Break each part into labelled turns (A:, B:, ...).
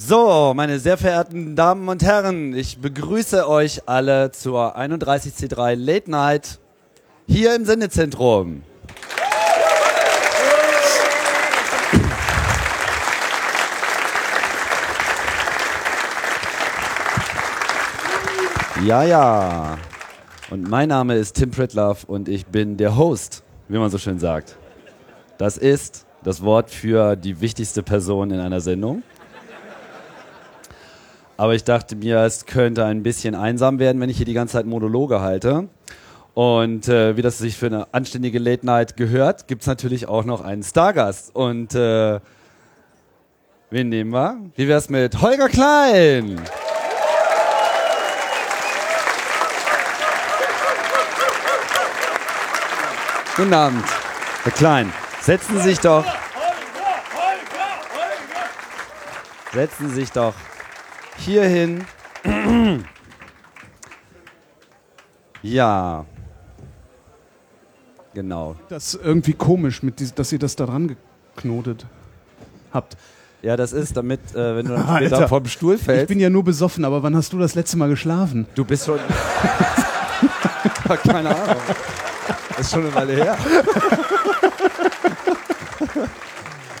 A: So, meine sehr verehrten Damen und Herren, ich begrüße euch alle zur 31C3 Late Night hier im Sendezentrum. Ja, ja. Und mein Name ist Tim Pritlove und ich bin der Host, wie man so schön sagt. Das ist das Wort für die wichtigste Person in einer Sendung. Aber ich dachte mir, es könnte ein bisschen einsam werden, wenn ich hier die ganze Zeit Monologe halte. Und äh, wie das sich für eine anständige Late Night gehört, gibt es natürlich auch noch einen Stargast. Und äh, wen nehmen wir? Wie wär's mit Holger Klein? Guten Abend, Herr Klein. Setzen Sie sich doch. Setzen Sie sich doch hierhin. Ja. Genau.
B: Das ist irgendwie komisch, mit dies- dass ihr das da dran geknotet habt.
A: Ja, das ist, damit, äh, wenn du dann später
B: Alter.
A: vom Stuhl
B: Ich
A: fällst.
B: bin ja nur besoffen, aber wann hast du das letzte Mal geschlafen?
A: du bist schon. Keine Ahnung. Das ist schon eine Weile her.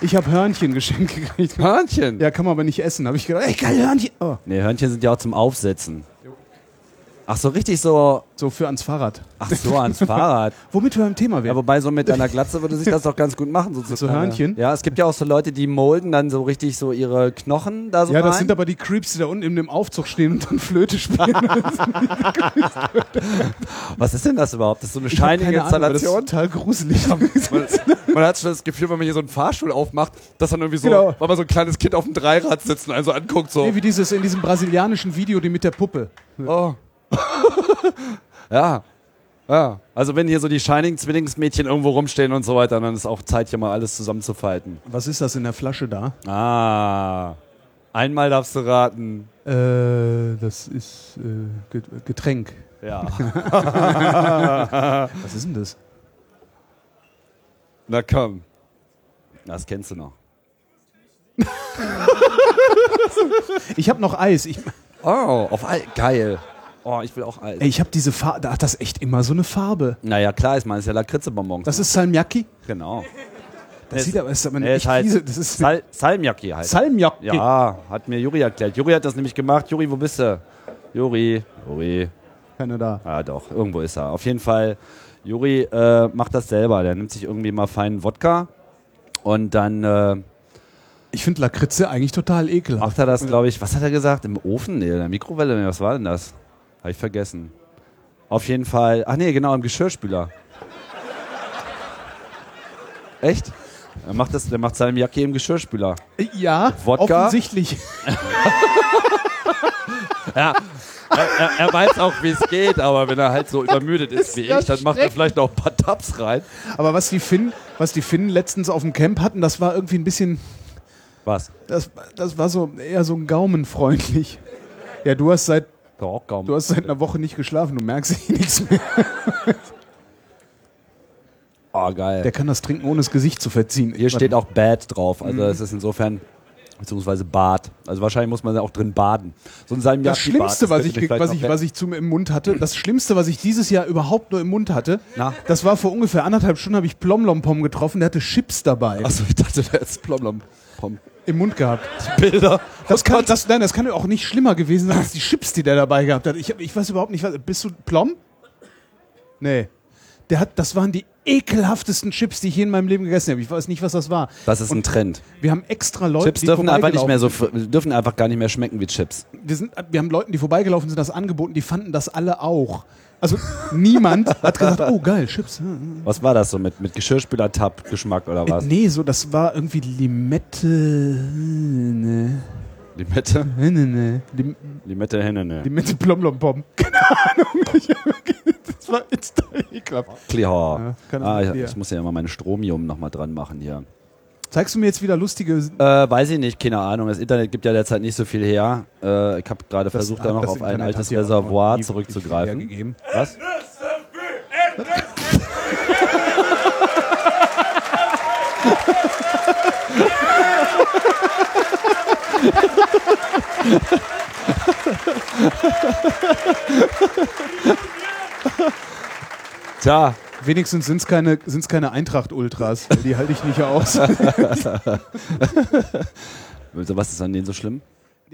B: Ich habe Hörnchen geschenkt gekriegt.
A: Hörnchen.
B: Ja, kann man aber nicht essen. Habe ich gedacht, ey, geil, Hörnchen. Oh.
A: Nee, Hörnchen sind ja auch zum Aufsetzen. Ach so, richtig so.
B: So für ans Fahrrad.
A: Ach so, ans Fahrrad.
B: Womit wir beim Thema
A: Ja,
B: wären.
A: wobei so mit einer Glatze würde sich das doch ganz gut machen. So, zu-
B: So Hörnchen?
A: Ja, es gibt ja auch so Leute, die molden dann so richtig so ihre Knochen da so
B: Ja, das
A: rein.
B: sind aber die Creeps, die da unten in dem Aufzug stehen und dann Flöte spielen.
A: Was ist denn das überhaupt? Das ist so eine
B: Ich hab
A: scheinige
B: keine Ahnung, aber das ist
A: Installation.
B: total gruselig.
C: Man hat schon das Gefühl, wenn man hier so einen Fahrstuhl aufmacht, dass dann irgendwie so,
B: Genau.
C: weil man so ein kleines Kind auf dem Dreirad sitzt und einen so anguckt, so.
B: Nee, wie dieses in diesem brasilianischen Video, die mit der Puppe.
C: Oh. ja. Ja.
A: also wenn hier so die shining Zwillingsmädchen irgendwo rumstehen und so weiter, dann ist auch Zeit, hier mal alles zusammenzufalten.
B: Was ist das in der Flasche da?
A: Ah. Einmal darfst du raten.
B: Äh, das ist äh, Get- Getränk.
A: Ja.
B: Was ist denn das?
C: Na komm.
A: Das kennst du noch.
B: Ich habe noch Eis. Ich,
A: Oh, auf Eis. Geil. Oh, ich will auch Eis.
B: ey, ich habe diese Farbe. Hat das echt immer so eine Farbe?
A: Naja, klar, ich meine, es ist ja Lakritzebonbons.
B: Das ist Salmiakki.
A: genau.
B: Das sieht aber, ist aber eine
A: Nee,
B: echt
A: ist halt
B: fiese. Das ist
A: Sal Salmiakki halt.
B: Salmiakki.
A: ja, hat mir Juri erklärt. Juri hat das nämlich gemacht. Juri, wo bist du? Juri, Juri.
B: Keiner da.
A: Ah, doch, irgendwo ist er. Auf jeden Fall, Juri äh, macht das selber. Der nimmt sich irgendwie mal feinen Wodka und dann äh,
B: Ich finde Lakritze eigentlich total ekelhaft.
A: macht er das, glaube ich, was hat er gesagt? Im Ofen? Nee, in der Mikrowelle? Nee, was war denn das? Habe ich vergessen. Auf jeden Fall, ach nee, genau, im Geschirrspüler. Echt? Er macht, das, der macht seine Jacke im Geschirrspüler.
B: Ja,
A: Wodka?
B: offensichtlich.
C: Er, er weiß auch, wie es geht, aber wenn er halt so übermüdet ist wie
B: das
C: ich, dann macht er vielleicht noch ein paar Taps rein.
B: Aber was die Finn, was die Finnen letztens auf dem Camp hatten, das war irgendwie ein bisschen,
A: Was?
B: das, das war so eher so gaumenfreundlich. Ja, du hast seit
A: Doch, kaum.
B: du hast seit einer Woche nicht geschlafen, du merkst eh nichts mehr.
A: Oh, geil.
B: Der kann das trinken, ohne das Gesicht zu verziehen.
A: Hier steht auch Bad drauf, also es ist insofern beziehungsweise Bad. Also wahrscheinlich muss man da auch drin baden. So ein Salmiakki-Bad.
B: Das Schlimmste, was
A: könnte mich
B: ich, ge-
A: vielleicht
B: was,
A: noch
B: ich,
A: retten.
B: was ich zu mir im Mund hatte, das Schlimmste, was ich dieses Jahr überhaupt nur im Mund hatte,
A: Na?
B: das war vor ungefähr anderthalb Stunden, habe ich Plomlompom getroffen, der hatte Chips dabei
C: Achso, ich dachte, der ist Plomlom. Pom.
B: im Mund gehabt.
A: Oh
C: Bilder.
B: Das kann, das, nein, das kann ja auch nicht schlimmer gewesen sein als die Chips, die der dabei gehabt hat. Ich, hab- ich weiß überhaupt nicht, was, bist du Plom? Nee. Der hat, das waren die ekelhaftesten Chips, die ich je in meinem Leben gegessen habe. Ich weiß nicht, was das war.
A: Das ist ein Trend.
B: Wir haben extra Leute,
A: Chips
B: die
A: dürfen einfach nicht
B: vorbeigelaufen-
A: mehr so fr- dürfen einfach gar nicht mehr schmecken wie Chips.
B: wir, sind, wir haben Leuten, die vorbeigelaufen sind, das angeboten, die fanden das alle auch. Also niemand hat gesagt, oh geil, Chips. hm, hm.
A: Was war das so mit mit Geschirrspüler Tab Geschmack oder was?
B: Nee, so, das war irgendwie Limette. Ne,
A: Limette,
B: ne, ne, ne. Lim,
A: Limette Henne, ne.
B: Limette Plomlompom. Keine Ahnung. Ich hab wirklich- Das war jetzt ekelhaft.
A: Klihor.
B: keine
A: ah, ich,
B: Ahnung.
A: ich muss ja immer meine Stromium noch mal dran machen hier.
B: Zeigst du mir jetzt wieder lustige.
A: Äh, weiß ich nicht, keine Ahnung. Das Internet gibt ja derzeit nicht so viel her. Äh, ich habe gerade versucht, da noch
B: das
A: auf ein
B: Internet
A: altes
B: hat ja auch
A: Reservoir
B: nie
A: zurückzugreifen.
B: wirklich hergegeben.
A: Was? Tja,
B: Wenigstens sind es keine, sind's keine Eintracht-Ultras, weil die halte ich nicht aus.
A: also was ist an denen so schlimm?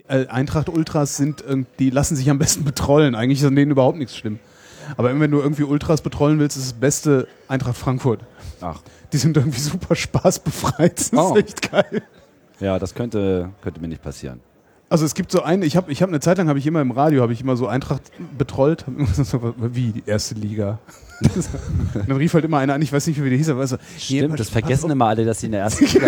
B: Äh, Eintracht-Ultras sind, irgend- die lassen sich am besten betrollen. Eigentlich ist an denen überhaupt nichts schlimm. Aber immer wenn du irgendwie Ultras betrollen willst, ist das Beste Eintracht Frankfurt.
A: Ach,
B: Die sind irgendwie super spaßbefreit. Das
A: Oh.
B: ist echt geil.
A: ja, das könnte, könnte mir nicht passieren.
B: Also es gibt so einen, ich habe ich hab eine Zeit lang, habe ich immer im Radio, habe ich immer so Eintracht betrollt. Hab immer so, Wie, die erste Liga? Und dann rief halt immer einer an, ich weiß nicht, mehr, wie der hieß, aber so,
A: Stimmt, das vergessen immer alle, dass sie in der ersten Liga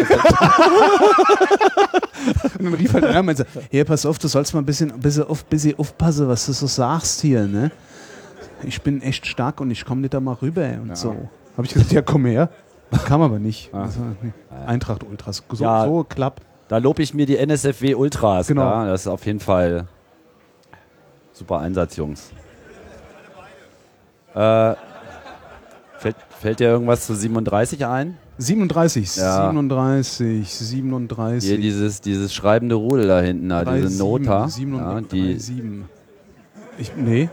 B: Und dann rief halt einer und meinte, hier, pass auf, du sollst mal ein bisschen, ein bisschen, auf, bisschen aufpassen, was du so sagst hier, ne? Ich bin echt stark und ich komme nicht da mal rüber und so. Habe ich gesagt, ja, komm her. Kam aber nicht. Das war- nee. Eintracht Ultras. So,
A: Ah. Ja.
B: so klapp.
A: Da lobe ich mir die NSFW Ultras.
B: Genau.
A: Ja, das ist auf jeden Fall super Einsatz, Jungs. Äh, fällt, fällt dir irgendwas zu 37 ein?
B: 37,
A: Ja.
B: 37, 37.
A: Hier dieses, dieses schreibende Rudel da hinten, da,
B: drei,
A: diese Nota.
B: Sieben, sieben
A: ja,
B: und drei,
A: die,
B: sieben. Ich, nee,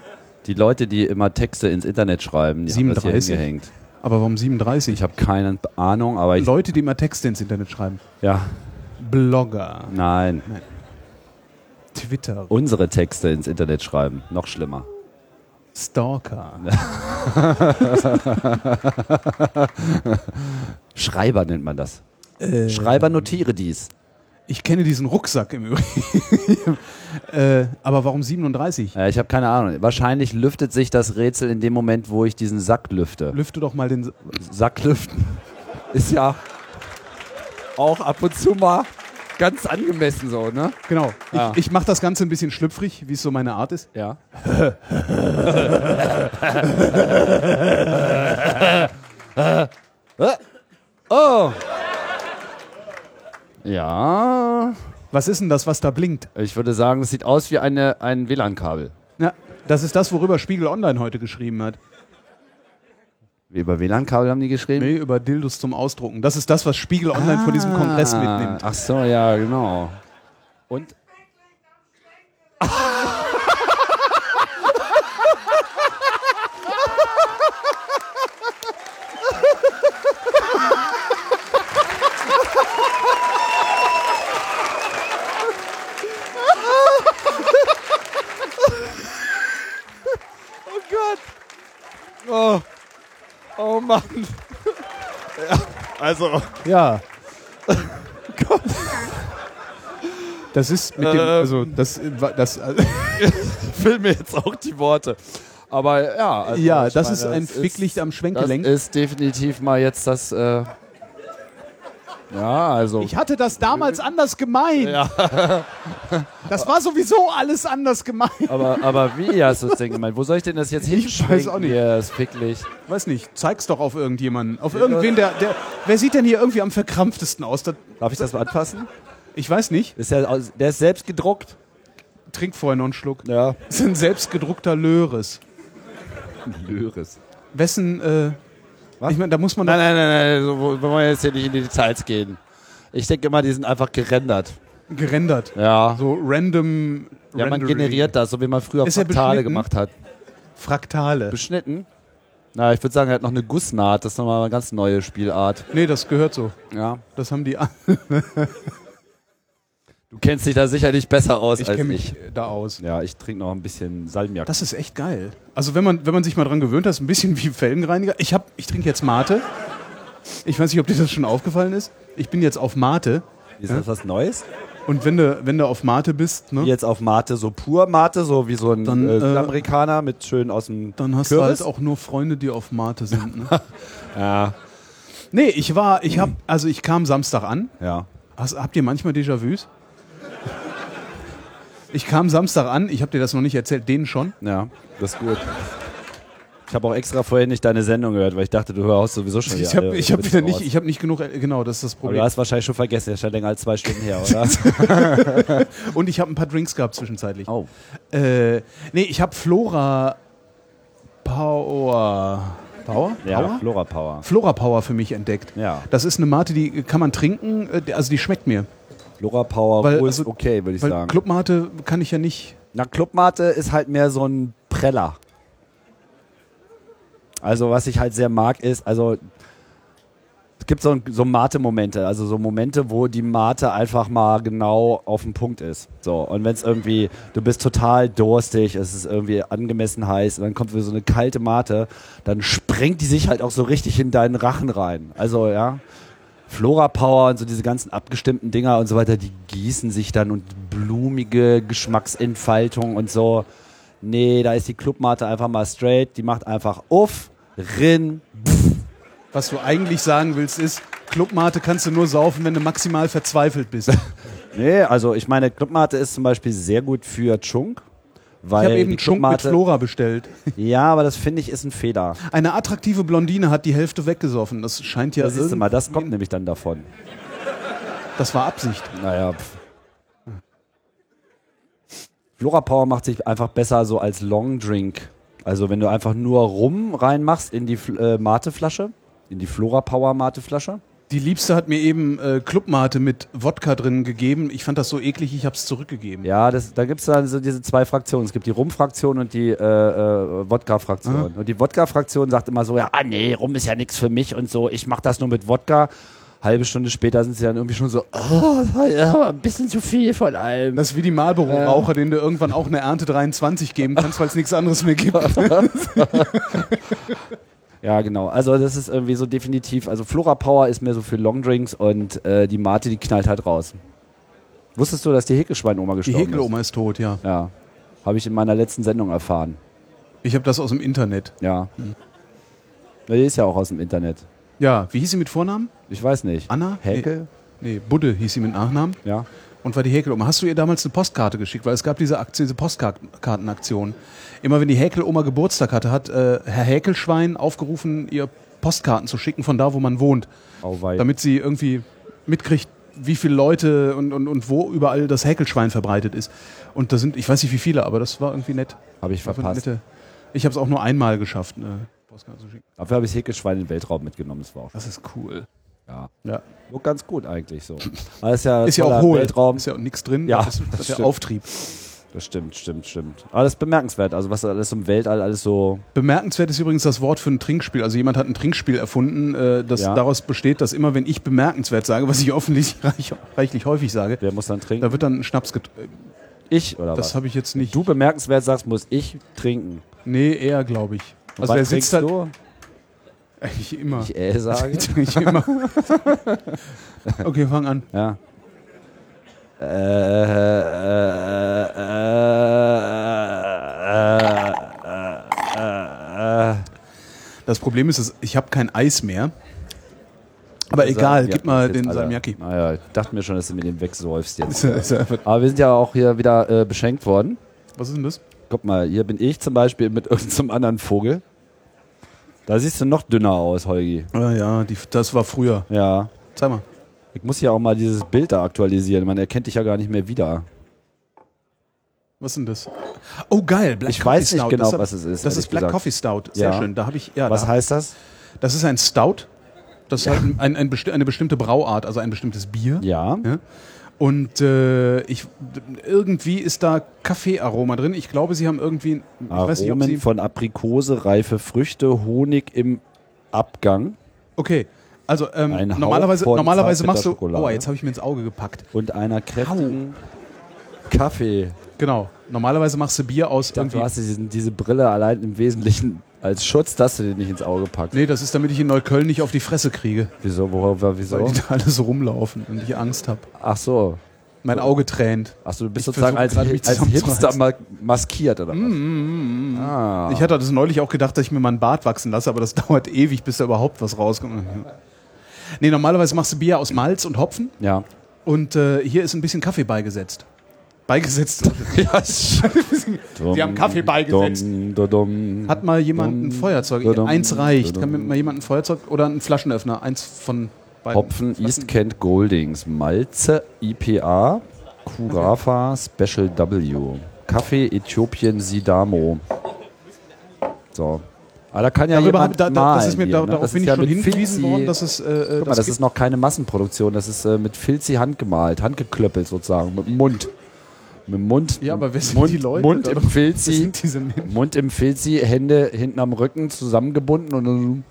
A: die Leute, die immer Texte ins Internet schreiben, die haben das
B: 37?
A: hier hingehängt.
B: aber warum 37?
A: Ich habe keine Ahnung, aber ich.
B: Leute, die immer Texte ins Internet schreiben.
A: Ja,
B: Blogger,
A: nein.
B: Twitter,
A: Unsere Texte ins Internet schreiben. Noch schlimmer.
B: Stalker.
A: Schreiber nennt man das. Schreiber notiere dies.
B: Ich kenne diesen Rucksack im Übrigen. äh, aber warum 37?
A: Äh, ich habe keine Ahnung. Wahrscheinlich lüftet sich das Rätsel in dem Moment, wo ich diesen Sack lüfte.
B: Lüfte doch mal den.
A: Sack lüften ist ja auch ab und zu mal ganz angemessen so, ne?
B: Genau. Ich,
A: Ah.
B: ich mache das Ganze ein bisschen schlüpfrig, wie es so meine Art ist.
A: Ja. oh. Ja,
B: Was ist denn das, was da blinkt?
A: ich würde sagen, das sieht aus wie eine, ein WLAN-Kabel.
B: Na, das ist das, worüber Spiegel Online heute geschrieben hat.
A: Über WLAN-Kabel haben die geschrieben?
B: Nee, über Dildos zum Ausdrucken. Das ist das, was Spiegel Online von diesem Kongress
A: Ah,
B: mitnimmt.
A: Ach so, ja, genau. Und? oh Gott. Oh. Oh Mann. also.
B: Ja. Das ist mit dem, also das, äh, wa- das äh,
A: fehlen mir jetzt auch die Worte. Aber ja. also
B: ja,
A: ich
B: das
A: meine,
B: ist ein Ficklicht am
A: Das
B: Schwenkgelenk.
A: ist definitiv mal jetzt das. Äh, ja, also.
B: Ich hatte das damals anders gemeint. Das war sowieso alles anders gemeint.
A: aber, aber wie hast du das denn gemeint? Wo soll ich denn das jetzt hin?
B: weiß auch nicht.
A: Ja, das Ficklicht.
B: Weiß nicht, zeig's doch auf irgendjemanden. Auf irgendwen, der, der. Wer sieht denn hier irgendwie am verkrampftesten aus? Das,
A: Darf ich das mal anfassen?
B: ich weiß nicht.
A: Ist ja, aus- der ist selbst gedruckt.
B: Trink vorher noch einen Schluck.
A: Ja.
B: Das ist ein selbstgedruckter Löres.
A: Löres.
B: Wessen, äh. Ich meine, da muss man.
A: Nein, nein, nein, nein. So, wo- wir wollen jetzt hier nicht in die Details gehen. Ich denke mal, die sind einfach gerendert.
B: doch gerendert.
A: Ja.
B: So random.
A: ja, man
B: Rendering.
A: generiert das, so wie man früher
B: Ist er
A: Fraktale
B: beschnitten?
A: gemacht hat.
B: Fraktale.
A: Beschnitten? Na, ich würde sagen, er hat noch eine Gussnaht. Das ist nochmal eine ganz neue Spielart.
B: Nee, das gehört so.
A: Ja.
B: Das haben die.
A: Du kennst dich da sicherlich besser aus
B: Ich
A: als
B: kenne
A: ich.
B: mich da aus.
A: Ja, ich trinke noch ein bisschen Salmiak.
B: Das ist echt geil. Also wenn man, wenn man sich mal dran gewöhnt hat, ist ein bisschen wie Felgenreiniger. Ich, hab, ich trinke jetzt Mate. Ich weiß nicht, ob dir das schon aufgefallen ist. Ich bin jetzt auf Mate.
A: ist das was Neues?
B: Und wenn du, wenn du auf Mate bist, ne,
A: Jetzt auf Mate, so pur Mate, so wie so ein
B: Dann,
A: äh,
B: äh,
A: Südamerikaner mit schön aus dem
B: dann hast
A: Kürbis.
B: du halt auch nur Freunde, die auf Mate sind. Ne?
A: Ja,
B: nee, ich war, ich hab, also ich kam Samstag an.
A: ja.
B: Hast, habt ihr manchmal Déjà-vus? Ich kam Samstag an, ich habe dir das noch nicht erzählt, denen schon.
A: Ja, das ist gut. Ich habe auch extra vorher nicht deine Sendung gehört, weil ich dachte, du hörst sowieso schon
B: Ich
A: wieder
B: habe
A: alle
B: ich hab
A: Witze
B: wieder nicht,
A: raus.
B: ich habe nicht genug, genau, das ist das
A: Aber du
B: Problem.
A: hast wahrscheinlich schon vergessen, der ist schon länger als zwei Stunden her, oder?
B: Und ich habe ein paar Drinks gehabt zwischenzeitlich.
A: oh.
B: Äh, nee, ich habe Flora Power. Power?
A: Ja,
B: Power?
A: Flora Power.
B: Flora Power für mich entdeckt.
A: Ja.
B: Das ist eine Mate, die kann man trinken, äh, also die schmeckt mir.
A: Lora Power
B: Weil,
A: Roh ist
B: also,
A: okay, würde ich
B: Weil
A: sagen.
B: Clubmate kann ich ja nicht.
A: Na, Clubmate ist halt mehr so ein Preller. Also, was ich halt sehr mag, ist, also, es gibt so, ein- so Mate-Momente, also so Momente, wo die Mate einfach mal genau auf dem Punkt ist. So, und wenn es irgendwie, du bist total durstig, es ist irgendwie angemessen heiß, und dann kommt so eine kalte Mate, dann sprengt die sich halt auch so richtig in deinen Rachen rein. Also, ja. Flora Power und so diese ganzen abgestimmten Dinger und so weiter, die gießen sich dann und blumige Geschmacksentfaltung und so. Nee, da ist die Clubmate einfach mal straight, die macht einfach uff, rin.
B: Was du eigentlich sagen willst, ist, Clubmate kannst du nur saufen, wenn du maximal verzweifelt bist. Ich
A: Nee, also ich meine, Clubmate ist zum Beispiel sehr gut für Chunk. Weil
B: habe eben
A: die
B: Schunk mit
A: Clubmate-
B: Flora bestellt.
A: Ja, aber das finde ich ist ein Fehler.
B: Eine attraktive Blondine hat die Hälfte weggesoffen. Das scheint ja.
A: Das siehst du
B: irgend-
A: mal, das kommt nämlich dann davon.
B: das war Absicht.
A: Naja. Pff. Flora Power macht sich einfach besser so als Long Drink. Also wenn du einfach nur Rum reinmachst in die Fl- äh, Mateflasche, in die Flora Power Mateflasche.
B: Die Liebste hat mir eben äh, Clubmate mit Wodka drin gegeben. Ich fand das so eklig, ich habe es zurückgegeben.
A: Ja, das, da gibt es dann so diese zwei Fraktionen. Es gibt die Rum-Fraktion und die äh, äh, Wodka-Fraktion. Und die Wodka-Fraktion sagt immer so, ja, ah nee, Rum ist ja nichts für mich und so, ich mach das nur mit Wodka. Halbe Stunde später sind sie dann irgendwie schon so, oh, ja, ein bisschen zu viel von allem.
B: Das ist wie die Marlboro-Raucher, denen du irgendwann auch eine Ernte 23 geben kannst, weil es nichts anderes mehr gibt.
A: Ja, genau. Also das ist irgendwie so definitiv, also Flora Power ist mehr so für Longdrinks und äh, die Mate, die knallt halt raus. Wusstest du, dass die Häkelschweinoma
B: Die
A: gestorben
B: Hekeloma ist tot, ja.
A: ist? Ja. Habe ich in meiner letzten Sendung erfahren.
B: Ich habe das aus dem Internet.
A: Ja.
B: Hm.
A: Na, Die ist ja auch aus dem Internet.
B: Ja, wie hieß sie mit Vornamen?
A: Ich weiß nicht.
B: Anna?
A: Häkel?
B: Nee, Budde hieß sie mit Nachnamen
A: Ja.
B: und war die Häkeloma. Hast du ihr damals eine Postkarte geschickt? Weil es gab diese, Aktion, diese Postkartenaktion. Immer wenn die Häkeloma Geburtstag hatte, hat äh, Herr Häkelschwein aufgerufen, ihr Postkarten zu schicken von da, wo man wohnt.
A: Auweih.
B: damit sie irgendwie mitkriegt, wie viele Leute und, und, und wo überall das Häkelschwein verbreitet ist. Und da sind, ich weiß nicht wie viele, aber das war irgendwie nett.
A: Habe ich verpasst.
B: Nette- Ich habe es auch nur einmal geschafft, eine Postkarte zu schicken.
A: Dafür habe ich Häkelschwein in den Weltraum mitgenommen. Das war auch
B: Das ist cool.
A: ja.
B: Ja.
A: Nur ganz gut eigentlich so. Aber ist ja,
B: Ist ja auch
A: voller
B: hohl.
A: Weltraum.
B: Ist ja auch nichts drin.
A: Ja,
B: das, das
A: das
B: ist der
A: stimmt.
B: Auftrieb.
A: Das stimmt, stimmt, stimmt. Aber das ist bemerkenswert. Also was da alles im Weltall alles so
B: Bemerkenswert ist übrigens das Wort für ein Trinkspiel. Also jemand hat ein Trinkspiel erfunden, äh, das
A: Ja.
B: daraus besteht, dass immer wenn ich bemerkenswert sage, was ich offensichtlich reich, reichlich häufig sage,
A: Wer muss dann trinken?
B: da wird dann ein Schnaps getrunken.
A: ich oder was?
B: Das habe ich jetzt nicht.
A: du bemerkenswert sagst, muss ich trinken.
B: Nee, eher, glaube ich. Also
A: was
B: wer sitzt
A: trinkst du?
B: halt eigentlich immer.
A: Ich äh sage.
B: Ich immer. Okay, fang an.
A: ja. Äh, äh, äh, äh, äh, äh, äh.
B: Das Problem ist, dass ich habe kein Eis mehr. Aber
A: Salmiak
B: egal, gib mal
A: jetzt
B: den
A: alle.
B: Salmiakki.
A: Naja, ich dachte mir schon, dass du mit dem wegsäufst jetzt.
B: Was
A: Aber wir sind ja auch hier wieder äh, beschenkt worden.
B: ist denn das?
A: Guck mal, hier bin ich zum Beispiel mit irgendeinem anderen Vogel. Da siehst du noch dünner aus, Holgi.
B: Ah ja, die, das war früher.
A: Ja.
B: Zeig mal.
A: Ich muss ja auch mal dieses Bild da aktualisieren. Man erkennt dich ja gar nicht mehr wieder.
B: Was ist denn das? Oh geil, Black
A: Ich
B: Coffee
A: weiß nicht
B: Stout.
A: genau,
B: das hab-
A: was es ist,
B: Das
A: ehrlich
B: ist Black
A: gesagt.
B: Coffee Stout. Sehr
A: Ja.
B: schön. Da habe ich ja.
A: Was
B: da,
A: heißt das?
B: das ist ein Stout. Das ist halt ein, ein, besti- eine bestimmte Brauart, also ein bestimmtes Bier.
A: Ja.
B: Ja. Und äh, ich irgendwie ist da Kaffeearoma drin. Ich glaube, sie haben irgendwie. Ich weiß nicht, ob
A: Aromen
B: sie,
A: von Aprikose, reife Früchte, Honig im Abgang
B: Okay, also ähm,
A: Ein Hauch
B: normalerweise,
A: von
B: normalerweise machst du.
A: Zartbitterschokolade.
B: Oh, jetzt habe ich mir ins Auge gepackt.
A: und einer kräftigen Kaffee.
B: Genau. Normalerweise machst du Bier aus
A: Dann
B: irgendwie.
A: du hast diesen, diese Brille allein im Wesentlichen als Schutz, dass du dir nicht ins Auge packst.
B: Nee, das ist, damit ich in Neukölln nicht auf die Fresse kriege,
A: Wieso? Worüber,
B: weil
A: wieso?
B: die da alle so rumlaufen und ich Angst habe.
A: Ach so.
B: Mein Auge tränt.
A: Ach so, du bist
B: Ich
A: sozusagen
B: versuch
A: als,
B: gerade, mich
A: als
B: zusammenzureißen.
A: Hipster
B: Mm,
A: ma maskiert, oder was? Ah.
B: Ich hatte das neulich auch gedacht, dass ich mir mal einen Bart wachsen lasse, aber das dauert ewig, bis da überhaupt was rauskommt. Nee, normalerweise machst du Bier aus Malz und Hopfen
A: ja.
B: und äh, hier ist ein bisschen Kaffee beigesetzt. Beigesetzt. Sie haben Kaffee beigesetzt.
A: Dum, dum, dum.
B: Hat mal jemand ein
A: Dum,
B: Feuerzeug?
A: dum,
B: eins reicht.
A: dum.
B: Kann mir mal jemand ein Feuerzeug oder einen Flaschenöffner? Eins von beiden.
A: Hopfen East Kent Goldings, Malze IPA, Curafa Special W, Kaffee Äthiopien Sidamo. So. Aber da kann ja
B: Darüber
A: jemand
B: hab- da, da,
A: malen
B: das ist mir
A: hier,
B: da,
A: ne?
B: darauf
A: Das
B: bin
A: ist
B: ich
A: ja
B: schon
A: mit
B: hingewiesen
A: Filzi-
B: worden, dass es. Äh, äh,
A: Guck mal, das
B: gibt.
A: ist noch keine Massenproduktion, das ist äh, mit Filzi handgemalt, handgeklöppelt sozusagen, mit dem Mund. Mit dem Mund.
B: Ja, aber wer sind
A: Mund,
B: die Leute
A: Mund
B: da
A: im
B: drauf?
A: Filzi.
B: Das sind diese Menschen.
A: Mund im Filzi, Hände hinten am Rücken zusammengebunden und dann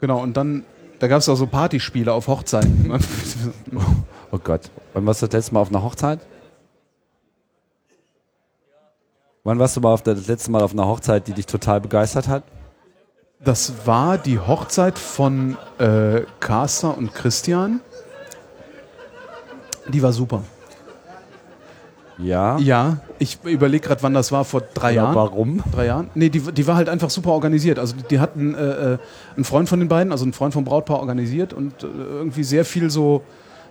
B: Genau, und dann, da gab es auch so Partyspiele auf Hochzeiten.
A: Oh Gott. Wann warst du das letzte Mal auf einer Hochzeit? Wann warst du mal auf der, das letzte Mal auf einer Hochzeit, die dich total begeistert hat?
B: das war die Hochzeit von äh, Carsten und Christian. Die war super.
A: Ja.
B: Ja, ich überlege gerade, wann das war, vor drei
A: Oder
B: Jahren.
A: warum?
B: Drei Jahren? Nee, die, die war halt einfach super organisiert. Also die, die hatten äh, äh, einen Freund von den beiden, also einen Freund vom Brautpaar organisiert und äh, irgendwie sehr viel so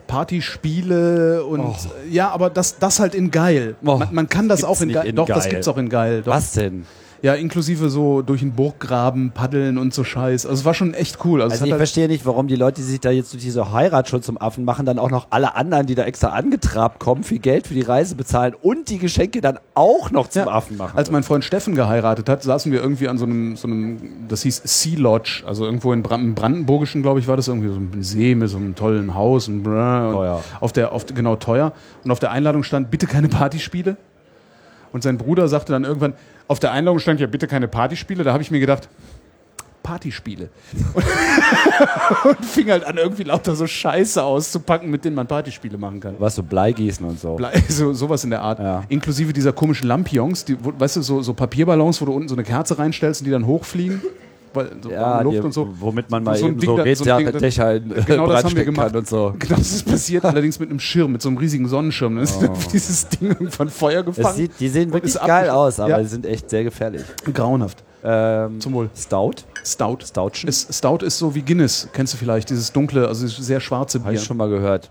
B: Partyspiele und äh, ja, aber das, das halt in geil.
A: Oh,
B: man, man kann das
A: gibt's
B: auch in
A: nicht
B: geil.
A: in
B: Doch, das
A: geil.
B: gibt's auch in geil. Doch.
A: Was denn?
B: Ja, inklusive so durch den Burggraben paddeln und so Scheiß. Also es war schon echt cool. Also,
A: Also ich
B: es hat halt,
A: verstehe nicht, warum die Leute, die sich da jetzt durch diese Heirat schon zum Affen machen, dann auch noch alle anderen, die da extra angetrabt kommen, viel Geld für die Reise bezahlen und die Geschenke dann auch noch zum
B: Ja,
A: Affen machen.
B: als mein Freund Steffen geheiratet hat, saßen wir irgendwie an so einem, so einem das hieß Sea Lodge, also irgendwo in Bran- im Brandenburgischen, glaube ich, war das irgendwie so ein See mit so einem tollen Haus und, brr, und
A: Teuer.
B: auf der, auf, genau teuer. Und auf der Einladung stand, bitte keine Partyspiele. Und sein Bruder sagte dann irgendwann, auf der Einladung stand ja bitte keine Partyspiele. Da habe ich mir gedacht, Partyspiele. Und, und fing halt an, irgendwie lauter so Scheiße auszupacken, mit denen man Partyspiele machen kann.
A: was so Bleigießen und so.
B: Blei- So, sowas in der Art.
A: Ja.
B: Inklusive dieser komischen Lampions, die, wo, weißt du, so, so Papierballons, wo du unten so eine Kerze reinstellst und die dann hochfliegen. Weil, so warme
A: ja,
B: Luft
A: die-
B: und so.
A: womit man mal
B: So ein
A: eben
B: Ding
A: so
B: da- so ein Ding da-
A: Rätsel-Dächer in äh,
B: Genau das
A: Brand
B: haben wir
A: stecken
B: gemacht.
A: kann und so.
B: Genau, das passiert allerdings mit einem Schirm, mit so einem riesigen Sonnenschirm. Dann ist dieses Ding irgendwann Feuer
A: Oh. Es
B: gefangen.
A: sieht, die sehen wirklich
B: ist
A: geil
B: abgeschnitten.
A: aus, aber
B: Ja.
A: die sind echt sehr gefährlich.
B: grauenhaft.
A: Ähm,
B: Zum Wohl.
A: Stout?
B: Stout.
A: Stoutchen?
B: Ist, Stout ist so wie Guinness, kennst du vielleicht, dieses dunkle, also dieses sehr schwarze
A: Habe
B: Bier.
A: ich schon mal gehört.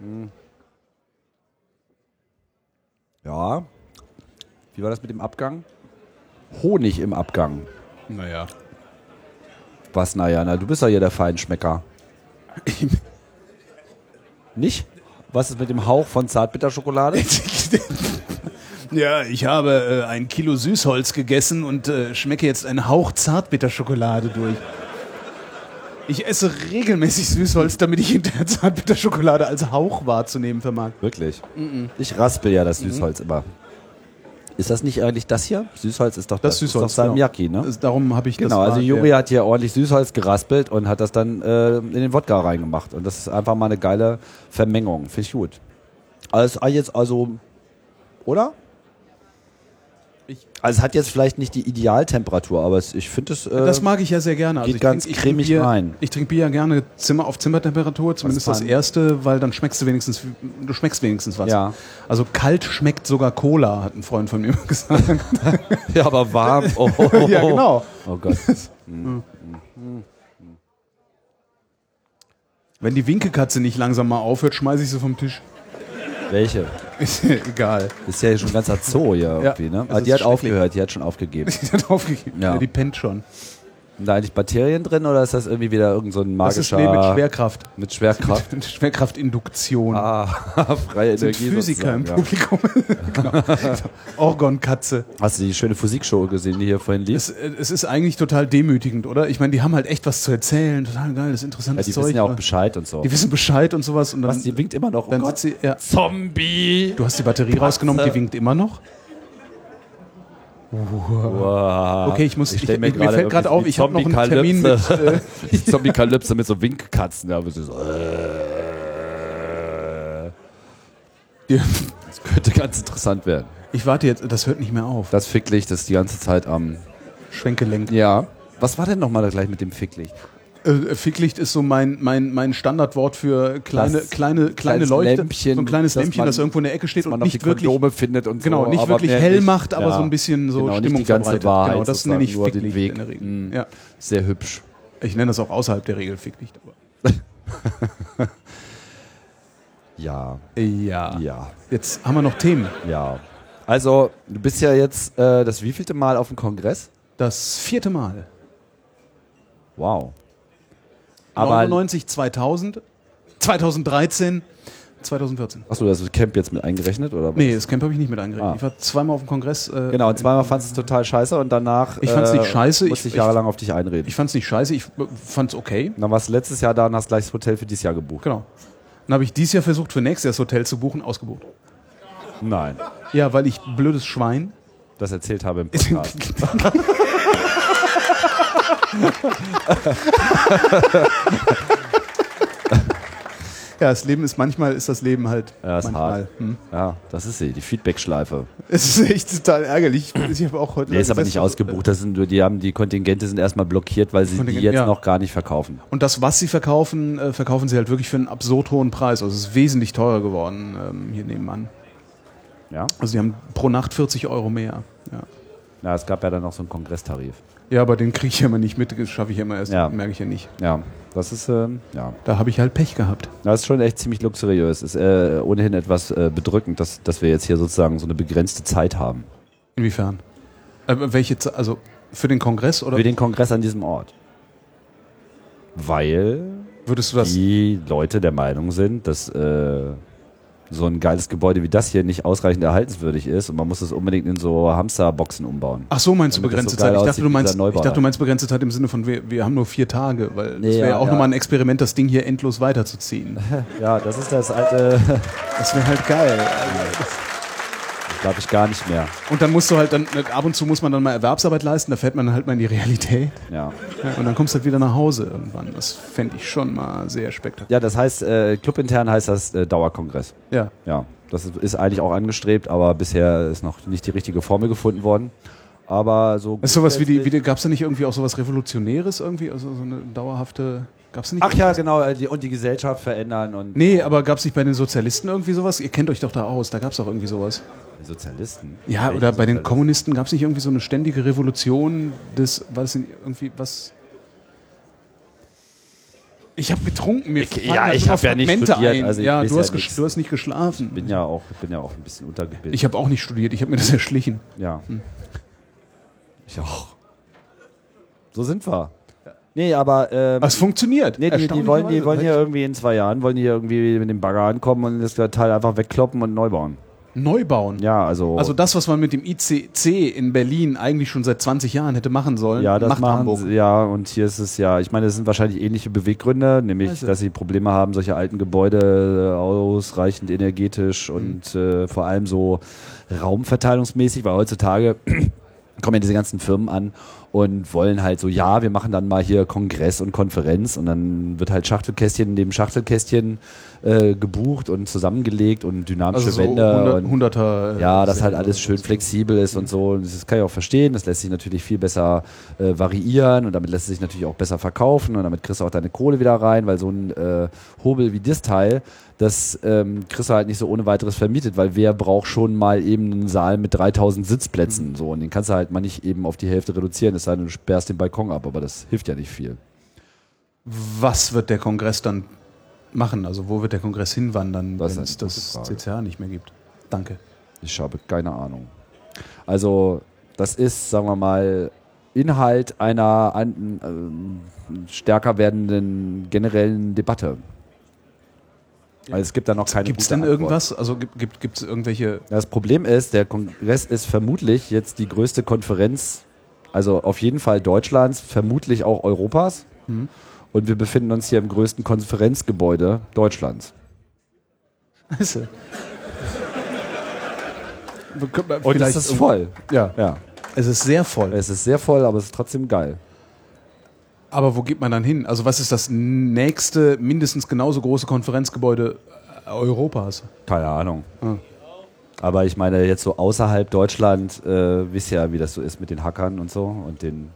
A: Hm. Ja. Wie war das mit dem Abgang? Honig im Abgang.
B: Naja.
A: Was, naja, na, du bist ja hier der Feinschmecker. Nicht? Was ist mit dem Hauch von Zartbitterschokolade?
B: ja, ich habe äh, ein Kilo Süßholz gegessen und äh, schmecke jetzt einen Hauch Zartbitterschokolade durch. Ich esse regelmäßig Süßholz, damit ich hinterher Zartbitterschokolade als Hauch wahrzunehmen vermag.
A: Wirklich? Ich raspel ja das Süßholz immer. Ist das nicht eigentlich das hier? Süßholz ist doch das,
B: Das Süßholz,
A: Ist doch Salmiakki, ne?
B: Also Darum habe ich
A: Genau,
B: das.
A: also
B: war-
A: Juri
B: ja.
A: hat hier ordentlich Süßholz geraspelt und hat das dann äh, in den Wodka reingemacht. Und das ist einfach mal eine geile Vermengung. Finde ich gut. Also ah, jetzt also, oder?
B: Ich-
A: also es hat jetzt vielleicht nicht die Idealtemperatur, aber es, ich finde es... Äh,
B: Das mag ich ja sehr gerne. Also
A: geht
B: ich
A: ganz
B: trink- ich
A: cremig
B: trink Bier,
A: rein.
B: Ich trinke Bier ja gerne Zimmer auf Zimmertemperatur, zumindest das
A: kann-
B: erste, weil dann schmeckst du wenigstens, du schmeckst wenigstens was.
A: Ja.
B: Also kalt schmeckt sogar Cola, hat ein Freund von mir immer gesagt.
A: ja, aber warm. Oh,
B: ja, genau.
A: Oh Gott.
B: Wenn die Winkekatze nicht langsam mal aufhört, schmeiße ich sie vom Tisch.
A: Welche?
B: Ist mir egal.
A: Ist ja schon ein ganzer Zoo hier irgendwie, ne?
B: das
A: Aber
B: ist
A: die hat
B: schrecklich.
A: aufgehört, die hat schon aufgegeben.
B: Die hat aufgegeben.
A: Ja.
B: Ja. die pennt schon.
A: Sind da eigentlich Bakterien drin oder ist das irgendwie wieder irgend so ein
B: Das ist
A: magischer...
B: nee, mit Schwerkraft.
A: mit Schwerkraft.
B: Mit Schwerkraftinduktion.
A: Ah, freie
B: Sind
A: Energie
B: Physiker
A: sozusagen,
B: im
A: ja.
B: Publikum. genau. Orgonkatze.
A: Hast du die schöne Physikshow gesehen, die hier vorhin lief?
B: Es, äh, es ist eigentlich total demütigend, oder? Ich meine, die haben halt echt was zu erzählen. Total geil, das
A: Ja,
B: interessantes
A: die
B: Zeug.
A: wissen ja auch
B: aber-
A: Bescheid und so.
B: die wissen Bescheid und sowas. Und dann,
A: Was, die winkt immer noch. Oh
B: dann sitzt sie, ja,
C: Zombie!
B: du hast die Batterie rausgenommen, die winkt immer noch. Okay, ich muss.
A: Ich
B: Ich
A: stell mir
B: mir,
A: gerade
B: fällt gerade
A: irgendwie
B: auf, ich habe noch einen
A: Zombie-Kalypse.
B: Termin mit. Äh,
A: die Zombie-Kalypse mit so Winkkatzen. Ja, aber sie so, äh,
B: die-
A: das könnte ganz interessant werden.
B: ich warte jetzt, das hört nicht mehr auf.
A: Das Ficklicht ist die ganze Zeit am...
B: Schwenkgelenk.
A: Ja. Was war denn nochmal da gleich mit dem Ficklicht?
B: Äh, Ficklicht ist so mein, mein, mein Standardwort für kleine,
A: Das-
B: kleine, kleine
A: kleines
B: Leuchte.
A: Lämpchen,
B: so ein kleines
A: dass
B: Lämpchen,
A: man-
B: das irgendwo in der Ecke steht
A: Dass man
B: und
A: noch die
B: nicht wirklich,
A: Kondome findet und
B: genau,
A: so.
B: nicht
A: aber
B: wirklich
A: mehr
B: hell
A: nicht-
B: macht, aber
A: ja.
B: so ein bisschen so
A: genau,
B: Stimmung
A: nicht die ganze
B: verbreitet.
A: Wahrheit,
B: genau, das nenne ich
A: sozusagen,
B: Ficklicht
A: nur den Weg.
B: in der Regel.
A: Mm.
B: Ja.
A: Sehr hübsch.
B: Ich nenne das auch außerhalb der Regel Ficklicht. Aber.
A: Ja,
B: Ja.
A: ja.
B: Jetzt haben wir noch Themen.
A: Ja. Also, du bist ja jetzt äh, das wievielte Mal auf dem Kongress?
B: Das vierte Mal.
A: Wow. Aber
B: 99, 2000, 2013, 2014.
A: Achso, das ist Camp jetzt mit eingerechnet, oder? was?
B: Nee, das Camp habe ich nicht mit eingerechnet.
A: Ah.
B: Ich war zweimal auf dem Kongress. Äh,
A: Genau, und zweimal fandst du es total scheiße und danach äh,
B: Ich fand's nicht scheiße,
A: musste
B: ich-
A: ich jahrelang auf dich einreden.
B: Ich fand es nicht scheiße, ich fand es okay.
A: Und dann warst du letztes Jahr da und hast gleich das Hotel für dieses Jahr gebucht.
B: Genau. Dann habe ich dieses Jahr versucht, für nächstes Jahr das Hotel zu buchen, ausgebucht.
A: Nein,
B: Ja, weil ich blödes Schwein.
A: das erzählt habe im Podcast.
B: ja, das Leben ist manchmal, ist das Leben halt.
A: Ja, ist
B: manchmal. hm.
A: hart. Ja, das ist sie, die Feedback-Schleife.
B: Es ist echt total ärgerlich. Ich habe auch heute.
A: Der ist aber
B: gesessen
A: nicht ausgebucht, das sind, nur- die, haben, die Kontingente sind erstmal blockiert, weil sie die
B: Kontingent-
A: jetzt
B: ja.
A: noch gar nicht verkaufen.
B: Und das, was sie verkaufen, äh, verkaufen sie halt wirklich für einen absurd hohen Preis. Also es ist wesentlich teurer geworden ähm, hier nebenan.
A: Ja?
B: Also die haben pro Nacht 40 Euro mehr. Ja,
A: ja, es gab ja dann noch so einen Kongresstarif.
B: ja aber den kriege ich ja immer nicht mit, das schaffe ich ja immer erst,
A: Ja.
B: merke ich ja nicht.
A: Ja, das ist, ähm, ja.
B: Da habe ich halt Pech gehabt.
A: Das ist schon echt ziemlich luxuriös. Ist äh, ohnehin etwas äh, bedrückend, dass, dass wir jetzt hier sozusagen so eine begrenzte Zeit haben.
B: Inwiefern? Äh, welche, Ze- also für den Kongress oder
A: Für den Kongress an diesem Ort. Weil
B: würdest du das?
A: die Leute der Meinung sind, dass äh, so ein geiles Gebäude wie das hier nicht ausreichend erhaltenswürdig ist und man muss es unbedingt in so Hamsterboxen umbauen.
B: Ach so, meinst du
A: Damit das
B: begrenzte
A: so geil
B: Zeit? Ich dachte
A: aussieht,
B: du, meinst,
A: dieser Neubau
B: ich dachte,
A: da.
B: du meinst begrenzte Zeit im Sinne von, wir, wir haben nur vier Tage, weil
A: Nee,
B: das wäre ja
A: ja,
B: auch
A: ja.
B: nochmal ein Experiment, das Ding hier endlos weiterzuziehen.
A: Ja, das ist das alte,
B: Das wäre halt geil.
A: glaube ich, gar nicht mehr.
B: Und dann musst du halt, dann ab und zu muss man dann mal Erwerbsarbeit leisten, da fährt man halt mal in die Realität.
A: Ja.
B: Ja, und dann kommst du halt wieder nach Hause irgendwann. Das fände ich schon mal sehr spektakulär.
A: ja, das heißt, äh, clubintern heißt das äh, Dauerkongress.
B: Ja.
A: Ja, das ist- ist eigentlich auch angestrebt, aber bisher ist noch nicht die richtige Formel gefunden worden. Aber so.
B: Ist sowas wie die, wie die gab es da nicht irgendwie auch sowas Revolutionäres irgendwie? Also so eine dauerhafte, gab es nicht?
A: Ach ja, genau, äh, die, und die Gesellschaft verändern und
B: Nee, aber gab es nicht bei den Sozialisten irgendwie sowas? Ihr kennt euch doch da aus, da gab es doch irgendwie sowas.
A: Die Sozialisten.
B: Ja,
A: Welche
B: oder bei den
A: Sozialisten?
B: Kommunisten gab es nicht irgendwie so eine ständige Revolution des, war das denn irgendwie was? Ich habe getrunken, mir fallen
A: ja,
B: da
A: ich
B: immer
A: hab ja nicht
B: Fragmente
A: studiert, also ich
B: ja,
A: weiß
B: du
A: ja
B: hast,
A: nix.
B: ges- du hast nicht geschlafen.
A: Bin ja auch, bin ja auch ein bisschen untergebildet.
B: ich habe auch nicht studiert, ich Hm. habe mir das erschlichen.
A: ja. Ich auch. So sind wir. Nee, aber. Ähm,
B: Aber es funktioniert.
A: Nee, die, die wollen, die wollen hier
B: Erstaunlicherweise.
A: irgendwie in zwei Jahren, wollen die hier irgendwie mit dem Bagger ankommen und das Teil einfach wegkloppen und neu bauen.
B: neu bauen.
A: Ja, also.
B: Also das, was man mit dem ICC in Berlin eigentlich schon seit 20 Jahren hätte machen sollen,
A: ja, das
B: macht
A: machen
B: Hamburg.
A: sie, ja, und hier ist es ja, ich meine, es sind wahrscheinlich ähnliche Beweggründe, nämlich,
B: Also.
A: dass sie Probleme haben, solche alten Gebäude äh, ausreichend energetisch
B: Mhm.
A: und äh, vor allem so raumverteilungsmäßig, weil heutzutage kommen ja diese ganzen Firmen an und wollen halt so, ja, wir machen dann mal hier Kongress und Konferenz und dann wird halt Schachtelkästchen in dem Schachtelkästchen äh, gebucht und zusammengelegt und dynamische
B: Also so
A: Wände
B: hundert-
A: und
B: hunderter. äh,
A: ja, dass halt
B: Säle
A: alles
B: oder
A: schön
B: so.
A: flexibel ist und so. Und Das kann ich auch verstehen. Das lässt sich natürlich viel besser äh, variieren und damit lässt es sich natürlich auch besser verkaufen und damit kriegst du auch deine Kohle wieder rein, weil so ein äh, Hobel wie das Teil, das ähm, kriegst du halt nicht so ohne weiteres vermietet, weil wer braucht schon mal eben einen Saal mit 3000 Sitzplätzen so und den kannst du halt mal nicht eben auf die Hälfte reduzieren, es sei denn, du sperrst den Balkon ab, aber das hilft ja nicht viel.
B: Was wird der Kongress dann machen? Also wo wird der Kongress hinwandern,
A: Das ist
B: wenn
A: eine
B: es
A: gute
B: das
A: Frage.
B: CCH nicht mehr gibt? Danke.
A: Ich habe keine Ahnung. Also, das ist, sagen wir mal, Inhalt einer an, ähm, stärker werdenden generellen Debatte. Weil es gibt da noch keine.
B: Gibt es
A: gute
B: denn
A: Antwort.
B: irgendwas? Also gibt es gibt, gibt's irgendwelche...
A: Das Problem ist, der Kongress ist vermutlich jetzt die größte Konferenz, also auf jeden Fall Deutschlands, vermutlich auch Europas. Und wir befinden uns hier im größten Konferenzgebäude Deutschlands.
B: Scheiße. Wir können mal
A: Und es
B: vielleicht
A: ist
B: irgendwo-
A: voll.
B: Ja,
A: Ja, Äh.
B: es ist sehr voll.
A: es ist sehr voll, aber es ist trotzdem geil.
B: Aber wo geht man dann hin? Also was ist das nächste mindestens genauso große Konferenzgebäude äh, Europas?
A: Keine Ahnung. Aber ich meine, jetzt so außerhalb Deutschland, äh, wisst ihr ja, wie das so ist mit den Hackern und so und den.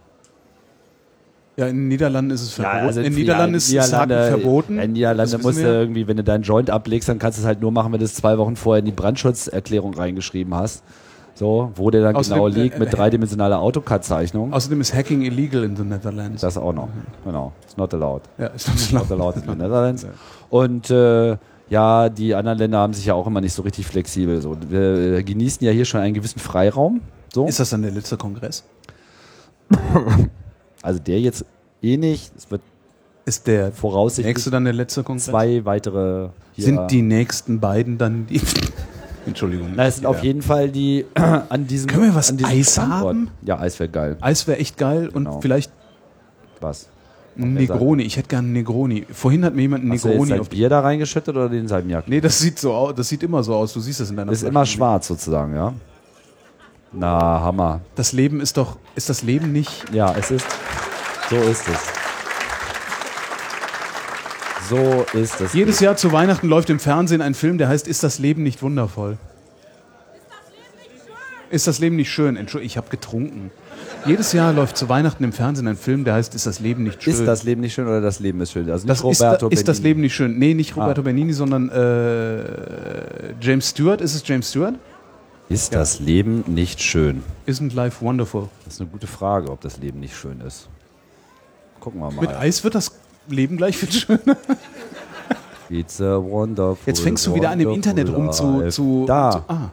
B: Ja, in den Niederlanden ist es verboten.
A: also
B: in den Niederlanden ist es Haken
A: Niederlande-
B: verboten.
A: In Niederlande
B: Das
A: musst du
B: wissen wir.
A: irgendwie, wenn du deinen Joint ablegst, dann kannst du es halt nur machen, wenn du es zwei Wochen vorher in die Brandschutzerklärung reingeschrieben hast. So, wo der dann
B: Außerdem,
A: genau
B: äh,
A: liegt mit
B: äh,
A: dreidimensionaler Autocad-Zeichnung.
B: Außerdem ist Hacking illegal in den Niederlanden.
A: Das auch noch. Genau. It's not allowed.
B: Ja, ist doch
A: Not
B: so laut.
A: allowed in the Netherlands. Und äh, ja, die anderen Länder haben sich ja auch immer nicht so richtig flexibel. So, wir äh, genießen ja hier schon einen gewissen Freiraum. So.
B: Ist das dann der letzte Kongress?
A: Also der jetzt eh nicht. Es wird
B: Ist der
A: voraussichtlich
B: nächste dann der letzte Kongress?
A: zwei weitere hier.
B: Sind die nächsten beiden dann die. Entschuldigung.
A: Na, es sind auf jeden Fall die an diesem.
B: Können wir was
A: an diesem
B: Eis
A: Standort.
B: haben?
A: Ja, Eis wäre geil.
B: Eis wäre echt geil
A: Genau.
B: und vielleicht
A: Was?
B: ein Negroni. Ich hätte gerne einen Negroni. Vorhin hat mir jemand einen
A: Hast du jetzt
B: Negroni
A: dein
B: auf die.
A: Bier da reingeschüttet oder den Salmiak?
B: Nee, das sieht so aus. Das sieht immer so aus. Du siehst das in deiner
A: Ist
B: Flasche.
A: immer schwarz sozusagen, ja? Na, Hammer.
B: Das Leben ist doch. Ist das Leben nicht.
A: Ja, es ist. So ist es. So ist es.
B: Jedes Jahr zu Weihnachten läuft im Fernsehen ein Film, der heißt Ist das Leben nicht wundervoll? Ist das Leben nicht schön? Entschuldigung, ich habe getrunken. Jedes Jahr läuft zu Weihnachten im Fernsehen ein Film, der heißt Ist das Leben nicht schön?
A: Ist das Leben nicht schön oder das Leben ist schön? Also
B: Das
A: nicht
B: ist, äh,
A: Roberto
B: ist das
A: Benigni.
B: Leben nicht schön? Nee, nicht Roberto
A: Ah.
B: Benini, sondern äh, James Stewart. Ist es James Stewart?
A: Ist das Leben nicht schön?
B: Isn't Life Wonderful?
A: Das ist eine gute Frage, ob das Leben nicht schön ist. Gucken wir mal.
B: Mit Eis wird das Leben gleich viel schöner.
A: It's a wonderful,
B: Jetzt fängst du wieder an, im
A: wonderful
B: Internet rum zu.
A: life.
B: zu
A: da.
B: Zu, ah.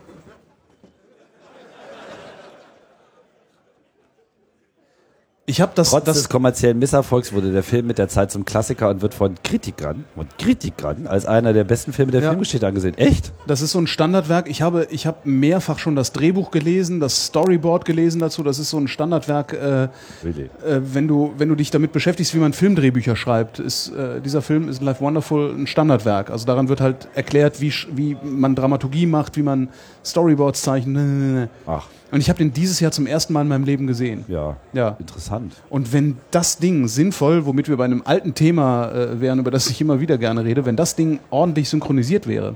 B: Ich habe das,
A: Trotz
B: das
A: des kommerziellen Misserfolgs wurde der Film mit der Zeit zum Klassiker und wird von Kritikern und Kritikern als einer der besten Filme der
B: Ja.
A: Filmgeschichte angesehen. Echt?
B: Das ist so ein Standardwerk. Ich habe, ich habe mehrfach schon das Drehbuch gelesen, das Storyboard gelesen dazu. Das ist so ein Standardwerk, äh, äh,
A: Really?
B: wenn, du, wenn du dich damit beschäftigst, wie man Filmdrehbücher schreibt. Ist, äh, dieser Film ist Life Wonderful ein Standardwerk. Also daran wird halt erklärt, wie, sch- wie man Dramaturgie macht, wie man Storyboards zeichnet.
A: Ach,
B: Und ich habe den dieses Jahr zum ersten Mal in meinem Leben gesehen.
A: ja.
B: Ja.
A: Interessant.
B: Und wenn das Ding sinnvoll, womit wir bei einem alten Thema äh, wären, über das ich immer wieder gerne rede, wenn das Ding ordentlich synchronisiert wäre,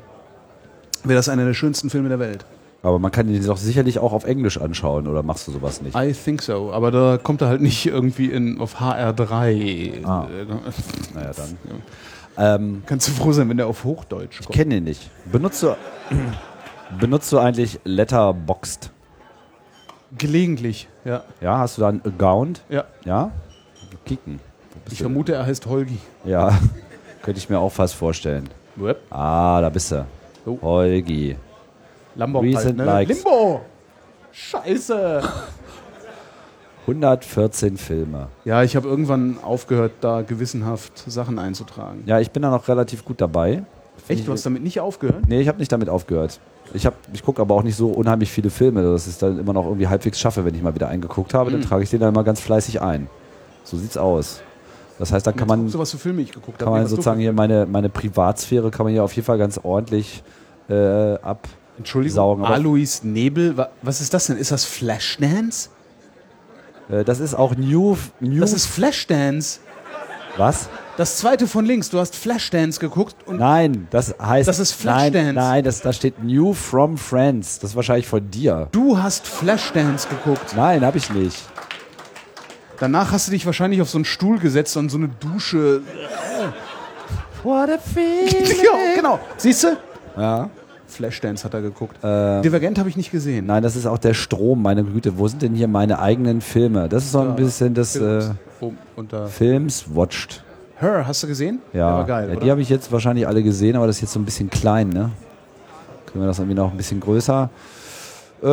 B: wäre das einer der schönsten Filme der Welt.
A: Aber man kann ihn doch sicherlich auch auf Englisch anschauen, oder machst du sowas nicht?
B: I think so. Aber da kommt er halt nicht irgendwie in, auf HR3.
A: Ah.
B: Äh,
A: Naja, dann. Ähm,
B: kannst du froh sein, wenn der auf Hochdeutsch kommt.
A: Kenne ihn nicht. Benutzt du, benutzt du eigentlich Letterboxd?
B: Gelegentlich, ja.
A: Ja, hast du da einen Account?
B: ja.
A: Ja? Kicken. Wo bist
B: Ich
A: du denn?
B: vermute, er heißt Holgi.
A: Ja, könnte ich mir auch fast vorstellen. Ah, da bist du.
B: Oh.
A: Holgi.
B: Lambo
A: Recent Likes.
B: halt, ne? Limbo! Scheiße!
A: 114 Filme.
B: Ja, ich habe irgendwann aufgehört, da gewissenhaft Sachen einzutragen.
A: Ja, ich bin da noch relativ gut dabei.
B: Echt? Du hast damit nicht aufgehört?
A: Nee, ich habe nicht damit aufgehört. Ich, hab- ich gucke aber auch nicht so unheimlich viele Filme, dass ich es dann immer noch irgendwie halbwegs schaffe, wenn ich mal wieder eingeguckt habe.
B: Mhm.
A: Dann trage ich den dann mal ganz fleißig ein. So sieht's aus. Das heißt, dann kann man,
B: so was für Filme ich geguckt
A: kann
B: habe.
A: man
B: Was du-
A: sozusagen hier meine, meine Privatsphäre kann man hier auf jeden Fall ganz ordentlich äh, ab.
B: Entschuldigung,
A: saugen, aber-
B: Alois Nebel, wa- was ist das denn? Ist das Flashdance?
A: Äh, das ist auch New. New
B: Das ist Flashdance.
A: was?
B: Das zweite von links, du hast Flashdance geguckt und
A: Nein, das heißt.
B: Das ist Flashdance.
A: Nein, nein das, da steht New from Friends. Das ist wahrscheinlich von dir.
B: du hast Flashdance geguckt.
A: Nein, habe ich nicht.
B: Danach hast du dich wahrscheinlich auf so einen Stuhl gesetzt und so eine Dusche.
A: What a feeling.
B: ja, genau. Siehst du?
A: Ja. Ähm,
B: Flashdance hat er geguckt. Divergent habe ich nicht gesehen.
A: Nein, das ist auch der Strom, meine Güte. Wo sind denn hier meine eigenen Filme? Das ist so ein bisschen das äh,
B: Oben unter
A: Films Watched.
B: Her, hast du gesehen?
A: Ja,
B: Der war geil,
A: ja
B: oder?
A: die habe ich jetzt wahrscheinlich alle gesehen, aber das ist jetzt so ein bisschen klein, ne? Können wir das irgendwie noch ein bisschen größer? Äh,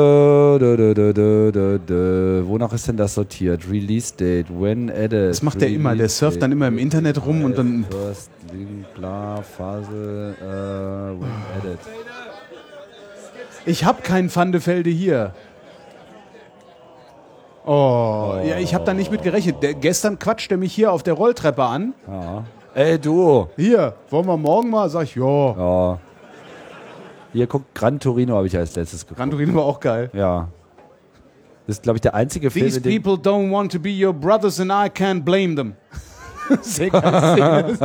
A: dö, dö, dö, dö, dö, dö. Wonach ist denn das sortiert? Release Date, when edit.
B: das macht der immer. Der surft dann immer im Internet rum und dann
A: First, Link, klar, Phase, äh, when edit.
B: Ich hab keinen Pfandefelde hier. Oh, ja, ich hab da nicht mit gerechnet. Der, gestern quatscht er mich hier auf der Rolltreppe an.
A: Ey, du!
B: Hier, wollen wir morgen mal? Sag ich, ja.
A: Ja. Hier, guck, Gran Torino habe ich als letztes geguckt.
B: Gran Torino war auch geil.
A: Ja. Das ist, glaube ich, der einzige Film,
B: These
A: in dem-
B: people don't want to be your brothers and I can't blame them. Sehr geil.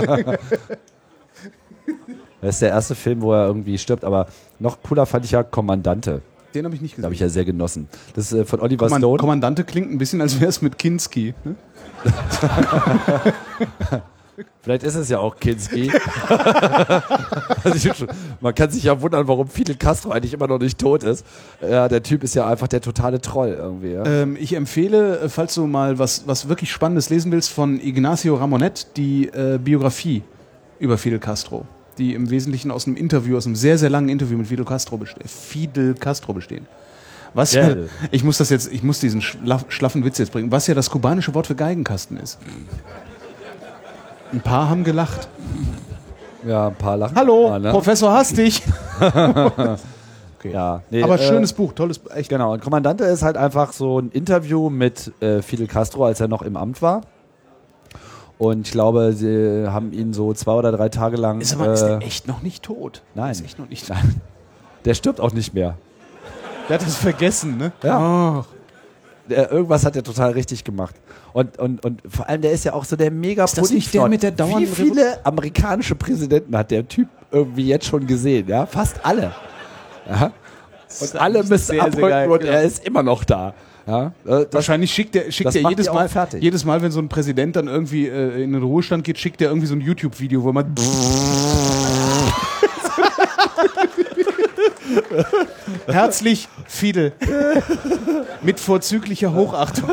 A: das ist der erste Film, wo er irgendwie stirbt. Aber noch cooler fand ich ja Kommandante.
B: Den habe ich nicht
A: Da habe
B: gesehen.
A: ich ja sehr genossen. Das ist äh, von Oliver
B: Komman-
A: Stone.
B: Kommandante klingt ein bisschen, als wäre es mit Kinski. Ne?
A: Vielleicht ist es ja auch Kinski. also ich, schon- man kann sich ja wundern, warum Fidel Castro eigentlich immer noch nicht tot ist. Ja, der Typ ist ja einfach der totale Troll irgendwie. Ja.
B: Ähm, ich empfehle, äh, falls du mal was, was wirklich Spannendes lesen willst, von Ignacio Ramonet die äh, Biografie über Fidel Castro, die im Wesentlichen aus einem Interview, aus einem sehr, sehr langen Interview mit Fidel Castro, beste Fidel Castro bestehen. Was ja,
A: Geil.
B: ich muss das jetzt, ich muss diesen schla- schlaffen Witz jetzt bringen, was ja das kubanische Wort für Geigenkasten ist. Ein paar haben gelacht.
A: Ja, ein paar lachen.
B: Hallo,
A: mal, ne?
B: Professor Hastig.
A: Ja, nee, äh,
B: Aber schönes Buch, tolles, echt.
A: Genau, und Kommandante ist halt einfach so ein Interview mit äh, Fidel Castro, als er noch im Amt war. Und ich glaube, sie haben ihn so zwei oder drei Tage lang.
B: Ist aber ist
A: äh,
B: der echt noch nicht tot?
A: nein.
B: Ist echt noch nicht tot.
A: Nein. Der stirbt auch nicht mehr.
B: Der hat das vergessen, ne?
A: Ja.
B: Ach.
A: Der, irgendwas hat er total richtig gemacht. Und, und, und vor allem, der ist ja auch so der mega
B: das nicht der
A: Puddingflott.
B: mit der
A: Wie
B: dauernden
A: viele amerikanische Präsidenten hat der Typ irgendwie jetzt schon gesehen? Ja, fast alle. Ja? Und alle müssen
B: sehr, sehr geil,
A: abrücken und
B: genau.
A: er ist immer noch da. Ja? Äh, Das,
B: Wahrscheinlich schickt er, schickt
A: das
B: er
A: macht
B: jedes
A: die auch
B: Mal,
A: fertig.
B: jedes Mal, wenn so ein Präsident dann irgendwie äh, in den Ruhestand geht, schickt er irgendwie so ein YouTube-Video, wo man. Herzlich Fidel. Mit vorzüglicher Hochachtung.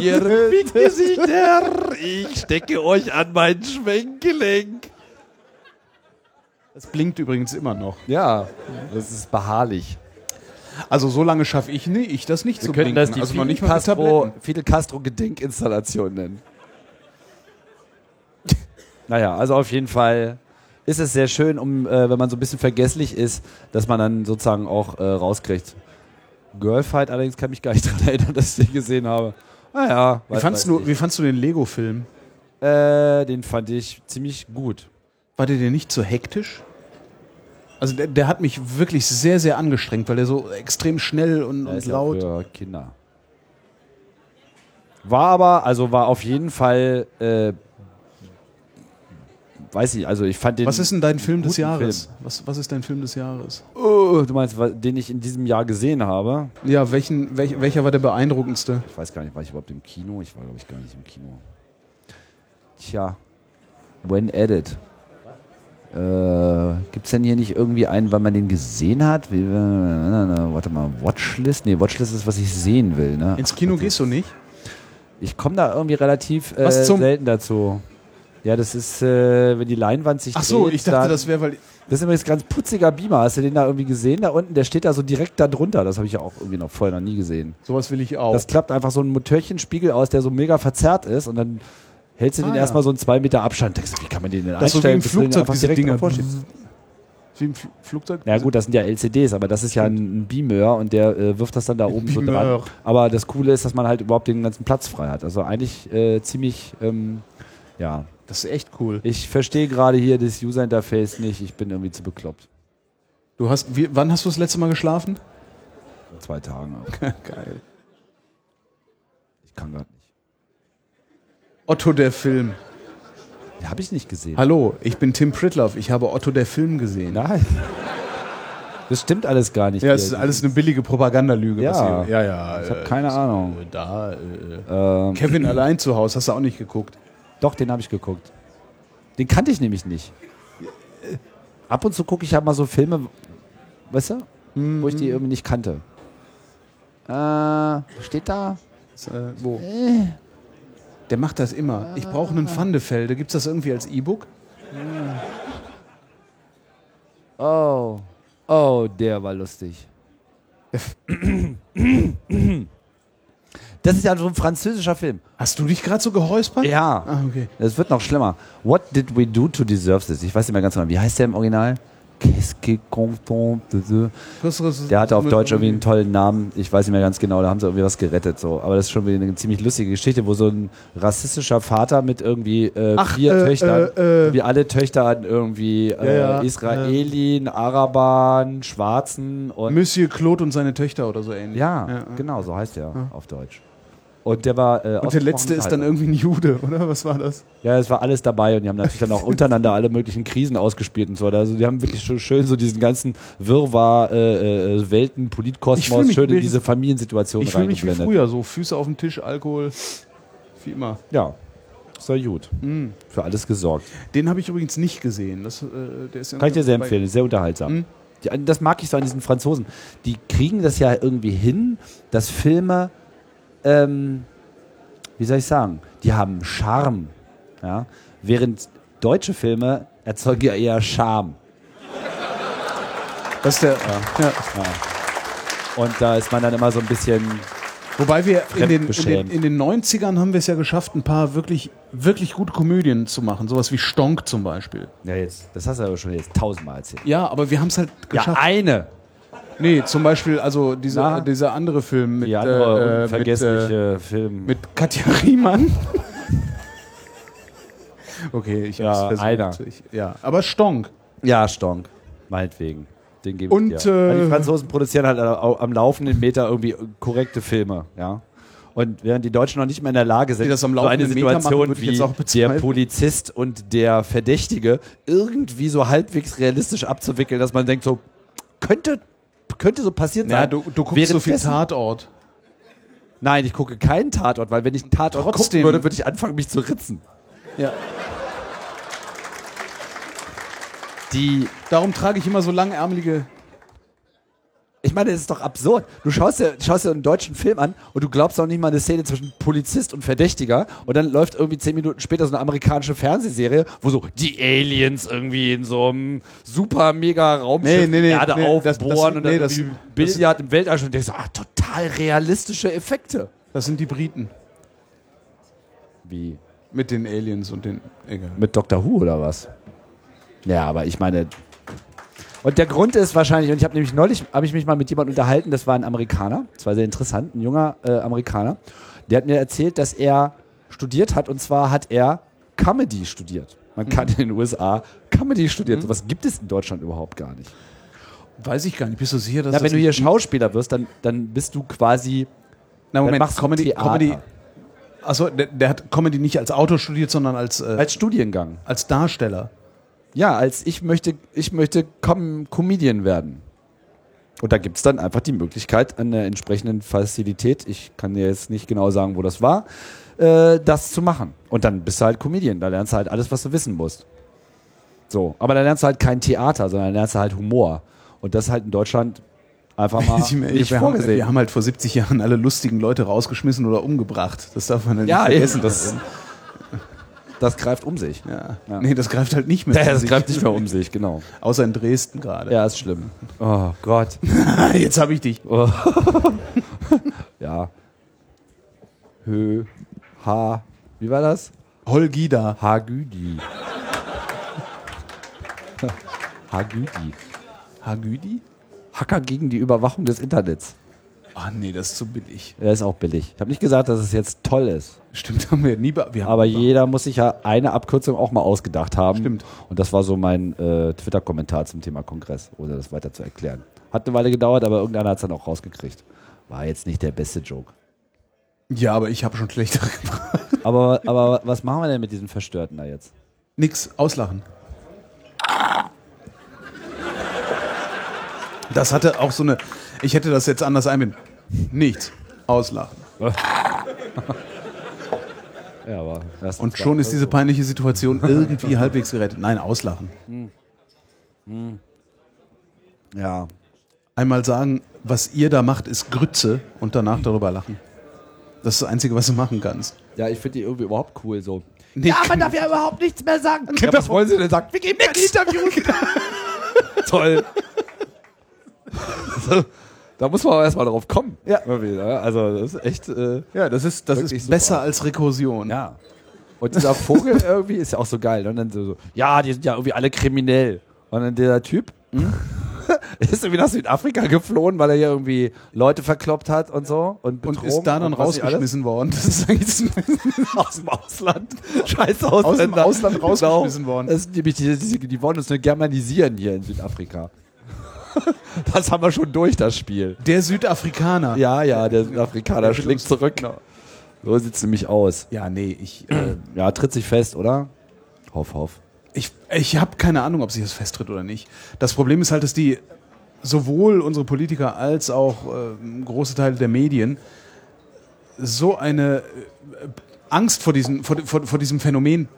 A: Ihr Fickgesichter, ich stecke euch an mein Schwenkgelenk.
B: Das blinkt übrigens immer noch.
A: Ja, das ist beharrlich.
B: Also so lange schaffe ich, nee, ich das nicht zu blinken. also noch nicht mal mit Tabletten.
A: Fidel Castro Gedenkinstallation nennen. naja, also auf jeden Fall ist es sehr schön, um, äh, wenn man so ein bisschen vergesslich ist, dass man dann sozusagen auch äh, rauskriegt. Girlfight allerdings kann mich gar nicht daran erinnern, dass ich den gesehen habe. Naja,
B: Wie fandst, du, wie fandst du den Lego-Film?
A: Äh, den fand ich ziemlich gut.
B: War der dir nicht zu hektisch? Also der, der hat mich wirklich sehr, sehr angestrengt, weil der so extrem schnell und,
A: Der
B: und
A: ist ja auch
B: laut.
A: für Kinder. War aber, also war auf jeden Fall, äh, weiß ich, also ich fand den.
B: Was ist denn dein Film des
A: guten
B: Jahres? Was, was ist dein Film des Jahres?
A: Oh, du meinst, wa- den ich in diesem Jahr gesehen habe?
B: Ja, welchen, welch, welcher war der beeindruckendste?
A: Ich weiß gar nicht, war ich überhaupt im Kino? Ich war, glaube ich, gar nicht im Kino. Tja. When Edit. Äh, Gibt es denn hier nicht irgendwie einen, weil man den gesehen hat? Wie, äh, na, na, warte mal, Watchlist? Nee, Watchlist ist, was ich sehen will. Ne?
B: Ins Kino gehst du nicht?
A: Ich komme da irgendwie relativ äh,
B: Was zum-
A: selten dazu. Ja, das ist, äh, wenn die Leinwand sich
B: Ach so,
A: dreht,
B: ich dachte,
A: dann-
B: das wäre, weil
A: das ist übrigens ganz putziger Beamer. Hast du den da irgendwie gesehen? Da unten, der steht da so direkt da drunter. Das habe ich ja auch irgendwie noch vorher noch nie gesehen.
B: sowas will ich auch.
A: Das klappt einfach so ein Motörchenspiegel aus, der so mega verzerrt ist und dann hältst du
B: Ah,
A: den
B: ja.
A: erstmal so einen 2 Meter Abstand. Denkst du, wie kann man den denn
B: Das ist so wie
A: einstellen?
B: im
A: bis du den
B: Flugzeug,
A: einfach
B: diese
A: direkt
B: Dinger.
A: davor stehst?
B: Wie im Fl- Flugzeug?
A: Na gut, das sind ja LCDs, aber das ist ja ein, ein Beamer und der äh, wirft das dann da oben so dran.
B: Beamer.
A: Aber das Coole ist, dass man halt überhaupt den ganzen Platz frei hat. Also eigentlich äh, ziemlich, ähm, ja.
B: Das ist echt cool.
A: Ich verstehe gerade hier das User Interface nicht. Ich bin irgendwie zu bekloppt.
B: Du hast, wie, wann hast du das letzte Mal geschlafen?
A: Vor Zwei Tagen.
B: Geil.
A: Ich kann gerade nicht.
B: Otto der Film.
A: Den habe ich nicht gesehen.
B: Hallo, ich bin Tim Pritloff. Ich habe Otto der Film gesehen.
A: Nein. Das stimmt alles gar nicht.
B: Ja,
A: hier.
B: es ist alles eine billige Propagandalüge. was
A: Ja.
B: hier- ja, ja.
A: Ich habe
B: äh,
A: keine Ahnung.
B: Da, äh,
A: Ähm,
B: Kevin allein zu Hause, hast du auch nicht geguckt.
A: doch, den habe ich geguckt. Den kannte ich nämlich nicht. Ab und zu gucke ich ja mal so Filme, weißt du, wo ich die irgendwie nicht kannte. Mhm. Äh, steht da?
B: Das, äh, wo? Der macht das immer. Ich brauche einen Pfandefelde. Gibt es das irgendwie als E-Book?
A: Oh. Oh, der war lustig. Das ist ja so ein französischer Film.
B: Hast du dich gerade so geräuspert?
A: Ja.
B: Ah, okay.
A: Es wird noch schlimmer. What did we do to deserve this? Ich weiß nicht mehr ganz genau. Wie heißt der im Original? Qu'est-ce qui compte? Der hatte auf Deutsch irgendwie einen tollen Namen. Ich weiß nicht mehr ganz genau. Da haben sie irgendwie was gerettet. So. Aber das ist schon wieder eine ziemlich lustige Geschichte, wo so ein rassistischer Vater mit irgendwie äh,
B: Ach,
A: vier
B: äh,
A: Töchtern,
B: äh, äh.
A: wie alle Töchter hatten irgendwie äh,
B: Ja, ja,
A: Israelin, Arabern, Schwarzen und
B: Monsieur Claude und seine Töchter oder so ähnlich.
A: ja,
B: ja.
A: genau, so heißt der auf Deutsch. Und der war äh,
B: Und der letzte ist dann irgendwie ein Jude, oder? Was war das?
A: Ja, es war alles dabei und die haben natürlich dann auch untereinander alle möglichen Krisen ausgespielt und so. Also die haben wirklich schon schön so diesen ganzen Wirrwarr äh, äh, Welten,
B: Ich fühl
A: Politkosmos
B: mich
A: schön in
B: wie-
A: diese Familiensituation
B: Ich fühle mich wie
A: reingeblendet.
B: früher, so Füße auf dem Tisch, Alkohol, wie immer.
A: Ja, ist ja gut.
B: Mhm.
A: Für alles gesorgt.
B: Den habe ich übrigens nicht gesehen. Das, äh, der ist
A: Kann ich dir sehr empfehlen, ist sehr unterhaltsam.
B: Mhm.
A: Die- also Das mag ich so an diesen Franzosen. Die kriegen das ja irgendwie hin, dass Filme, ähm, wie soll ich sagen, die haben Charme. Ja? Während deutsche Filme erzeugen ja eher Charme.
B: Das ist der, ja.
A: Und da ist man dann immer so ein bisschen
B: Wobei wir in den, in, den,
A: Fremdbeschämt.
B: in den 90ern haben wir es ja geschafft, ein paar wirklich, wirklich gute Komödien zu machen. Sowas wie Stonk zum Beispiel.
A: Ja, jetzt. Das hast du aber schon jetzt tausendmal erzählt.
B: Ja, aber wir haben es halt
A: Ja,
B: geschafft.
A: eine.
B: nee, zum Beispiel also
A: Na?
B: dieser, dieser andere Film mit,
A: Die andere
B: äh, äh, mit, äh,
A: unvergessliche Film.
B: mit Katja Riemann. okay, ich
A: Ja,
B: hab's versucht.
A: einer.
B: Ich, ja, aber Stonk.
A: ja, Stonk. Meinetwegen. Den gebe ich
B: Und,
A: dir. Weil
B: äh,
A: die Franzosen produzieren halt au- am laufenden Meter irgendwie korrekte Filme, ja. Und während die Deutschen noch nicht mehr in der Lage sind,
B: Die das am
A: so eine
B: laufenden Meter machen,
A: Situation
B: würde ich
A: wie
B: jetzt auch
A: der
B: bezweifeln.
A: Polizist und der Verdächtige irgendwie so halbwegs realistisch abzuwickeln, dass man denkt, so könnte, könnte so passiert sein.
B: Ja, du, du guckst so viel
A: Währenddessen-
B: Tatort.
A: Nein, ich gucke keinen Tatort, weil wenn ich einen Tatort
B: Trotzdem.
A: gucken würde, würde ich anfangen, mich zu ritzen.
B: Ja.
A: Die,
B: Darum trage ich immer so langärmelige.
A: ich meine, das ist doch absurd. Du schaust dir, schaust dir einen deutschen Film an und du glaubst auch nicht mal eine Szene zwischen Polizist und Verdächtiger und dann läuft irgendwie zehn Minuten später so eine amerikanische Fernsehserie, wo so die Aliens irgendwie in so einem super mega Raumschiff
B: Nee, nee, nee,
A: Erde
B: nee,
A: aufbohren
B: das- das-
A: und dann
B: nee, das-
A: irgendwie Billard im Weltall und denkst, so, ah, total realistische Effekte.
B: Das sind die Briten.
A: Wie?
B: Mit den Aliens und den. Egal.
A: Mit Doctor Who oder was? Ja, aber ich meine. Und der Grund ist wahrscheinlich, und ich habe nämlich neulich, habe ich mich mal mit jemandem unterhalten, das war ein Amerikaner, das war sehr interessant, ein junger äh, Amerikaner, der hat mir erzählt, dass er studiert hat, und zwar hat er Comedy studiert. Man kann
B: Mhm.
A: in den USA Comedy studieren. Sowas gibt es in Deutschland überhaupt gar nicht.
B: Weiß ich gar nicht. Bist du sicher, dass
A: Na, wenn
B: das
A: du hier
B: nicht-
A: Schauspieler wirst, dann, dann bist du quasi.
B: Na, Moment,
A: dann machst du
B: Comedy.
A: Theater.
B: Comedy Achso, der, der hat Comedy nicht als Autor studiert, sondern als, äh,
A: Als Studiengang.
B: als Darsteller.
A: Ja, als ich möchte, ich möchte Com Comedian werden. Und da gibt's dann einfach die Möglichkeit, an der entsprechenden Facilität, ich kann dir jetzt nicht genau sagen, wo das war, äh, das zu machen. Und dann bist du halt Comedian, da lernst du halt alles, was du wissen musst. So, aber da lernst du halt kein Theater, sondern lernst du halt Humor. Und das ist halt in Deutschland einfach mal
B: Ich-
A: nicht
B: wir, haben,
A: Ah, vorgesehen.
B: wir haben halt vor 70 Jahren alle lustigen Leute rausgeschmissen oder umgebracht. Das darf man ja nicht
A: ja,
B: vergessen.
A: eben, das, das greift um sich.
B: ja.
A: Ja.
B: Nee, das greift halt nicht mehr. zu
A: Das
B: sich.
A: greift nicht mehr um sich, genau.
B: Außer in Dresden gerade. Ah,
A: Ja, ist schlimm. Oh Gott.
B: Jetzt habe ich dich.
A: Ja. Hö. Ha. Wie war das?
B: Holgida.
A: Hagüdi. Hagüdi.
B: Hagüdi?
A: Hacker gegen die Überwachung des Internets.
B: Ah nee, das ist zu billig.
A: Der ist auch billig. Ich habe nicht gesagt, dass es jetzt toll ist.
B: Stimmt, haben wir nie. be- Wir haben
A: Aber jeder muss sich ja eine Abkürzung auch mal ausgedacht haben.
B: Stimmt.
A: Und das war so mein äh, Twitter-Kommentar zum Thema Kongress, ohne das weiter zu erklären. Hat eine Weile gedauert, aber irgendeiner hat es dann auch rausgekriegt. War jetzt nicht der beste Joke.
B: Ja, aber ich habe schon schlechtere gebracht.
A: Aber, aber was machen wir denn mit diesen Verstörten da jetzt?
B: Nix, auslachen. Das hatte auch so eine. Ich hätte das jetzt anders einbinden. Nichts, auslachen.
A: Ja, aber
B: Und schon ist diese peinliche Situation irgendwie halbwegs gerettet. Nein, auslachen.
A: Ja,
B: Einmal sagen, was ihr da macht, ist Grütze und danach darüber lachen. Das ist das Einzige, was du machen kannst.
A: Ja, ich finde die irgendwie überhaupt cool so.
B: Nee,
A: darf ja überhaupt nichts mehr sagen.
B: Ja, was wollen Sie denn sagen?
A: Wir geben nix. ein Interview. Toll. da muss man aber erstmal drauf kommen.
B: Ja.
A: Irgendwie, ne? Also, das ist echt. Äh,
B: ja, das ist, das
A: Wirklich
B: ist
A: super.
B: besser als Rekursion.
A: ja. Und dieser Vogel irgendwie ist ja auch so geil. ne? Und dann so, so, ja, die sind ja irgendwie alle kriminell. Und dann dieser Typ hm? ist irgendwie nach Südafrika geflohen, weil er hier irgendwie Leute verkloppt hat und so. Und,
B: Und
A: betrogen
B: ist da dann
A: und was nicht alles.
B: rausgeschmissen worden. Das ist eigentlich
A: aus dem Ausland. Scheiß Ausländer. Genau.
B: Aus dem Ausland rausgeschmissen worden.
A: Das sind nämlich die, die, die wollen uns nur germanisieren hier in Südafrika. Das haben wir schon durch, das Spiel.
B: der Südafrikaner. Genau.
A: Ja, ja, genau. der Südafrikaner schlägt zurück. So sieht's nämlich aus.
B: Ja, nee, ich, äh,
A: Ja, tritt sich fest, oder? Hoff, hoff.
B: ich, ich habe keine Ahnung, ob sich das festtritt oder nicht. Das Problem ist halt, dass die sowohl unsere Politiker als auch äh, große Teile der Medien so eine äh, Angst vor, diesen, vor, vor, vor diesem Phänomen,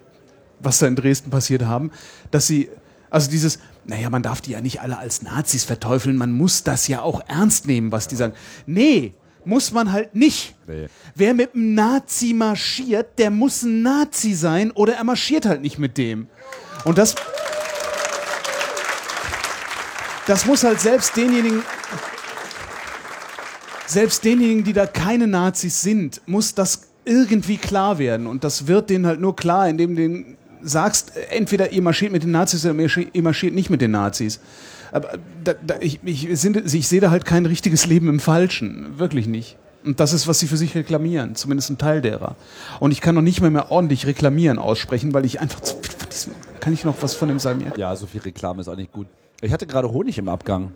B: was da in Dresden passiert haben, dass sie, also dieses, naja, man darf die ja nicht alle als Nazis verteufeln, man muss das ja auch ernst nehmen, was die sagen. Nee, muss man halt nicht.
A: Nee.
B: Wer mit einem Nazi marschiert, der muss ein Nazi sein oder er marschiert halt nicht mit dem. Und das, das muss halt selbst denjenigen, selbst denjenigen, die da keine Nazis sind, muss das irgendwie klar werden. Und das wird denen halt nur klar, indem du denen sagst, äh, entweder ihr marschiert mit den Nazis oder ihr marschi- ihr marschiert nicht mit den Nazis. Aber äh, da, da, ich, ich, sind, ich sehe da halt kein richtiges Leben im Falschen. Wirklich nicht. Und das ist, was sie für sich reklamieren. Zumindest ein Teil derer. Und ich kann noch nicht mal mehr ordentlich reklamieren aussprechen, weil ich einfach zu viel von diesem, kann ich noch was von dem Samir?
A: Ja, so viel Reklame ist auch nicht gut. Ich hatte gerade Honig im Abgang.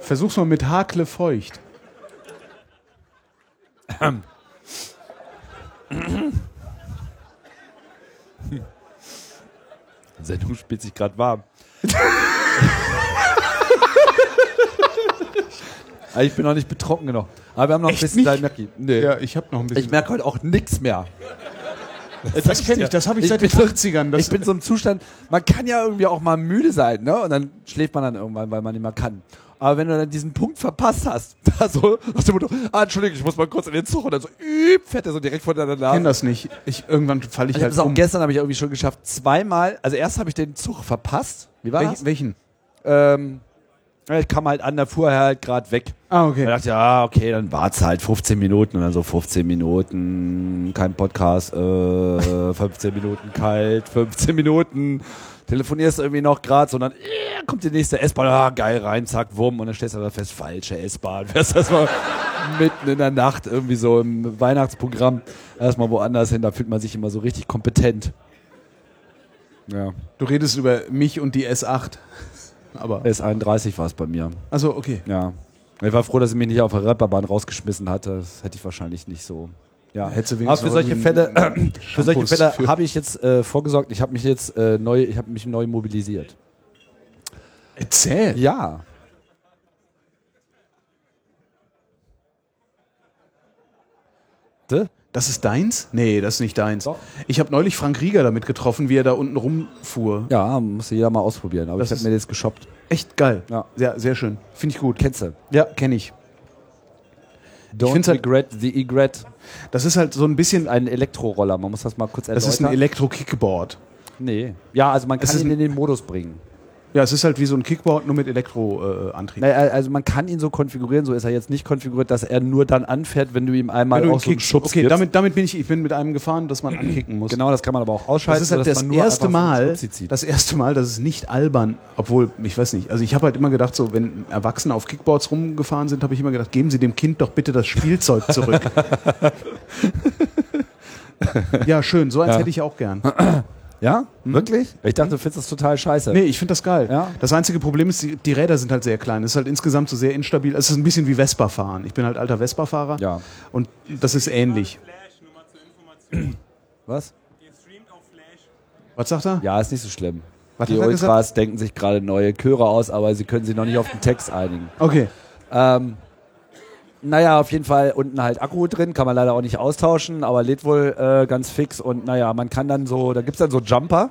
B: Versuch's mal mit Hakle feucht.
A: Sendung spielt sich gerade warm. Ah, ich bin noch nicht betroffen genug. Aber wir haben noch ein
B: Echt
A: bisschen
B: nicht?
A: Dein Mackie. Nee.
B: Ja, ich habe noch ein bisschen.
A: Ich merke heute auch nichts mehr.
B: das kenne ich, das habe ich,
A: Ich
B: seit den 80ern. Das,
A: Ich bin so im Zustand, man kann ja irgendwie auch mal müde sein, ne? Und dann schläft man dann irgendwann, weil man nicht mehr kann. Aber wenn du dann diesen Punkt verpasst hast, da so, aus dem Motto, ah, Entschuldigung, ich muss mal kurz in den Zug und dann so, üb, fährt er so direkt vor deiner
B: kenne
A: Nase.
B: das nicht. Ich, irgendwann falle ich
A: Ich
B: halt
A: habe es auch
B: um.
A: gestern habe ich irgendwie schon geschafft, zweimal, also erst habe ich den Zug verpasst. Wie war
B: Welch,
A: das?
B: welchen?
A: Ähm, ich kam halt an, da fuhr er halt gerade weg.
B: Ah,
A: Ich
B: okay.
A: dachte, ja, okay, dann wart's halt 15 Minuten und dann so 15 Minuten, kein Podcast, äh, 15 Minuten kalt, 15 Minuten, telefonierst irgendwie noch grad, sondern äh, kommt die nächste S-Bahn, ah, geil rein, zack, wumm, und dann stellst du da fest, falsche S-Bahn, fährst erstmal mitten in der Nacht irgendwie so im Weihnachtsprogramm erstmal woanders hin, da fühlt man sich immer so richtig kompetent. Ja,
B: Du redest über mich und die S8. Aber.
A: S31 war's bei mir.
B: Also, okay.
A: Ja. Ich war froh, dass ich mich nicht auf der Rapperbahn rausgeschmissen hatte. Das hätte ich wahrscheinlich nicht so. Ja,
B: Hättest
A: Aber
B: du wenigstens
A: für solche
B: noch
A: Fälle, für solche
B: Shampoos
A: Fälle
B: für-
A: habe ich jetzt äh, vorgesorgt. Ich habe mich jetzt äh, neu, ich habe mich neu mobilisiert.
B: Erzähl.
A: Ja. De?
B: Das ist deins? Nee, das ist nicht deins.
A: Doch.
B: Ich habe neulich Frank Rieger damit getroffen, wie er da unten rumfuhr.
A: Ja, muss jeder mal ausprobieren. Aber
B: Das
A: ich
B: ist-
A: habe mir jetzt geshoppt.
B: Echt geil.
A: Ja.
B: Sehr, sehr schön. Finde ich gut.
A: Kennst du?
B: Ja, kenne ich.
A: Don't
B: find's halt-
A: regret the egret.
B: Das ist halt so ein bisschen.
A: Ein Elektroroller. Man muss das mal kurz
B: Das
A: erläutern.
B: ist ein Elektro-Kickboard.
A: nee. Ja, also man
B: Es
A: kann
B: ist
A: ihn
B: ein-
A: in den Modus bringen.
B: Ja, es ist halt wie so ein Kickboard, nur mit äh, Elektro-Antrieb.
A: Naja, also man kann ihn so konfigurieren, so ist er jetzt nicht konfiguriert, dass er nur dann anfährt, wenn du ihm einmal
B: Wenn du
A: auch
B: einen
A: so einen
B: Kick-
A: Schubs
B: okay,
A: gibst.
B: damit, damit bin ich, ich bin mit einem gefahren, dass man ankicken muss.
A: genau, das kann man aber auch ausschalten.
B: Das ist halt
A: sodass
B: das
A: man nur
B: erste
A: einfach so einen
B: Mal,
A: Schubsi zieht.
B: das erste Mal, dass es nicht albern, obwohl, ich weiß nicht, also ich habe halt immer gedacht, so wenn Erwachsene auf Kickboards rumgefahren sind, habe ich immer gedacht, geben Sie dem Kind doch bitte das Spielzeug zurück. ja, schön, so eins hätte ich auch gern.
A: ja? Wirklich? Ich dachte, du findest das total scheiße.
B: Hm? Nee, ich finde das geil.
A: Ja.
B: Das einzige Problem ist, die, die Räder sind halt sehr klein. Es ist halt insgesamt so sehr instabil. Es ist ein bisschen wie Vespa fahren. Ich bin halt alter Vespa-Fahrer.
A: Ja.
B: Und das ist ähnlich.
D: Flash, nur mal zur Information.
A: Was?
D: Ihr streamt auf Flash.
B: Was sagt er?
A: Ja, ist nicht so schlimm.
B: Was
A: Die
B: hat er gesagt?
A: Ultras denken sich gerade neue Chöre aus, aber sie können sich noch nicht auf den Text einigen.
B: Okay.
A: Ähm, naja, auf jeden Fall unten halt Akku drin, kann man leider auch nicht austauschen, aber lädt wohl äh, ganz fix und naja, man kann dann so, da gibt's dann so Jumper.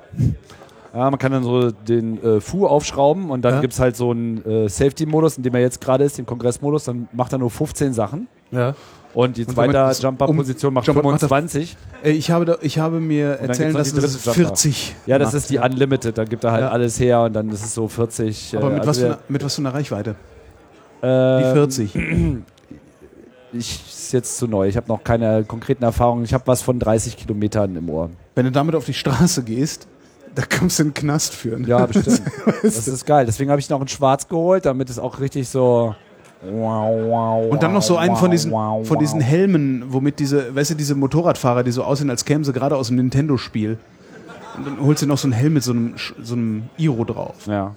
A: Ja, man kann dann so den äh, Fu aufschrauben und dann
B: Ja.
A: gibt's halt so einen äh, Safety-Modus, in dem er jetzt gerade ist, den Kongressmodus, dann macht er nur 15 Sachen.
B: Ja.
A: Und die
B: wenn man
A: zweite
B: das
A: Jumper-Position
B: um-
A: macht
B: Jumper macht er-
A: 25.
B: Äh, Ich habe, da, ich habe mir
A: dann
B: erzählen
A: gibt's
B: lassen,
A: noch die
B: dass es
A: dritte Jumper.
B: 40
A: Ja, das
B: macht.
A: ist die Unlimited, dann gibt er halt
B: Ja.
A: alles her und dann ist es so 40.
B: Aber
A: äh,
B: mit, was
A: also
B: für einer, mit was für einer Reichweite?
A: wir-
B: Die
A: äh,
B: 40.
A: Ich ist jetzt zu neu, ich habe noch keine konkreten Erfahrungen. Ich habe was von 30 Kilometern im Ohr.
B: Wenn du damit auf die Straße gehst, da kommst du in den Knast führen.
A: Ja, bestimmt. das ist geil. Deswegen habe ich noch einen Schwarz geholt, damit es auch richtig so.
B: Und dann noch so einen von diesen, von diesen Helmen, womit diese, weißt du, diese Motorradfahrer, die so aussehen, als kämen sie gerade aus einem Nintendo-Spiel. Und dann holst du noch so einen Helm mit so einem, Sch- so einem Iro drauf.
A: Ja.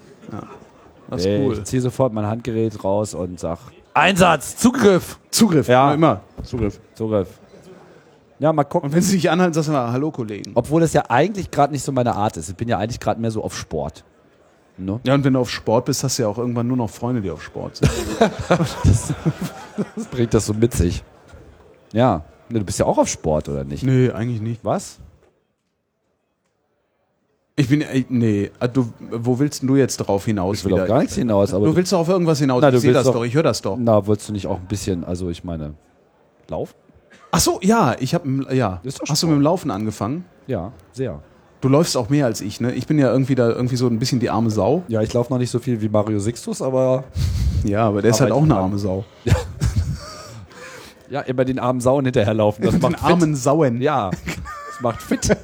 B: Das ist
A: Ey,
B: cool.
A: Ich ziehe sofort mein Handgerät raus und sag: Einsatz, Zugriff!
B: Zugriff,
A: Ja.
B: immer. Zugriff.
A: Zugriff. Ja, mal gucken.
B: Und wenn sie dich anhalten, sagst du mal, hallo Kollegen.
A: Obwohl das ja eigentlich gerade nicht so meine Art ist. Ich bin ja eigentlich gerade mehr so auf Sport. Ne?
B: Ja, und wenn du auf Sport bist, hast du ja auch irgendwann nur noch Freunde, die auf Sport sind.
A: Das bringt das so mit sich. Ja. Ne, Du bist ja auch auf Sport, oder nicht?
B: nee, eigentlich nicht.
A: Was?
B: Ich bin, äh, nee, äh, du, wo willst denn du jetzt drauf hinaus?
A: Ich will auf gar nichts hinaus, aber.
B: Du willst doch auf irgendwas hinaus.
A: Na, du
B: ich sehe
A: willst
B: das
A: doch-
B: doch, ich höre das doch.
A: na, wolltest du nicht auch ein bisschen, also ich meine, Lauf?
B: Ach so, ja, ich habe, ja.
A: Ist doch
B: Hast du mit dem Laufen angefangen?
A: Ja, sehr.
B: Du läufst auch mehr als ich, ne? Ich bin ja irgendwie da irgendwie so ein bisschen die arme Sau.
A: Ja, ich laufe noch nicht so viel wie Mario Sixtus, aber
B: Ja, aber der ist
A: Aber
B: halt auch
A: ich-
B: eine arme Sau.
A: ja, immer den armen Sauen hinterherlaufen. Das
B: Den
A: macht fit.
B: armen Sauen.
A: Ja, das macht fit.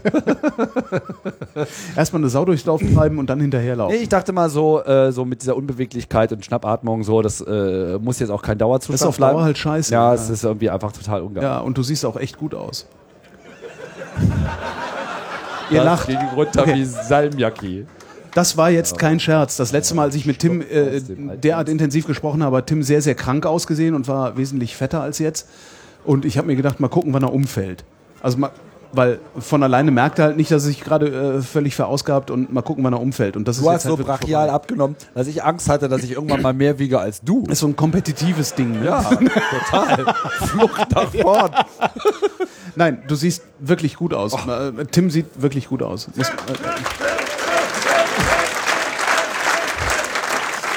B: Erstmal eine Sau durchs Dorf treiben und dann hinterherlaufen.
A: Nee, ich dachte mal so, äh, so mit dieser Unbeweglichkeit und Schnappatmung, so, das äh, muss jetzt auch kein Dauerzustand
B: Das ist auf
A: bleiben.
B: Dauer halt scheiße.
A: ja, es ist irgendwie einfach total ungeil.
B: Ja, und du siehst auch echt gut aus.
A: Ja,
B: Ihr lacht.
A: Gegen runter
B: Okay.
A: wie Salmiakki.
B: Das war jetzt kein Scherz. Das letzte Mal, als ich mit Tim äh,
A: aus dem Alter.
B: derart intensiv gesprochen habe, hat Tim sehr, sehr krank ausgesehen und war wesentlich fetter als jetzt. Und ich habe mir gedacht, mal gucken, wann er umfällt. Also mal, weil von alleine merkt er halt nicht, dass er sich gerade äh, völlig verausgabt und mal gucken, wann er umfällt. Und das ist
A: Du hast
B: jetzt halt
A: so
B: wirklich
A: brachial
B: vorbei.
A: abgenommen, dass ich Angst hatte, dass ich irgendwann mal mehr wiege als du.
B: Das ist so ein kompetitives Ding. Ne?
A: Ja, total. Flucht nach vorn.
B: Nein, du siehst wirklich gut aus. Äh, Tim sieht wirklich gut aus. Muss, äh,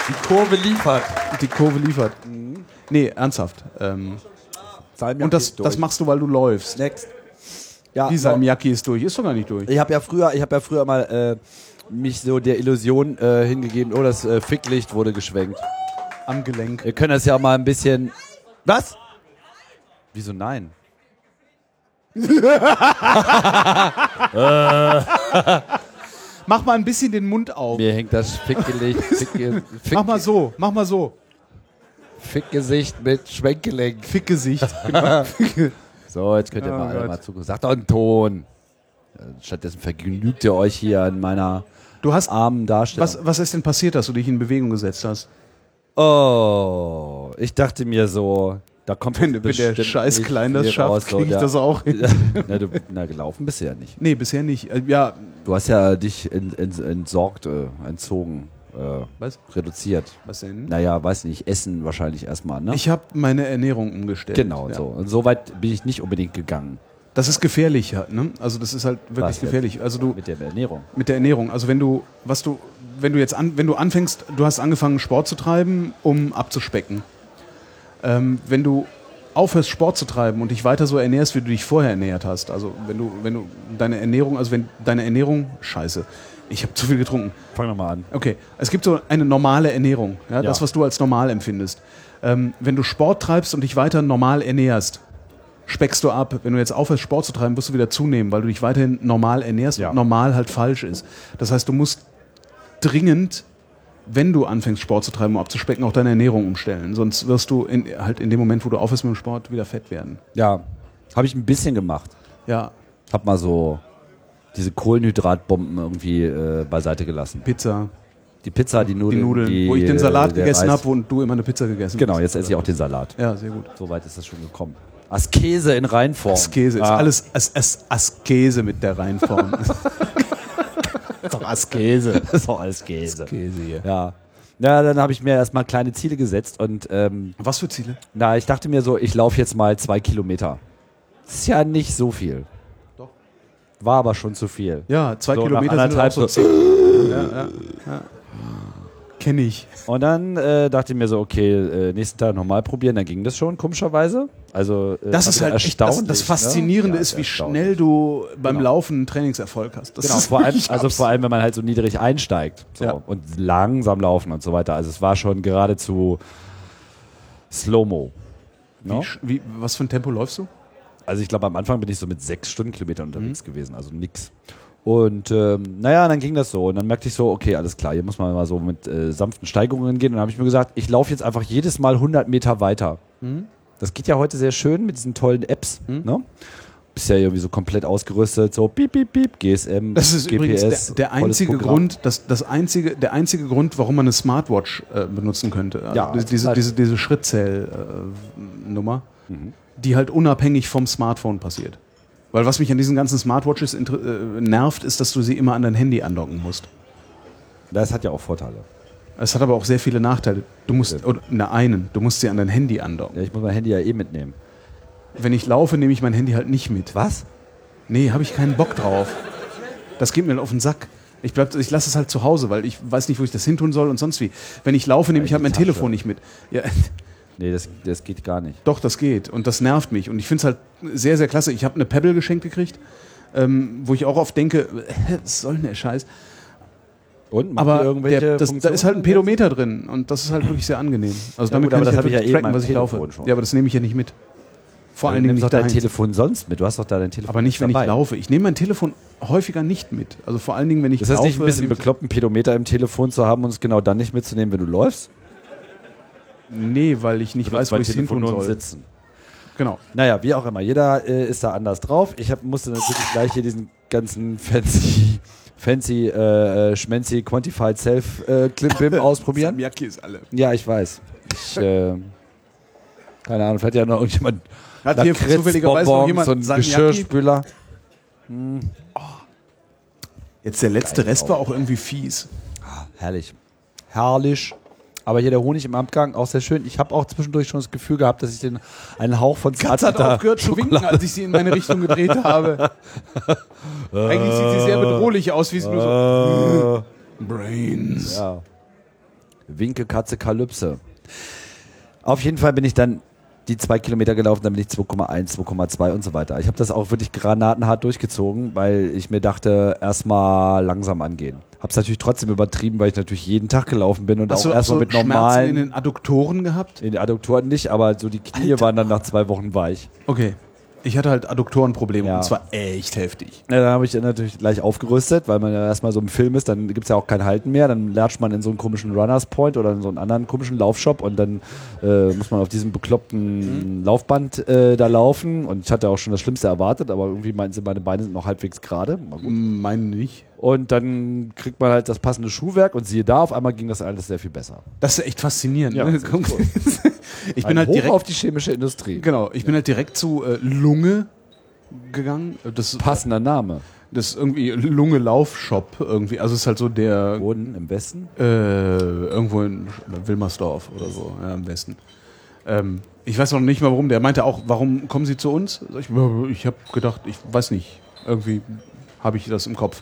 A: Die Kurve liefert.
B: die Kurve liefert. Nee, ernsthaft. Ähm,
A: Salmiakki
B: und das,
A: Mhm. ist durch.
B: das machst du, weil du läufst.
A: Next. Ja,
B: Die
A: so.
B: Salmiakki ist durch. Ist doch gar nicht durch.
A: Ich habe ja früher, ich habe ja früher mal äh, mich so der Illusion äh, hingegeben, oh, das äh, Ficklicht wurde geschwenkt.
B: Am Gelenk.
A: Wir können das ja mal ein bisschen. Was? Wieso nein?
B: Mach mal ein bisschen den Mund auf.
A: Mir hängt das Fickgelicht, Ficke, Fick,
B: Mach mal so, mach mal so.
A: Fickgesicht mit Schwenkgelenk.
B: Fickgesicht.
A: So, jetzt könnt ihr
B: Oh
A: mal alle
B: Gott.
A: mal zugucken. Sagt doch einen Ton. Stattdessen vergnügt ihr euch hier an meiner
B: Du hast.
A: armen Darstellung.
B: Ah, Was, was ist denn passiert, dass du dich in Bewegung gesetzt hast?
A: Oh, ich dachte mir so, da kommt
B: Wenn, wenn der
A: bestimmt
B: scheiß
A: nicht
B: Klein das
A: viel
B: schafft,
A: raus, so,
B: krieg ich
A: ja.
B: das auch hin.
A: na, du, na, gelaufen bist du ja nicht.
B: Nee, bisher nicht. Äh, Ja,
A: Du hast ja dich en- en- entsorgt, äh, entzogen, äh,
B: was?
A: reduziert.
B: Was denn?
A: Naja, weiß nicht, Essen wahrscheinlich erstmal, ne?
B: Ich habe meine Ernährung umgestellt.
A: genau,
B: ja.
A: so. Und so weit bin ich nicht unbedingt gegangen
B: Das ist gefährlich, halt, ne? Also das ist halt wirklich
A: Was jetzt?
B: gefährlich. Also du
A: mit der Ernährung.
B: mit der Ernährung. Also wenn du, was du, wenn du jetzt an, wenn du anfängst, du hast angefangen Sport zu treiben, um abzuspecken. Ähm, wenn du aufhörst Sport zu treiben und dich weiter so ernährst, wie du dich vorher ernährt hast, also wenn du, wenn du deine Ernährung, also wenn deine Ernährung, scheiße, ich habe zu viel getrunken.
A: Fang nochmal an.
B: Okay, es gibt so eine normale Ernährung, ja, das,
A: Ja.
B: was du als normal empfindest. Ähm, wenn du Sport treibst und dich weiter normal ernährst, speckst du ab. Wenn du jetzt aufhörst, Sport zu treiben, wirst du wieder zunehmen, weil du dich weiterhin normal ernährst
A: Ja.
B: und normal halt falsch ist. Das heißt, du musst dringend, wenn du anfängst, Sport zu treiben, um abzuspecken, auch deine Ernährung umstellen. Sonst wirst du in, halt in dem Moment, wo du aufhörst mit dem Sport, wieder fett werden.
A: Ja, habe ich ein bisschen gemacht.
B: Ja,
A: Hab mal so diese Kohlenhydratbomben irgendwie äh, beiseite gelassen.
B: Pizza,
A: Die Pizza, die
B: die
A: Nudeln,
B: Nudeln,
A: die,
B: wo ich den
A: äh,
B: Salat
A: der
B: gegessen
A: Reis.
B: habe und du immer eine Pizza gegessen
A: Genau,
B: hast.
A: jetzt esse ich auch den Salat.
B: Ja, sehr gut.
A: Soweit ist das schon gekommen. Askese in Reinform.
B: Askese. Ist
A: Ah,
B: alles As As Askese mit der Reinform.
A: doch Askese. Das ist doch Askese.
B: Askese hier.
A: Ja. Na, dann habe ich mir erstmal kleine Ziele gesetzt und ähm,
B: Was für Ziele?
A: Na, ich dachte mir so, ich laufe jetzt mal zwei Kilometer. Das ist ja nicht so viel.
B: Doch.
A: War aber schon zu viel.
B: Ja, zwei
A: So, nach
B: Kilometer sind auch
A: anderthalb
B: so
A: so-
B: zehn. Ja, ja, ja. Kenne ich.
A: Und dann äh, dachte ich mir so, okay, äh, nächsten Tag nochmal probieren, dann ging das schon, komischerweise. Also, äh,
B: Das
A: war
B: ist
A: wieder
B: halt echt, das,
A: erstaunlich,
B: das Faszinierende
A: ne? Ja,
B: ist, wie
A: erstaunlich.
B: schnell du beim
A: Genau.
B: Laufen einen Trainingserfolg hast. Das
A: Genau,
B: ist
A: vor allem,
B: wirklich
A: also
B: abs-
A: vor allem, wenn man halt so niedrig einsteigt so,
B: Ja.
A: und langsam laufen und so weiter. Also es war schon geradezu Slow-Mo.
B: Wie,
A: ne?
B: sch- wie, was für ein Tempo läufst du?
A: Also ich glaube, am Anfang bin ich so mit sechs Stundenkilometern unterwegs
B: Mhm.
A: gewesen, also nix. Und ähm, naja, dann ging das so. Und dann merkte ich so, okay, alles klar, hier muss man mal so mit äh, sanften Steigungen gehen. Und dann habe ich mir gesagt, ich laufe jetzt einfach jedes Mal 100 Meter weiter.
B: Mhm.
A: Das geht ja heute sehr schön mit diesen tollen Apps. Ne? Bist ja irgendwie so komplett ausgerüstet, so piep, piep, piep, GSM,
B: Das ist
A: GPS.
B: übrigens der, der
A: volles
B: einzige
A: Programm.
B: Grund, das, das einzige, der einzige Grund, warum man eine Smartwatch äh, benutzen könnte. Also
A: Ja,
B: diese, diese,
A: halt-
B: diese, diese Schrittzähl-Nummer,
A: Mhm.
B: die halt unabhängig vom Smartphone passiert. Weil was mich an diesen ganzen Smartwatches inter- äh, nervt, ist, dass du sie immer an dein Handy andocken musst.
A: Das hat ja auch Vorteile.
B: Es hat aber auch sehr viele Nachteile. Du musst,
A: Ja.
B: oder, na einen, du musst sie an dein Handy andocken.
A: Ja, ich muss mein Handy ja eh mitnehmen.
B: Wenn ich laufe, nehme ich mein Handy halt nicht mit.
A: Was?
B: Nee, habe ich keinen Bock drauf. Das geht mir halt auf den Sack. Ich, bleib- ich lasse es halt zu Hause, weil ich weiß nicht, wo ich das hin tun soll und sonst wie. Wenn ich laufe, nehme ich halt mein
A: Tasche.
B: Telefon nicht mit. Ja,
A: Nee, das, das geht gar nicht.
B: doch, das geht. Und das nervt mich. Und ich finde es halt sehr, sehr klasse. Ich habe eine Pebble geschenkt gekriegt. ähm, wo ich auch oft denke, äh, was soll denn der Scheiß?
A: Und macht ihr
B: Aber
A: irgendwelche
B: der, das, da
A: Funktionen?
B: ist halt ein Pedometer drin und das ist halt wirklich sehr angenehm. Also damit
A: gut, aber das hab
B: kann
A: ich ja
B: wirklich
A: eh
B: tracken,
A: in meinem
B: was ich laufe.
A: Telefon schon.
B: Ja, aber das nehme ich ja nicht mit. Vor
A: Du
B: allen Dingen
A: nimmst doch
B: nicht
A: dein
B: daheim.
A: Telefon sonst mit. Du hast doch da dein Telefon
B: Aber nicht, wenn
A: dabei.
B: ich laufe. Ich nehme mein Telefon häufiger nicht mit. Also vor allen Dingen, wenn ich
A: Ist das
B: laufe.
A: nicht ein bisschen
B: nehme ich-
A: bekloppt, einen Pedometer im Telefon zu haben und es genau dann nicht mitzunehmen, wenn du läufst?
B: Nee, weil ich nicht weiß, wo
A: beim
B: ich es hin
A: Telefon
B: tun
A: nur im
B: soll.
A: Sitzen.
B: Genau.
A: Naja, wie auch immer. Jeder äh, ist da anders drauf. Ich hab, musste natürlich gleich hier diesen ganzen fancy, fancy, äh, äh, schmancy Quantified Self äh, Clip Bim ausprobieren.
B: Miyaki ist alle.
A: Ja, ich weiß. Ich, äh, keine Ahnung, vielleicht hat ja noch irgendjemand
B: Hat hier
A: Lakritz,
B: zufälligerweise noch
A: Bonbons
B: jemand
A: und einen
B: Sanyaki?
A: Geschirrspüler.
B: Jetzt der letzte Rest war auch irgendwie fies.
A: Herrlich. Herrlich. Aber hier der Honig im Abgang auch sehr schön. Ich habe auch zwischendurch schon das Gefühl gehabt, dass ich den einen Hauch von
B: Katz hat
A: Zartbitter-
B: aufgehört zu winken, als ich sie in meine Richtung gedreht habe. Eigentlich sieht sie sehr bedrohlich aus, wie sie nur so. Brains.
A: Ja. Winke, Katze, Kalypse. Auf jeden Fall bin ich dann die zwei Kilometer gelaufen, dann bin ich 2,1, 2,2 und so weiter. Ich habe das auch wirklich granatenhart durchgezogen, weil ich mir dachte, erstmal langsam angehen. Hab's natürlich trotzdem übertrieben, weil ich natürlich jeden Tag gelaufen bin und
B: Hast
A: auch
B: du auch
A: erstmal
B: so
A: mit
B: Schmerzen
A: normalen.
B: in den Adduktoren gehabt?
A: in den Adduktoren nicht, aber so die Knie waren dann nach zwei Wochen weich.
B: Okay. Ich hatte halt Adduktorenprobleme
A: Ja.
B: und zwar echt heftig.
A: Ja, dann habe ich dann natürlich gleich aufgerüstet, weil man ja erstmal so im Film ist, dann gibt es ja auch kein Halten mehr. Dann latscht man in so einen komischen Runners Point oder in so einen anderen komischen Laufshop und dann äh, muss man auf diesem bekloppten
B: Mhm.
A: Laufband äh, da laufen. Und ich hatte auch schon das Schlimmste erwartet, aber irgendwie meinten sie, meine Beine sind noch halbwegs gerade. Mal gut.
B: Meinen nicht.
A: Und dann kriegt man halt das passende Schuhwerk und siehe da, auf einmal ging das alles sehr viel besser.
B: Das ist echt faszinierend.
A: Ja,
B: ne?
A: das ist echt
B: ich bin
A: Ein
B: halt
A: Hoch
B: direkt
A: auf die chemische Industrie.
B: Genau, ich bin halt direkt zu äh, Lunge gegangen. Das,
A: Passender Name.
B: das ist irgendwie Lunge Laufshop irgendwie. Also es ist halt so der
A: Boden im Westen.
B: äh, irgendwo in Wilmersdorf oder so, ja, am besten. Ähm, ich weiß noch nicht mal warum. Der meinte auch, warum kommen Sie zu uns? Sag Ich, ich habe gedacht, ich weiß nicht. Irgendwie habe ich das im Kopf.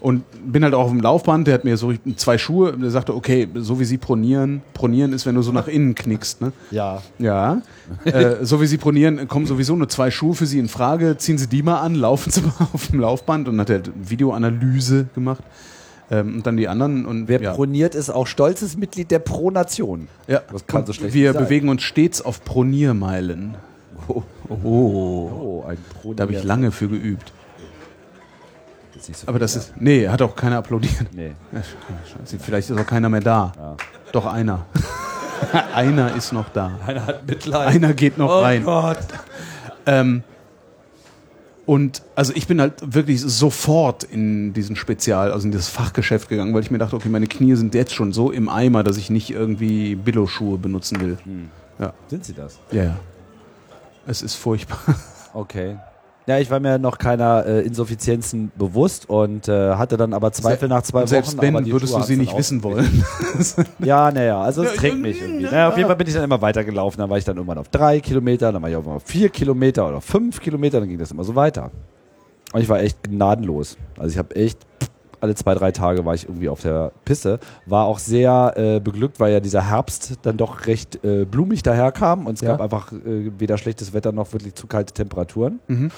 B: Und bin halt auch auf dem Laufband, der hat mir so zwei Schuhe, der sagte, okay, so wie sie pronieren, pronieren ist, wenn du so nach innen knickst, ne?
A: Ja.
B: Ja. äh, so wie Sie pronieren, kommen sowieso nur zwei Schuhe für Sie in Frage. Ziehen Sie die mal an, laufen Sie mal auf dem Laufband und hat er Videoanalyse gemacht. Ähm, und dann die anderen und
A: Wer
B: ja.
A: proniert ist auch stolzes Mitglied der Pro-Nation.
B: ja.
A: das kann
B: und
A: so schlecht
B: Wir
A: nicht sein.
B: bewegen uns stets auf Proniermeilen.
A: Oh,
B: Oh.
A: oh ein Pro.
B: Da habe ich lange für geübt.
A: Jetzt nicht so
B: Aber das ist. Nee, hat auch keiner applaudiert.
A: Nee.
B: Scheiße, Vielleicht ist auch keiner mehr da. Doch einer. einer ist noch da.
A: Einer Oh hat Mitleid.
B: Einer geht noch rein.
A: Gott.
B: Und also ich bin halt wirklich sofort in diesen Spezial, also in dieses Fachgeschäft gegangen, weil ich mir dachte, okay, meine Knie sind jetzt schon so im Eimer, dass ich nicht irgendwie Billo-Schuhe benutzen will.
A: Hm. Sind sie das?
B: Ja, ja. Es ist furchtbar.
A: Okay. Ja, ich war mir noch keiner äh, Insuffizienzen bewusst und äh, hatte dann aber Zweifel nach zwei
B: Selbst
A: Wochen. aber
B: wenn,
A: die
B: würdest
A: Schuhe
B: du sie
A: haben's
B: nicht
A: dann
B: wissen wollen.
A: ausgeglichen. Ja, naja, also es
B: Ja,
A: trägt
B: ja,
A: mich irgendwie.
B: ja.
A: Naja, auf jeden Fall bin ich dann immer weitergelaufen. Dann war ich dann irgendwann auf drei Kilometer, dann war ich auf einmal auf vier Kilometer oder fünf Kilometer, dann ging das immer so weiter. Und ich war echt gnadenlos. Also ich habe echt alle zwei, drei Tage war ich irgendwie auf der Piste. War auch sehr äh, beglückt, weil ja dieser Herbst dann doch recht äh, blumig daherkam und es
B: Ja.
A: gab einfach äh, weder schlechtes Wetter noch wirklich zu kalte Temperaturen.
B: Mhm.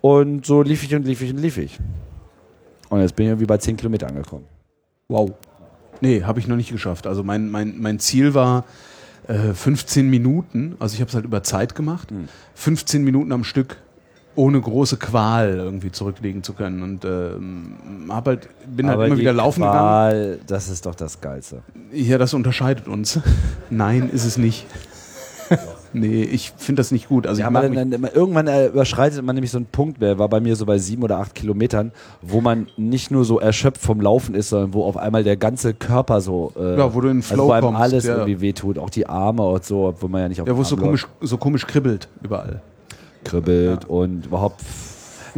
A: Und so lief ich und lief ich und lief ich. Und jetzt bin ich irgendwie bei 10 Kilometer angekommen.
B: Wow. Nee, habe ich noch nicht geschafft. Also mein, mein, mein Ziel war äh, 15 Minuten, also ich habe es halt über Zeit gemacht,
A: Hm.
B: 15 Minuten am Stück ohne große Qual irgendwie zurücklegen zu können. Und ähm, hab halt, bin halt immer
A: die
B: wieder laufen gegangen.
A: Qual, das ist doch das Geilste.
B: Ja, das unterscheidet uns. Nein, ist es nicht. nee, ich finde das nicht gut. Also
A: Ja, man
B: ich mag
A: dann,
B: mich,
A: dann, immer- irgendwann äh, überschreitet man nämlich so einen Punkt, der war bei mir so bei sieben oder acht Kilometern, wo man nicht nur so erschöpft vom Laufen ist, sondern wo auf einmal der ganze Körper so, äh,
B: Ja, wo du in den Flow
A: also wo einem
B: kommst,
A: alles
B: ja.
A: irgendwie wehtut, auch die Arme und so, obwohl man ja nicht auf
B: ja, wo
A: den
B: es so
A: Arm läuft,
B: komisch, so komisch kribbelt überall.
A: kribbelt und überhaupt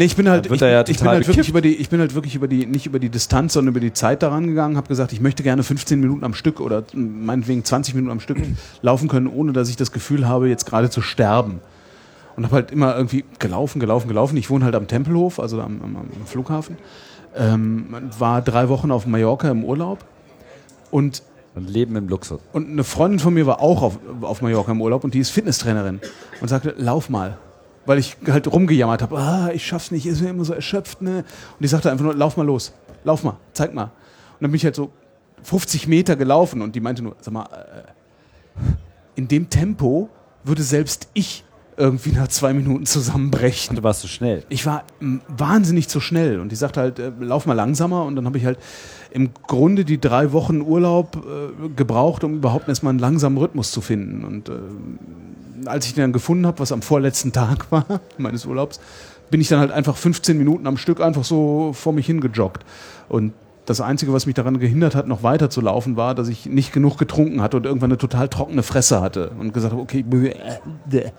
B: Nee, ich bin halt,
A: Dann wird
B: ich,
A: er ja
B: ich bin
A: total
B: halt wirklich
A: bekippt.
B: über die, ich bin halt wirklich über die, nicht über die Distanz, sondern über die Zeit daran gegangen, habe gesagt, ich möchte gerne 15 Minuten am Stück oder meinetwegen 20 Minuten am Stück laufen können, ohne dass ich das Gefühl habe, jetzt gerade zu sterben. Und habe halt immer irgendwie gelaufen, gelaufen, gelaufen. Ich wohne halt am Tempelhof, also am, am, am Flughafen. Ähm, war drei Wochen auf Mallorca im Urlaub und
A: und Leben im Luxus.
B: Und eine Freundin von mir war auch auf, auf Mallorca im Urlaub und die ist Fitnesstrainerin und sagte, lauf mal. weil ich halt rumgejammert habe, ah, ich schaff's nicht, ist mir immer so erschöpft, ne? Und die sagte einfach nur, lauf mal los, lauf mal, zeig mal. Und dann bin ich halt so 50 Meter gelaufen und die meinte nur, sag mal, äh, in dem Tempo würde selbst ich irgendwie nach zwei Minuten zusammenbrechen
A: Du warst so schnell.
B: ich war m, wahnsinnig zu schnell und die sagte halt, äh, lauf mal langsamer und dann habe ich halt im Grunde die drei Wochen Urlaub äh, gebraucht, um überhaupt erstmal einen langsamen Rhythmus zu finden und äh, als ich den dann gefunden habe, was am vorletzten Tag war meines Urlaubs, bin ich dann halt einfach 15 Minuten am Stück einfach so vor mich hingejoggt und das Einzige, was mich daran gehindert hat, noch weiter zu laufen, war, dass ich nicht genug getrunken hatte und irgendwann eine total trockene Fresse hatte und gesagt habe, okay, ich äh,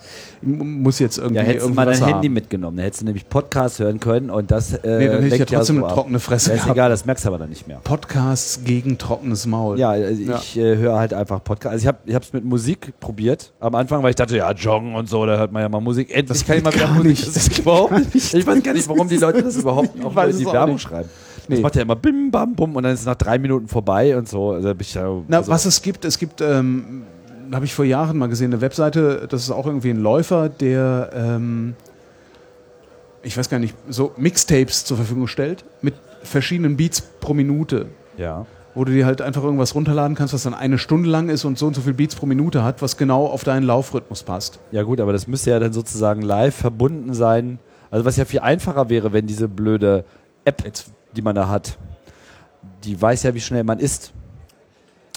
B: muss jetzt irgendwie
A: Ja, hättest du
B: irgendwie
A: mal dein
B: Wasser
A: Handy
B: haben.
A: mitgenommen. Da hättest du nämlich Podcast hören können und das. Äh,
B: Nee, dann hätte ich ja
A: lenkt
B: trotzdem
A: so
B: eine
A: ab.
B: trockene Fresse
A: Ja, ist
B: gehabt.
A: egal, das merkst du aber dann nicht mehr.
B: Podcasts gegen trockenes Maul.
A: Ja, also ich äh, höre halt einfach Podcast. Also ich habe es mit Musik probiert am Anfang, weil ich dachte, ja, Joggen und so, da hört man ja mal Musik. Endlich
B: Das
A: kann ich mal
B: geht
A: wieder
B: gar
A: Musik.
B: nicht.
A: Das ist überhaupt nicht. Ich weiß gar nicht, warum die Leute das überhaupt auch
B: weiß
A: in die
B: es auch
A: Werbung
B: nicht.
A: schreiben. Das
B: Nee.
A: macht ja immer bim, bam, bum und dann ist es nach drei Minuten vorbei und so. Also da bin ich ja,
B: Na,
A: also,
B: was es gibt, es gibt, ähm, habe ich vor Jahren mal gesehen, eine Webseite, das ist auch irgendwie ein Läufer, der, ähm, ich weiß gar nicht, so Mixtapes zur Verfügung stellt mit verschiedenen Beats pro Minute.
A: Ja.
B: Wo du dir halt einfach irgendwas runterladen kannst, was dann eine Stunde lang ist und so und so viel Beats pro Minute hat, was genau auf deinen Laufrhythmus passt.
A: Ja gut, aber das müsste ja dann sozusagen live verbunden sein. Also was ja viel einfacher wäre, wenn diese blöde App, die man da hat, die weiß ja, wie schnell man ist.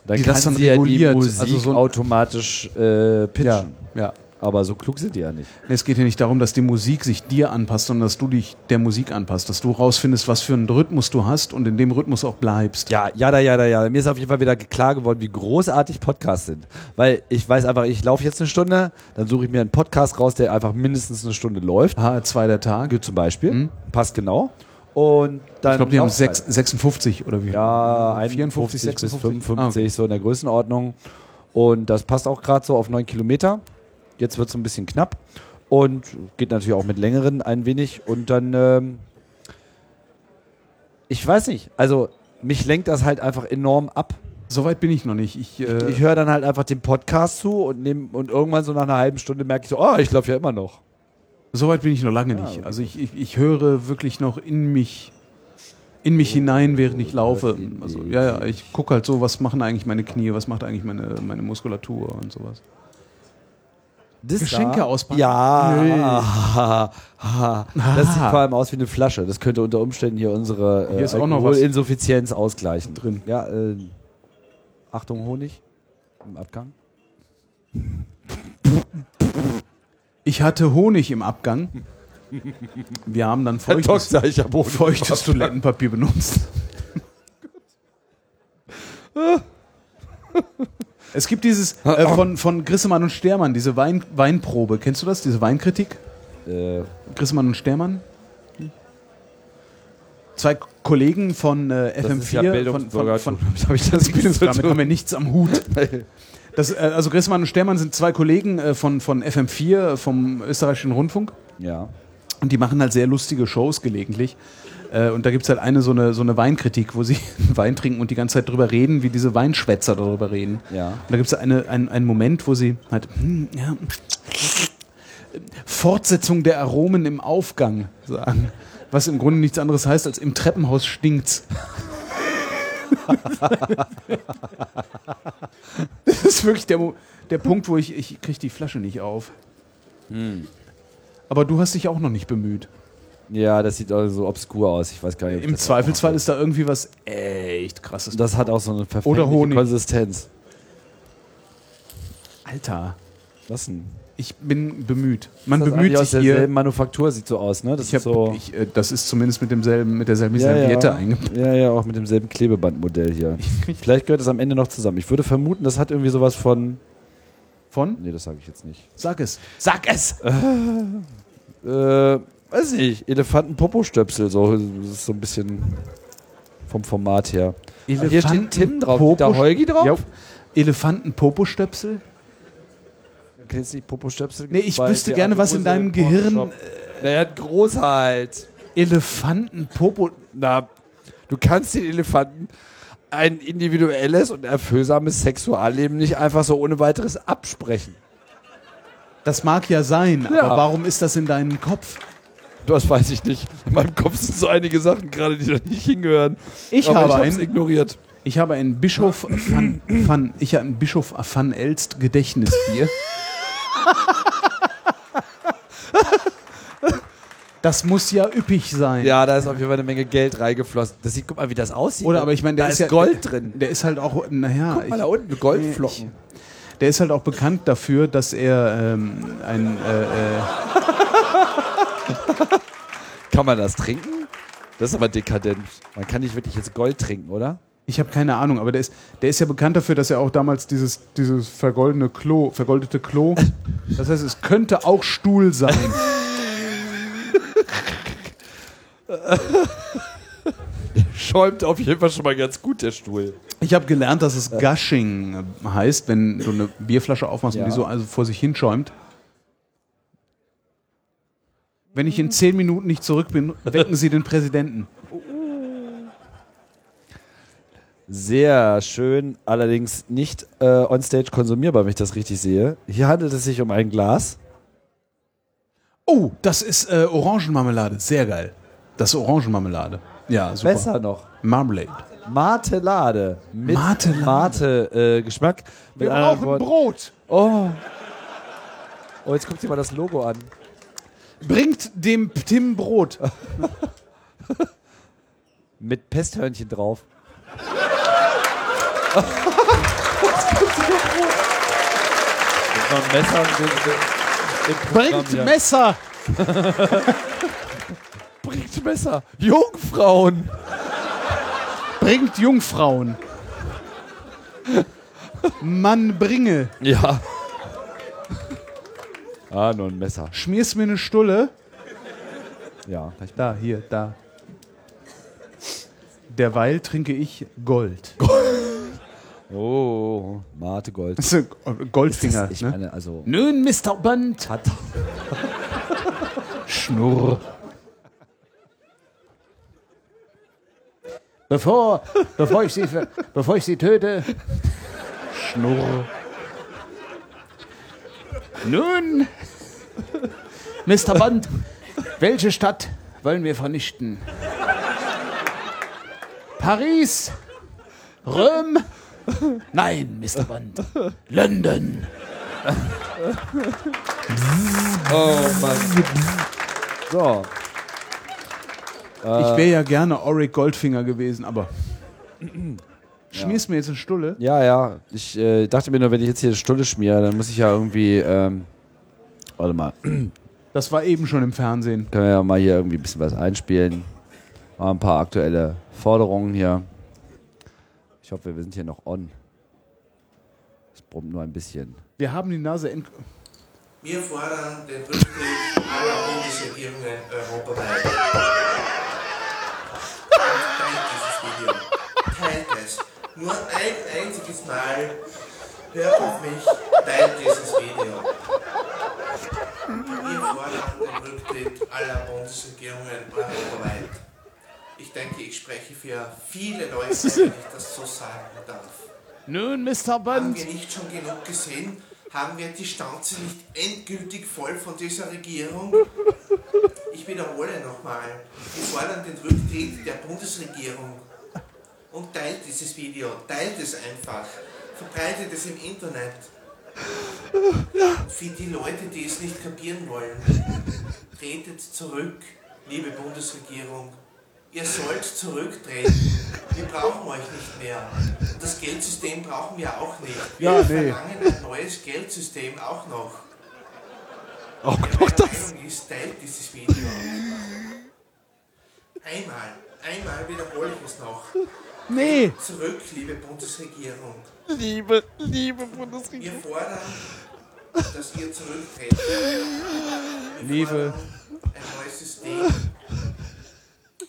A: Dann
B: Die
A: kann
B: das dann
A: sie ja die
B: reguliert.
A: Musik
B: Also so ein-
A: automatisch äh, pitchen.
B: ja.
A: Aber so klug sind die ja nicht.
B: Es geht ja nicht darum, dass die Musik sich dir anpasst, sondern dass du dich der Musik anpasst, dass du rausfindest, was für einen Rhythmus du hast und in dem Rhythmus auch bleibst.
A: Ja, ja, da, ja, da, ja. Mir ist auf jeden Fall wieder klar geworden, wie großartig Podcasts sind. Weil ich weiß einfach, ich laufe jetzt eine Stunde, dann suche ich mir einen Podcast raus, der einfach mindestens eine Stunde läuft.
B: HR2 der Tag. Ich
A: Zum Beispiel. Passt genau. Und dann.
B: glaube, die haben
A: laufst du halt.
B: sechs- 56 oder wie?
A: Ja,
B: 54,
A: 51 bis
B: 56.
A: 55,
B: Ah, okay.
A: so in der Größenordnung. Und das passt auch gerade so auf 9 Kilometer. Jetzt wird es ein bisschen knapp und geht natürlich auch mit längeren ein wenig. Und dann, ähm, ich weiß nicht, also mich lenkt das halt einfach enorm ab.
B: Soweit bin ich noch nicht. Ich, äh,
A: Ich höre dann halt einfach den Podcast zu und, nehm, und irgendwann so nach einer halben Stunde merke ich so, oh, ich laufe ja immer noch.
B: Soweit bin ich noch lange nicht. Also ich, ich, ich höre wirklich noch in mich, in mich hinein, während ich laufe. Also ja, ja, ich gucke halt so, was machen eigentlich meine Knie, was macht eigentlich meine, meine Muskulatur und sowas.
A: Das
B: Geschenke
A: da?
B: auspacken?
A: Ja.
B: Nee.
A: Ha, ha. Das sieht vor allem aus wie eine Flasche. Das könnte unter Umständen hier unsere äh,
B: Hier ist auch noch was.
A: Alkoholinsuffizienz ausgleichen.
B: Drin.
A: Ja, äh, Achtung Honig im Abgang.
B: Ich hatte Honig im Abgang. Wir haben dann feuchtes,
A: ich habe Honig.
B: feuchtes Toilettenpapier benutzt. es gibt dieses äh, von, von Grissemann und Stermann, diese Wein, Weinprobe. Kennst du das, diese Weinkritik?
A: Äh,
B: Grissemann und Stermann? Zwei Kollegen von äh,
A: Das ist ja
B: FM4. von, von, von,
A: Bildungsbürgertum. Hab ich das
B: damit haben wir nichts am Hut. Das, äh, also Grissemann und Stermann sind zwei Kollegen äh, von, von FM4, äh, vom österreichischen Rundfunk.
A: Ja.
B: Und die machen halt sehr lustige Shows gelegentlich. Äh, Und da gibt es halt eine so, eine so eine Weinkritik, wo sie Wein trinken und die ganze Zeit drüber reden, wie diese Weinschwätzer darüber reden.
A: Ja.
B: Und da gibt es eine, einen, einen Moment, wo sie halt, hm, ja, Fortsetzung der Aromen im Aufgang sagen. Was im Grunde nichts anderes heißt, als im Treppenhaus stinkt's. das ist wirklich der, Mo- der Punkt, wo ich, ich kriege die Flasche nicht auf. Aber du hast dich auch noch nicht bemüht.
A: ja, das sieht auch so obskur aus. Ich weiß gar nicht. ob
B: Im
A: das-
B: Zweifelsfall ist da irgendwie was echt krasses.
A: Das hat auch so eine
B: Oder
A: verfängliche
B: Honig.
A: Konsistenz.
B: Alter,
A: Was denn?
B: ich bin bemüht. Man
A: Das ist
B: bemüht
A: eigentlich aus
B: sich hier.
A: derselben Manufaktur, sieht so aus, ne? Das
B: Ich hab,
A: ist so.
B: ich, äh, das ist zumindest mit demselben, mit derselben Serviette eingepackt.
A: Ja, ja, auch mit demselben Klebebandmodell hier. Vielleicht gehört es am Ende noch zusammen. Ich würde vermuten, das hat irgendwie sowas von.
B: Von?
A: Nee, das sage ich jetzt nicht.
B: Sag es. Sag es!
A: Äh, weiß nicht. Elefantenpopostöpsel, so. Das ist so ein bisschen vom Format her. Hier steht Tim drauf. Steht da Holgi drauf?
B: Ja. Elefanten-Popostöpsel?
A: Kennst du nicht Popostöpsel?
B: Nee, ich wüsste gerne, was in deinem Gehirn. äh,
A: Der hat groß halt.
B: Elefanten-Popo.
A: Na, du kannst den Elefanten ein individuelles und erfüllsames Sexualleben nicht einfach so ohne weiteres absprechen.
B: Das mag ja sein, aber warum ist das in deinem Kopf?
A: Das weiß ich nicht. In meinem Kopf sind so einige Sachen gerade, die da nicht hingehören.
B: Ich
A: Aber
B: habe
A: ich hab's
B: einen-
A: ignoriert.
B: Ich habe ein Bischof van, van, ich habe ein Bischof van Elst Gedächtnisbier. Das muss ja üppig sein.
A: Ja, da ist auf jeden Fall eine Menge Geld reingeflossen. Das sieht, guck mal, wie das aussieht. ne?
B: Oder aber ich meine, der
A: da
B: ist,
A: ist,
B: ja
A: Gold
B: der,
A: drin.
B: Der ist halt auch naja,
A: Guck mal da unten, Goldflocken.
B: ich, der ist halt auch bekannt dafür, dass er ähm, ein äh, äh,
A: Kann man das trinken? Das ist aber dekadent. Man kann nicht wirklich jetzt Gold trinken, oder?
B: Ich habe keine Ahnung, aber der ist, der ist ja bekannt dafür, dass er auch damals dieses, dieses vergoldene Klo, vergoldete Klo. Das heißt, es könnte auch Stuhl sein.
A: Schäumt auf jeden Fall schon mal ganz gut, der Stuhl.
B: Ich habe gelernt, dass es Gushing heißt, wenn du eine Bierflasche aufmachst und
A: Ja.
B: die so also vor sich hinschäumt. Wenn ich in zehn Minuten nicht zurück bin, wecken Sie den Präsidenten.
A: Sehr schön, allerdings nicht äh, onstage konsumierbar, wenn ich das richtig sehe. Hier handelt es sich um ein Glas.
B: Oh, das ist äh, Orangenmarmelade. Sehr geil. Das ist Orangenmarmelade. Ja, super.
A: Besser noch.
B: Marmelade.
A: Martelade. Mit äh,
B: Martelade.
A: Mate-Geschmack.
B: Wir
A: Äh,
B: brauchen Brot.
A: Oh. Oh, jetzt guck dir mal das Logo an.
B: Bringt dem Tim Brot.
A: Mit Pesthörnchen drauf. Mit Messer
B: Bringt Messer!
A: Bringt Messer. Jungfrauen.
B: Bringt Jungfrauen! Mann, bringe!
A: Ja. Ah, nur ein Messer.
B: Schmier's mir eine Stulle.
A: Ja.
B: Da, hier, da. Derweil trinke ich Gold.
A: Oh, Mate Gold.
B: Das ist ein Goldfinger,
A: ich
B: ne?
A: meine, also.
B: Nun, Mr. Bond!
A: Hat,
B: Schnurr. Bevor, bevor, ich sie, bevor ich sie töte. Schnurr. Nun, Mr. Bond, welche Stadt wollen wir vernichten? Paris? Rom? Nein, Mr. Bond. London.
A: oh Mann. So.
B: Ich wäre ja gerne Oric Goldfinger gewesen, aber. Schmierst mir jetzt eine Stulle?
A: Ja, ja. Ich äh, dachte mir nur, wenn ich jetzt hier eine Stulle schmiere, dann muss ich ja irgendwie. Ähm, warte mal.
B: Das war eben schon im Fernsehen.
A: Können wir ja mal hier irgendwie ein bisschen was einspielen. Mal ein paar aktuelle Forderungen hier. Ich hoffe, wir sind hier noch on. Es brummt nur ein bisschen.
B: Wir haben die Nase end.
E: Wir fordern den Rücktritt aller Bundesregierungen europaweit. Und teilt dieses Video. Teilt es. Nur ein einziges Mal. Hört auf mich. Teilt dieses Video. Wir fordern den Rücktritt aller Bundesregierungen europaweit. Ich denke, ich spreche für viele Leute, wenn ich das so sagen darf.
B: Nun, Mr.
E: Haben
B: Bond.
E: wir nicht schon genug gesehen? Haben wir die Stanze nicht endgültig voll von dieser Regierung? Ich wiederhole nochmal, wir fordern den Rücktritt der Bundesregierung. Und teilt dieses Video, teilt es einfach, verbreitet es im Internet. Für die Leute, die es nicht kapieren wollen, tretet zurück, liebe Bundesregierung. Ihr sollt zurücktreten. Wir brauchen euch nicht mehr. Und das Geldsystem brauchen wir auch nicht. Wir
B: Ja, nee.
E: verlangen ein neues Geldsystem auch noch.
A: Auch
E: Wer der Meinung ist, teilt dieses Video. Einmal, einmal wiederhole ich es noch.
B: Nee.
E: Zurück, liebe Bundesregierung.
A: Liebe, liebe Bundesregierung.
E: Wir fordern, dass ihr zurücktreten. Wir
B: Liebe.
E: fordern Ein neues System.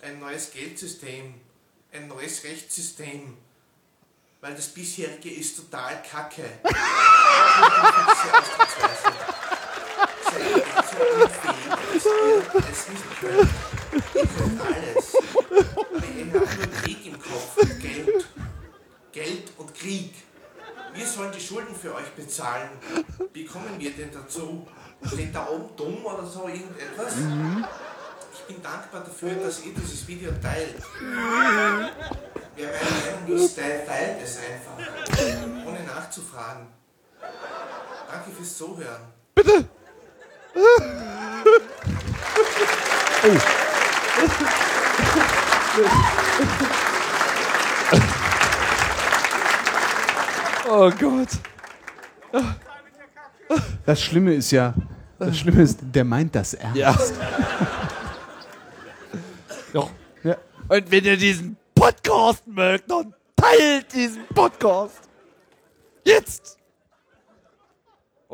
E: Ein neues Geldsystem. Ein neues Rechtssystem. Weil das bisherige ist total kacke. Das ist sehr ausdrucksweise. Seid nicht so unfähig, dass ihr es nicht könnt. Ihr könnt alles. Weil ihr habt nur Krieg im Kopf und Geld. Geld und Krieg. Wir sollen die Schulden für euch bezahlen. Wie kommen wir denn dazu? steht da oben dumm oder so irgendetwas. Ich bin dankbar dafür, dass ihr dieses Video teilt. Wer meine Meinung ist, teilt, teilt es einfach. Ohne nachzufragen. Danke fürs Zuhören.
A: Oh Gott.
B: Das Schlimme ist ja, das Schlimme ist, der meint das ernst.
A: Ja.
B: Doch. Ja.
A: Und wenn ihr diesen Podcast mögt, dann teilt diesen Podcast. Jetzt.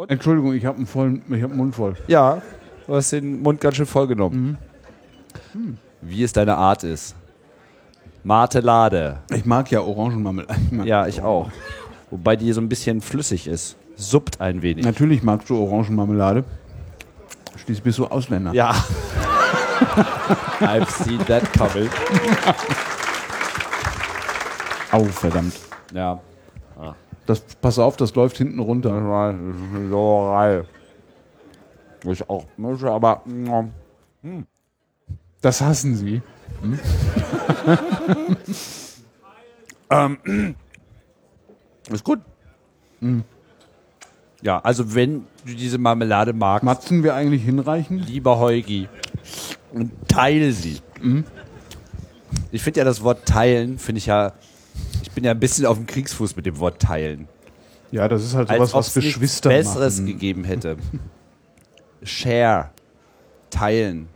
B: Entschuldigung, ich habe einen vollen, ich habe einen Mund voll.
A: Ja, du hast den Mund ganz schön vollgenommen. Hm. Wie es deine Art ist. Martelade.
B: Ich mag ja Orangenmarmelade. mag-
A: Ja, ich auch. Wobei die so ein bisschen flüssig ist. Suppt ein wenig.
B: Natürlich magst du Orangenmarmelade. Schließlich bist du Ausländer.
A: Ja. I've seen that coming.
B: Au, verdammt.
A: Ja.
B: Das, pass auf, das läuft hinten runter.
A: Sauerei. Ich auch mische, aber. mm,
B: Das hassen sie.
A: Ist gut. Mhm. Ja, also wenn du diese Marmelade magst,
B: Matzen wir eigentlich hinreichen?
A: lieber Heugi, teile sie. Ich finde ja das Wort teilen, finde ich ja, ich bin ja ein bisschen auf dem Kriegsfuß mit dem Wort teilen.
B: Ja, das ist halt sowas, was
A: ob's nichts
B: Geschwister
A: Besseres
B: machen.
A: gegeben hätte. Share. Teilen.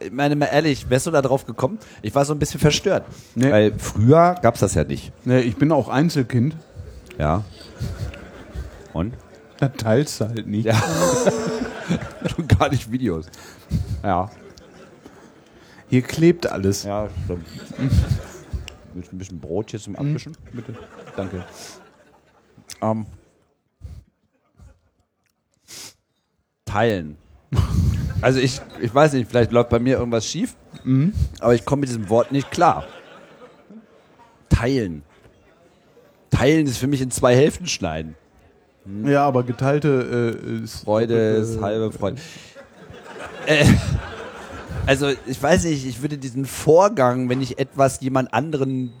A: Ich meine, mal ehrlich, wärst du da drauf gekommen? Ich war so ein bisschen verstört.
B: Nee.
A: Weil früher gab es das ja nicht.
B: Nee, Ne, ich bin auch Einzelkind.
A: Ja. Und?
B: Da teilst du halt nicht.
A: Ja. Schon gar nicht Videos. Ja.
B: Hier klebt alles.
A: Ja, stimmt. Mit ein bisschen Brot hier zum Abwischen.
B: Bitte.
A: Danke. Ähm. Teilen. Also ich, ich weiß nicht, vielleicht läuft bei mir irgendwas schief, aber ich komme mit diesem Wort nicht klar. Teilen. Teilen ist für mich in zwei Hälften schneiden.
B: Ja, aber geteilte äh, ist-
A: Freude ist
B: äh,
A: halbe Freude. Äh, also ich weiß nicht, ich würde diesen Vorgang, wenn ich etwas jemand anderen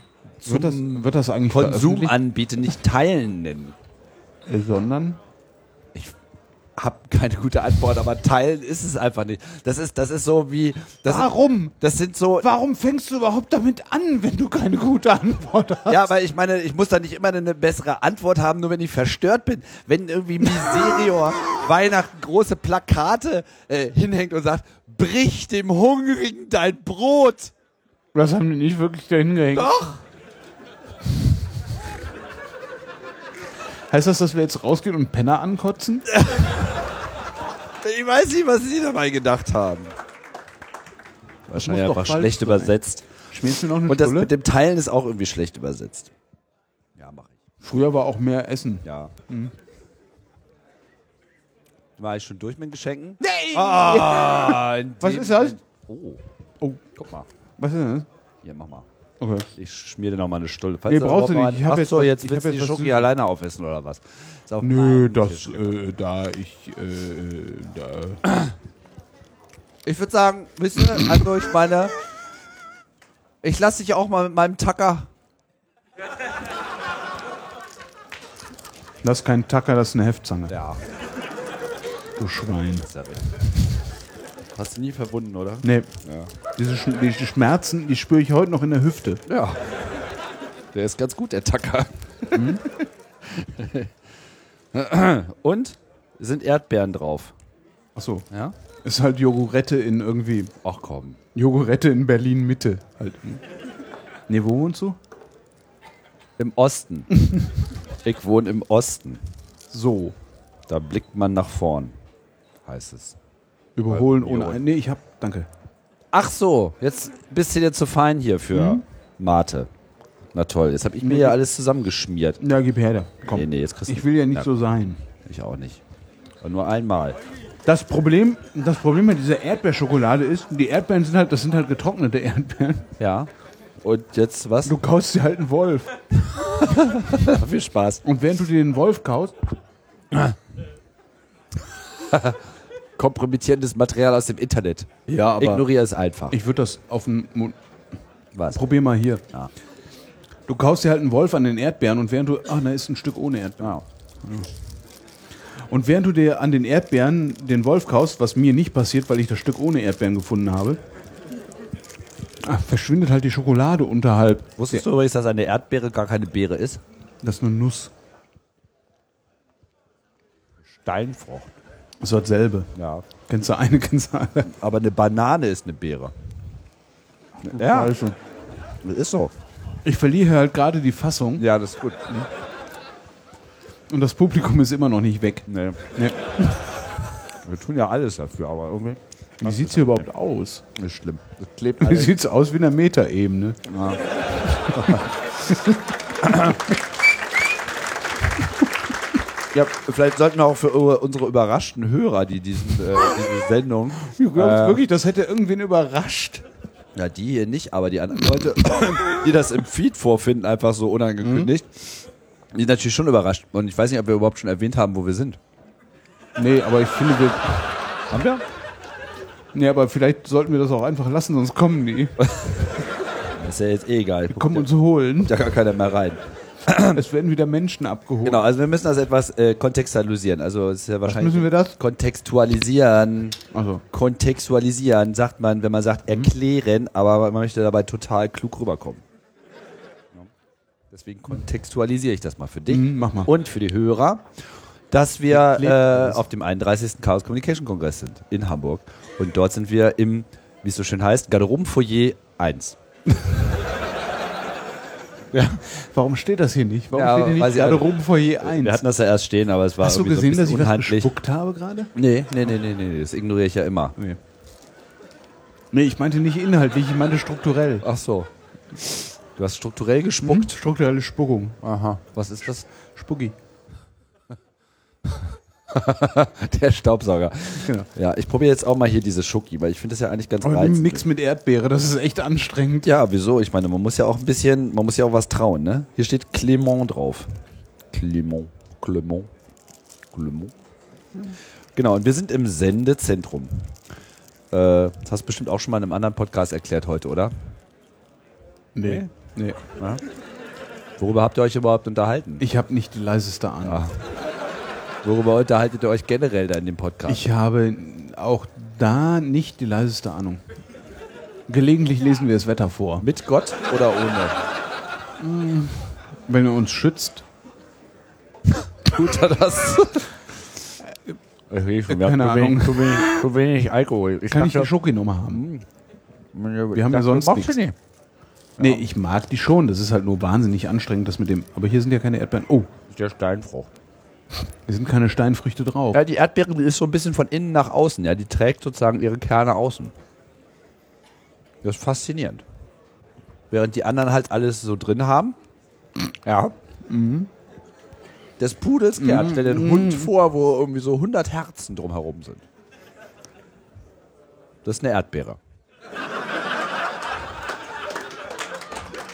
B: Wird das,
A: zum
B: wird das eigentlich
A: Konsum
B: veröffentlicht?
A: anbiete, nicht teilen nennen.
B: Äh, sondern
A: Hab keine gute Antwort, aber teilen ist es einfach nicht. Das ist, das ist so wie. Das
B: warum?
A: Das sind so.
B: Warum fängst du überhaupt damit an, wenn du keine gute Antwort hast?
A: Ja, aber ich meine, ich muss da nicht immer eine bessere Antwort haben, nur wenn ich verstört bin. Wenn irgendwie Miserior Weihnachten große Plakate äh, hinhängt und sagt, brich dem Hungrigen dein Brot.
B: Das haben die nicht wirklich dahin gehängt.
A: Doch.
B: Heißt das, dass wir jetzt rausgehen und Penner ankotzen?
A: Ich weiß nicht, was sie dabei gedacht haben. Wahrscheinlich
B: muss doch
A: einfach
B: falsch
A: schlecht
B: sein.
A: übersetzt.
B: Schmierst du noch eine
A: Und das
B: Stulle?
A: mit dem Teilen ist auch irgendwie schlecht übersetzt. Ja, mach ich.
B: Früher war auch mehr Essen.
A: Ja. Mhm. War ich schon durch mit Geschenken?
B: Nee!
A: Ah, in
B: Was
A: dem
B: ist das?
A: Moment- Oh,
B: Oh,
A: guck mal.
B: was ist denn das?
A: Hier, mach mal.
B: Okay.
A: Ich schmier dir nochmal eine Stulle.
B: Nee, brauchst du nicht. Ich hab
A: Ach so, jetzt
B: jetzt was- ich
A: willst
B: hab
A: du die
B: jetzt was
A: Schoki
B: Süßes.
A: alleine aufessen oder was? Ist auf
B: Nö,
A: meinem
B: das,
A: Tisch.
B: äh, da ich, äh, da.
A: Ich würde sagen, wisst ihr, also ich meine, ich lasse dich auch mal mit meinem Tacker.
B: Das ist kein Tacker, das ist eine Heftzange.
A: Ja,
B: Du Schwein.
A: ist ja richtig. Hast du nie verbunden, oder?
B: Nee. Diese Sch die Schmerzen, die spüre ich heute noch in der Hüfte.
A: Ja. Der ist ganz gut, der Tacker. Mhm. Und sind Erdbeeren drauf.
B: Ach so.
A: Ja?
B: Ist halt Jogurette in irgendwie.
A: Ach komm.
B: Jogurette in Berlin Mitte. Halt. Nee, wo wohnst du?
A: Im Osten. ich wohne im Osten.
B: So.
A: Da blickt man nach vorn, heißt es.
B: Überholen
A: Äh,
B: ohne.
A: Jod.
B: Ein nee, ich hab. Danke.
A: Ach so, jetzt bist du dir zu fein hier für Mate. Na toll, jetzt habe ich mir ja alles zusammengeschmiert.
B: Na, gib her da. Komm.
A: Nee, nee, jetzt kriegst du-
B: ich will ja nicht
A: Ja.
B: so sein.
A: Ich auch nicht. Aber nur einmal.
B: Das Problem, das Problem mit dieser Erdbeerschokolade ist, die Erdbeeren sind halt, das sind halt getrocknete Erdbeeren.
A: Ja. Und jetzt was?
B: Du kaust dir halt einen Wolf.
A: Viel Spaß.
B: Und während du dir den Wolf kaust,
A: kompromittierendes Material aus dem Internet.
B: Ja,
A: Ignoriere es einfach.
B: ich würde das auf dem. Mo-
A: Was?
B: Probier mal hier.
A: Ja.
B: Du kaufst dir halt einen Wolf an den Erdbeeren und während du. Ah, da ist ein Stück ohne Erdbeeren. Und während du dir an den Erdbeeren den Wolf kaufst, was mir nicht passiert, weil ich das Stück ohne Erdbeeren gefunden habe, ah, verschwindet halt die Schokolade unterhalb.
A: Wusstest du übrigens, dass eine Erdbeere gar keine Beere ist?
B: Das ist eine Nuss.
A: Steinfrucht.
B: Das war dasselbe.
A: Ja.
B: Kennst du eine, kennst du alle.
A: Aber eine Banane ist eine Beere. Ja, das ist so.
B: Ich verliere halt gerade die Fassung
A: Ja, das ist gut.
B: und das Publikum ist immer noch nicht weg.
A: Nee.
B: Nee.
A: Wir tun ja alles dafür, aber irgendwie
B: Wie sieht es hier überhaupt aus?
A: ist schlimm. Das klebt
B: Wie
A: alles.
B: sieht es aus wie eine Metaebene?
A: Äh. Ja, vielleicht sollten wir auch für unsere überraschten Hörer, die diesen, äh, diese Sendung,
B: Du glaubst wirklich, das hätte irgendwen überrascht?
A: ja, die hier nicht, aber die anderen Leute, die das im Feed vorfinden, einfach so unangekündigt,
B: Mhm.
A: die sind natürlich schon überrascht. Und ich weiß nicht, ob wir überhaupt schon erwähnt haben, wo wir sind.
B: Nee, aber ich finde, wir.
A: Haben wir?
B: Nee, aber vielleicht sollten wir das auch einfach lassen, sonst kommen die.
A: Ist ja jetzt eh egal.
B: Kommen uns holen.
A: ja gar keiner mehr rein.
B: Es werden wieder Menschen abgeholt.
A: Genau, also wir müssen das etwas äh, kontextualisieren. Also es ist ja wahrscheinlich
B: müssen wir das?
A: kontextualisieren.
B: Also,
A: Kontextualisieren sagt man, wenn man sagt
B: Mhm.
A: erklären, aber man möchte dabei total klug rüberkommen. Ja. Deswegen kontextualisiere ich das mal für dich
B: Mhm, mach mal.
A: und für die Hörer, dass wir
B: Erklärt
A: äh,
B: alles.
A: auf dem 31. Chaos Communication Kongress sind in Hamburg. Und dort sind wir im, wie es so schön heißt, Garderobenfoyer 1.
B: warum steht das hier nicht? Warum
A: Ja,
B: steht hier
A: weiß
B: nicht
A: ich auch
B: gerade
A: nicht.
B: rum vor je
A: Wir hatten
B: eins?
A: das ja erst stehen, aber es war
B: Hast du
A: irgendwie
B: gesehen,
A: so ein
B: dass ich
A: bisschen
B: was
A: unhandlich.
B: gespuckt habe gerade?
A: Nee, nee, nee, nee, nee, nee, das ignoriere ich ja immer.
B: Nee. Nee, ich meinte nicht inhaltlich, ich meinte strukturell. Hm?
A: Ach so. Du hast strukturell gespuckt.
B: Strukturelle Spuckung.
A: Aha. Was ist das?
B: Spucki.
A: Der Staubsauger.
B: Genau.
A: Ja, ich probiere jetzt auch mal hier diese Schoki, weil ich finde das ja eigentlich ganz
B: Aber nimm
A: reizend.
B: nix mit Erdbeere, das ist echt anstrengend.
A: Ja, wieso? Ich meine, man muss ja auch ein bisschen, man muss ja auch was trauen, ne? Hier steht Clément drauf. Clément, Clément, Clément. Genau, und wir sind im Sendezentrum. Äh, das hast du bestimmt auch schon mal in einem anderen Podcast erklärt heute, oder?
B: Nee. Nee.
A: Worüber habt ihr euch überhaupt unterhalten?
B: Ich habe nicht die leiseste Ahnung.
A: Worüber unterhaltet ihr euch generell da in dem Podcast?
B: Ich habe auch da nicht die leiseste Ahnung. Gelegentlich lesen wir das Wetter vor.
A: Mit Gott oder ohne?
B: Wenn er uns schützt,
A: tut er das? Ich rieche schon,
B: Äh, Keine Ahnung.
A: Zu wenig, zu wenig Alkohol. Ich Hm.
B: kann ich die Schoki-Nummer haben.
A: wir
B: haben ja sonst nichts.
A: Nicht.
B: Nee, ich mag die schon. Das ist halt nur wahnsinnig anstrengend, das mit dem. Aber hier sind ja keine Erdbeeren. Oh,
A: Ist der Steinfrucht.
B: hier sind keine Steinfrüchte drauf.
A: Ja, die Erdbeere die ist so ein bisschen von innen nach außen. Ja, die trägt sozusagen ihre Kerne außen. Das ist faszinierend. Während die anderen halt alles so drin haben. Ja.
B: Mhm.
A: Des Pudels Kern. Stell dir einen Hund vor, wo irgendwie so 100 Herzen drumherum sind. Das ist eine Erdbeere.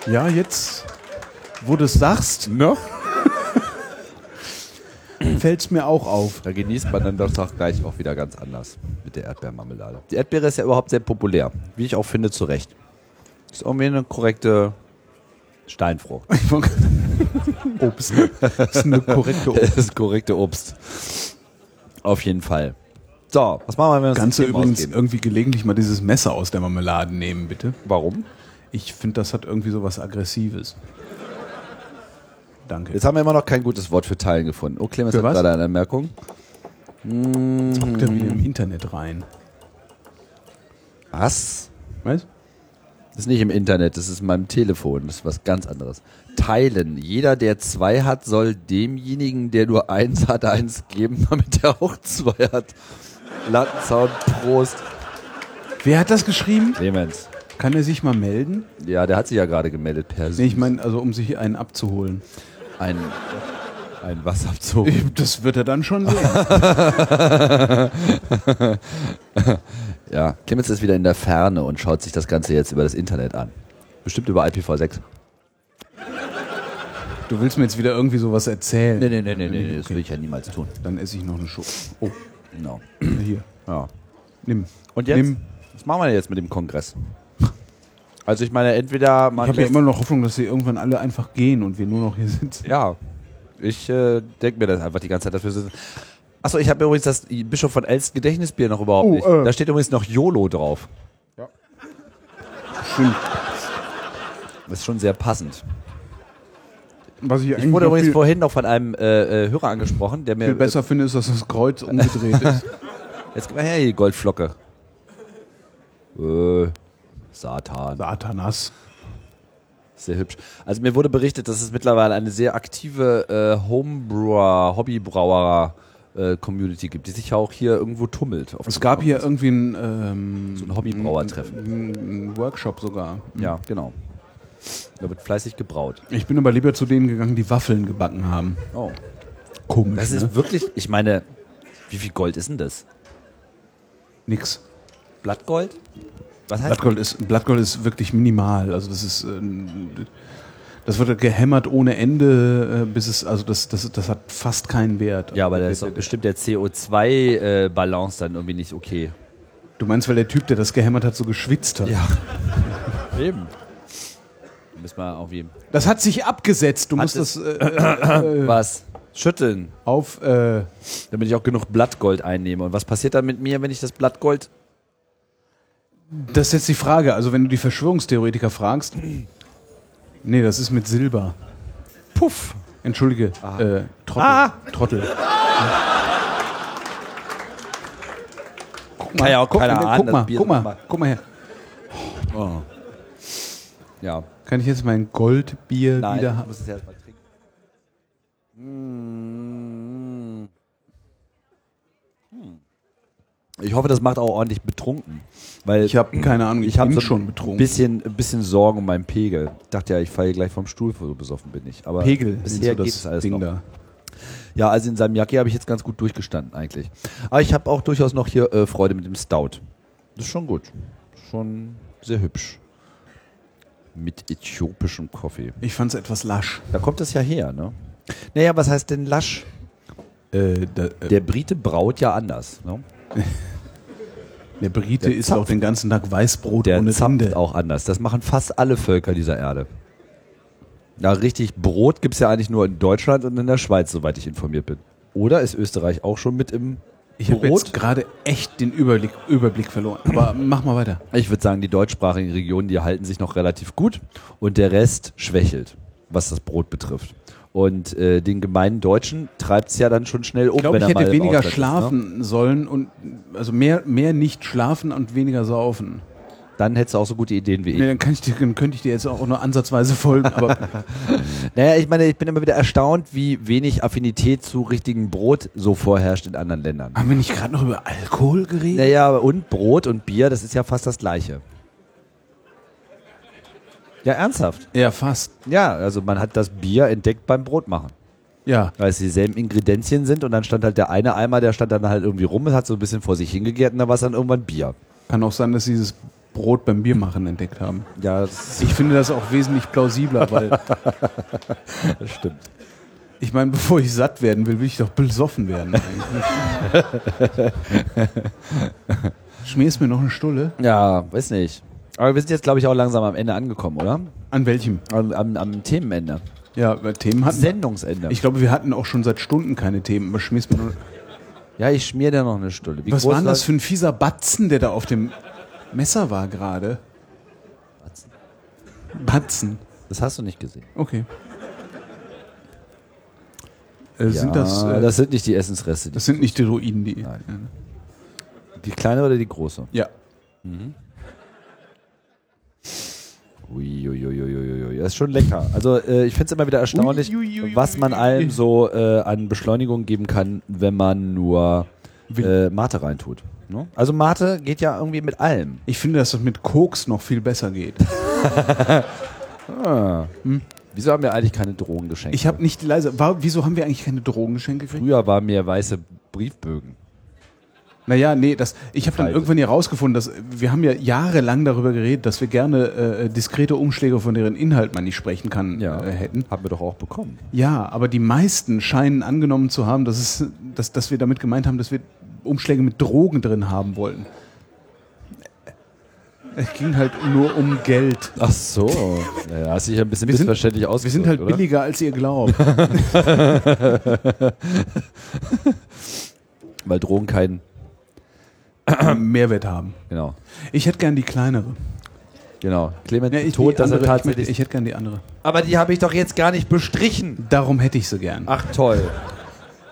A: Äh.
B: Ja, jetzt, wo du es sagst,
A: Ne?
B: fällt es mir auch auf.
A: Da genießt man dann das auch gleich auch wieder ganz anders mit der Erdbeermarmelade. Die Erdbeere ist ja überhaupt sehr populär, wie ich auch finde, zu Recht. Ist irgendwie eine korrekte Steinfrucht.
B: Obst. Oh, Das ist eine korrekte Obst.
A: Das ist korrekte Obst. Auf jeden Fall. So, was machen wir, wenn wir uns
B: Kannst du
A: das Leben
B: übrigens
A: ausgeben?
B: irgendwie gelegentlich mal dieses Messer aus der Marmelade nehmen, bitte?
A: Warum?
B: Ich finde, das hat irgendwie so was Aggressives. Danke.
A: Jetzt haben wir immer noch kein gutes Wort für Teilen gefunden. Oh, Clemens hat
B: Für was?
A: gerade eine Anmerkung.
B: guckt er wieder im Internet rein.
A: Was?
B: Weißt
A: Das ist nicht im Internet, das ist in meinem Telefon. Das ist was ganz anderes. Teilen. Jeder, der zwei hat, soll demjenigen, der nur eins hat, eins geben, damit er auch zwei hat. Lattenzaun, Prost.
B: Wer hat das geschrieben?
A: Clemens.
B: Kann er sich mal melden?
A: Ja, der hat sich ja gerade gemeldet per
B: Nee, ich meine, also um sich einen abzuholen.
A: ein, ein Wasserabzug.
B: Das wird er dann schon sehen.
A: Ja, Clemens ist wieder in der Ferne und schaut sich das Ganze jetzt über das Internet an. Bestimmt über IPv6.
B: Du willst mir jetzt wieder irgendwie sowas erzählen.
A: nee, nee, nee, nee, das will ich ja niemals tun.
B: Dann esse ich noch eine Schoki. Oh.
A: Genau.
B: Hier,
A: Ja.
B: nimm.
A: Und jetzt?
B: Nimm.
A: Was machen wir denn jetzt mit dem Kongress? Also ich meine, entweder man
B: Ich habe ja
A: lässt-
B: immer noch Hoffnung, dass sie irgendwann alle einfach gehen und wir nur noch hier sitzen.
A: Ja, ich äh, denke mir das einfach die ganze Zeit dafür. sind- Achso, ich habe übrigens das Bischof von Elst Gedächtnisbier noch überhaupt
B: Oh,
A: nicht.
B: äh.
A: Da steht übrigens noch YOLO drauf.
B: Stimmt.
A: Das ist schon sehr passend.
B: Was ich,
A: Ich wurde
B: eigentlich
A: übrigens
B: viel,
A: vorhin noch von einem äh, äh, Hörer angesprochen, der mir.
B: viel besser finde, ist, dass das Kreuz umgedreht ist.
A: Jetzt gib mal her, die Goldflocke. äh, Satan.
B: Satanas.
A: Sehr hübsch. Also mir wurde berichtet, dass es mittlerweile eine sehr aktive äh, Homebrewer, Hobbybrauer äh, Community gibt, die sich ja auch hier irgendwo tummelt. Auf
B: Es
A: dem
B: gab
A: Kopf.
B: hier irgendwie ein, ähm,
A: so ein Hobbybrauertreffen.
B: einen Workshop sogar.
A: Ja, genau. Da wird fleißig gebraut.
B: Ich bin aber lieber zu denen gegangen, die Waffeln gebacken haben.
A: Oh.
B: Komisch,
A: Das
B: ne?
A: ist wirklich, ich meine, wie viel Gold ist denn das?
B: Nix.
A: Blattgold? Was heißt
B: Blattgold ist, Blattgold ist wirklich minimal. Also das ist, ähm, das wird gehämmert ohne Ende, äh, bis es, also das, das, das hat fast keinen Wert. Also
A: Ja, aber da
B: der
A: ist doch bestimmt der CO2-Balance äh, dann irgendwie nicht okay.
B: Du meinst, weil der Typ, der das gehämmert hat, so geschwitzt hat?
A: Ja. Eben. Da Müssen wir irgendwie.
B: Das hat sich abgesetzt. Du musst
A: es-
B: das äh,
A: Was? Schütteln.
B: auf. Äh,
A: damit ich auch genug Blattgold einnehme. Und was passiert dann mit mir, wenn ich das Blattgold.
B: das ist jetzt die Frage. Also, wenn du die Verschwörungstheoretiker fragst. Nee, das ist mit Silber.
A: Puff!
B: Entschuldige,
A: Ah.
B: äh, Trottel. Trottel. Guck
A: Kann ja auch keiner
B: guck,
A: ahnen,
B: guck
A: dass
B: mal,
A: Bier
B: guck mal,
A: nochmal-
B: guck mal her.
A: Ja.
B: Kann ich jetzt mein Goldbier wieder
A: Nein, ich
B: haben?
A: muss es ja erstmal trinken. Mm. Hm. Ich hoffe, das macht auch ordentlich betrunken. Weil
B: Ich habe keine Ahnung,
A: ich habe
B: bin
A: so
B: schon betrunken.
A: Bisschen, ein bisschen Sorgen um meinen Pegel. Ich dachte ja, ich falle hier gleich vom Stuhl, so besoffen bin ich. Aber
B: Pegel, nennst
A: bisher
B: du
A: geht es alles
B: Ding
A: noch.
B: da.
A: Ja, also in seinem Jacke habe ich jetzt ganz gut durchgestanden eigentlich. Aber ich habe auch durchaus noch hier äh, Freude mit dem Stout. Das ist schon gut. Schon sehr hübsch. Mit äthiopischem Kaffee.
B: Ich fand es etwas lasch.
A: Da kommt das ja her, ne? Naja, was heißt denn lasch?
B: Äh, da, äh,
A: Der Brite braut ja anders. Ne?
B: der Brite
A: der
B: isst auch den ganzen Tag Weißbrot
A: Der
B: ohne
A: zapft
B: Rinde.
A: auch anders. Das machen fast alle Völker dieser Erde. Na, richtig, Brot gibt's ja eigentlich nur in Deutschland und in der Schweiz, soweit ich informiert bin. Oder ist Österreich auch schon mit im
B: Ich habe
A: Brot?
B: jetzt gerade echt den Überblick, Überblick verloren. Aber mach mal weiter.
A: Ich würde sagen, die deutschsprachigen Regionen, die halten sich noch relativ gut und der Rest schwächelt, was das Brot betrifft. Und äh, den gemeinen Deutschen treibt's ja dann schon schnell um.
B: Ich glaube,
A: wenn
B: ich
A: er mal
B: hätte
A: im
B: weniger
A: Ausland ist,
B: schlafen sollen und also mehr, mehr nicht schlafen und weniger saufen.
A: Ne? Dann hättest du auch so gute Ideen wie ich.
B: Nee, dann, kann ich dir, dann könnte ich dir jetzt auch nur ansatzweise folgen, aber
A: Naja, ich meine, ich bin immer wieder erstaunt, wie wenig Affinität zu richtigem Brot so vorherrscht in anderen Ländern.
B: haben wir nicht gerade noch über Alkohol geredet?
A: Naja, und Brot und Bier, das ist ja fast das Gleiche. Ja, ernsthaft.
B: Ja, fast.
A: Ja, also man hat das Bier entdeckt beim Brotmachen.
B: Ja.
A: weil es dieselben Ingredienzien sind und dann stand halt der eine Eimer, der stand dann halt irgendwie rum und hat so ein bisschen vor sich hingegärt und da war es dann irgendwann Bier.
B: Kann auch sein, dass sie dieses Brot beim Biermachen entdeckt haben.
A: Ja, das
B: Ich finde das auch wesentlich plausibler, weil
A: stimmt.
B: ich meine, bevor ich satt werden will, will ich doch besoffen werden. eigentlich. Schmierst mir noch eine Stulle?
A: Ja, weiß nicht. Aber wir sind jetzt, glaube ich, auch langsam am Ende angekommen, oder?
B: An welchem?
A: Am, am, am Themenende.
B: Ja, bei Themen hatten wir.
A: Sendungsende.
B: Ich glaube, wir hatten auch schon seit Stunden keine Themen, aber schmierst mir nur
A: ja, ich schmier dir noch eine Stulle. Wie
B: Was war denn das
A: soll-
B: für ein fieser Batzen, der da auf dem Messer war gerade? Batzen.
A: Das hast du nicht gesehen.
B: Okay. Äh, sind
A: ja,
B: das, äh, das,
A: das sind nicht die Essensreste. Die,
B: sind nicht die Ruinen, die.
A: die kleine oder die große?
B: Ja.
A: Uiuiuiuiui, das ist schon lecker. Also äh, ich finde es immer wieder erstaunlich,
B: Uiuiuiui.
A: was man allem so äh, an Beschleunigung geben kann, wenn man nur äh, Mate reintut. Ne? Also Mate geht ja irgendwie mit allem.
B: Ich finde, dass das mit Koks noch viel besser geht.
A: Wieso haben wir eigentlich keine Drogen geschenkt?
B: Ich habe nicht die leise. War, wieso haben wir eigentlich keine Drogengeschenke gekriegt?
A: Früher waren mir weiße Briefbögen.
B: Naja, nee, das, ich habe dann
A: Leise.
B: irgendwann ja rausgefunden, dass wir haben ja jahrelang darüber geredet, dass wir gerne äh, diskrete Umschläge, von deren Inhalt man nicht sprechen kann, äh, hätten.
A: Haben wir doch auch bekommen.
B: Ja, aber die meisten scheinen angenommen zu haben, dass, es, dass, dass wir damit gemeint haben, dass wir Umschläge mit Drogen drin haben wollten. Es ging halt nur um Geld.
A: Ach so. Ja, hast dich ja ein bisschen
B: Wir sind-
A: missverständlich ausgedrückt,
B: Wir sind halt
A: oder?
B: billiger, als ihr glaubt.
A: Weil Drogen keinen...
B: Mehrwert haben.
A: Genau.
B: Ich hätte gern die kleinere.
A: Genau. Clement
B: Ja, ich,
A: tot,
B: die
A: dass er
B: andere, ich,
A: tatsächlich...
B: möchte- ich hätte gern die andere.
A: aber die habe ich doch jetzt gar nicht bestrichen.
B: Darum hätte ich sie gern.
A: Ach toll.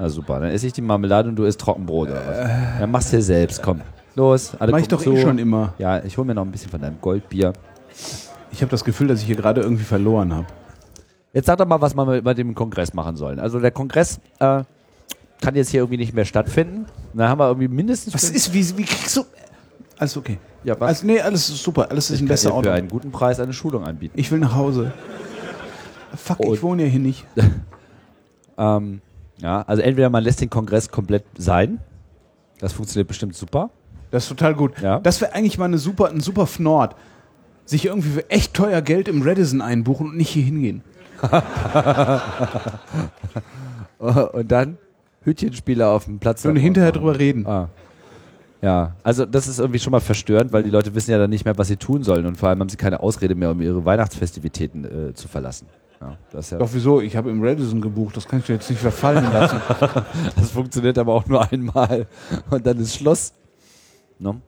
A: Na super, dann esse ich die Marmelade und du isst Trockenbrot oder was? Dann machst du dir selbst, komm. Los, alle
B: Mach ich
A: gucken
B: doch eh
A: zu.
B: schon immer.
A: Ja, ich hole mir noch ein bisschen von deinem Goldbier.
B: Ich habe das Gefühl, dass ich hier gerade irgendwie verloren habe.
A: Jetzt sag doch mal, was wir bei dem Kongress machen sollen. Also der Kongress äh, kann jetzt hier irgendwie nicht mehr stattfinden. Da haben wir irgendwie mindestens
B: Was
A: fünf-
B: ist, wie, wie kriegst du. Alles okay.
A: Ja, was?
B: Also, nee, alles ist super. Alles ist ein
A: kann dir
B: besser
A: für
B: Auto.
A: einen guten Preis eine Schulung anbieten.
B: Ich will nach Hause. Fuck,
A: Und-
B: ich wohne ja hier nicht.
A: Ähm, ja, also entweder man lässt den Kongress komplett sein. Das funktioniert bestimmt super.
B: Das ist total gut.
A: Ja.
B: Das wäre eigentlich mal eine super, ein super Fnord. Sich irgendwie für echt teuer Geld im Redison einbuchen und nicht hier hingehen.
A: Und dann Hütchenspieler auf dem Platz.
B: Und hinterher drüber reden.
A: Ah. Ja, also das ist irgendwie schon mal verstörend, weil die Leute wissen ja dann nicht mehr, was sie tun sollen und vor allem haben sie keine Ausrede mehr, um ihre Weihnachtsfestivitäten äh, zu verlassen. Ja, das, ist ja,
B: Doch wieso? Ich habe im Redison gebucht. Das kannst du jetzt nicht verfallen lassen.
A: das funktioniert aber auch nur einmal und dann ist Schluss. Ne?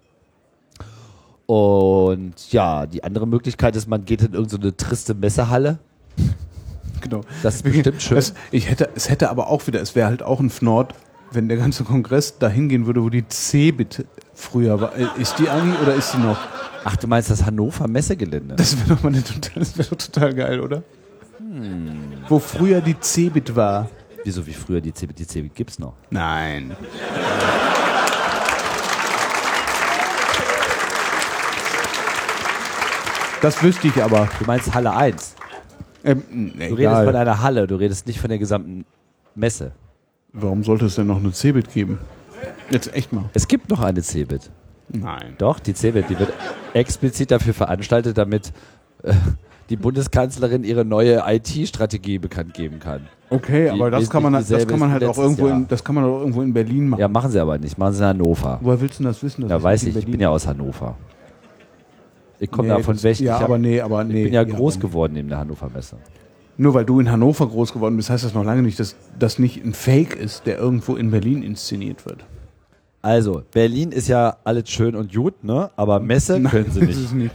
A: Und ja, die andere Möglichkeit ist, man geht in irgendeine triste Messehalle.
B: genau.
A: Das ist bestimmt schön.
B: Es, ich hätte, es hätte aber auch wieder, es wäre halt auch ein Fnord, wenn der ganze Kongress dahin gehen würde, wo die Cebit früher war. Äh, Ist die eigentlich oder ist sie noch?
A: Ach, du meinst das Hannover Messegelände?
B: Das wäre doch mal eine total, das wäre doch total geil, oder?
A: Hm.
B: Wo früher die Cebit war.
A: Wieso wie früher die CB, die CB gibt's noch?
B: Nein. Das wüsste ich aber.
A: Du meinst Halle 1.
B: Ähm, n-
A: Du redest von
B: egal.
A: einer Halle, du redest nicht von der gesamten Messe.
B: Warum sollte es denn noch eine Cebit geben? Jetzt echt mal.
A: Es gibt noch eine Cebit.
B: Nein.
A: Doch, die CeBIT, die wird explizit dafür veranstaltet, damit äh, die Bundeskanzlerin ihre neue IT-Strategie bekannt geben kann.
B: Okay, aber
A: ist
B: das kann man,
A: nicht
B: halt- das
A: dieselbe
B: kann man
A: wie
B: halt auch
A: letztes
B: irgendwo
A: Jahr.
B: in, das kann man auch irgendwo in Berlin machen.
A: Ja, machen sie aber nicht, machen sie in Hannover.
B: Woher willst du denn das wissen? Das
A: Ja,
B: ist
A: weiß
B: nicht
A: ich,
B: in
A: ich bin
B: Berlin.
A: ja aus Hannover. Ich komme
B: Nee,
A: da von
B: das-
A: weg.
B: Ja,
A: ich hab-
B: aber nee, aber nee.
A: bin ja groß
B: aber-
A: geworden neben der Hannover Messe.
B: Nur weil du in Hannover groß geworden bist, heißt das noch lange nicht, dass das nicht ein Fake ist, der irgendwo in Berlin inszeniert wird.
A: Also, Berlin ist ja alles schön und gut, ne? Aber Messe können sie
B: Das ist
A: nicht.
B: nicht.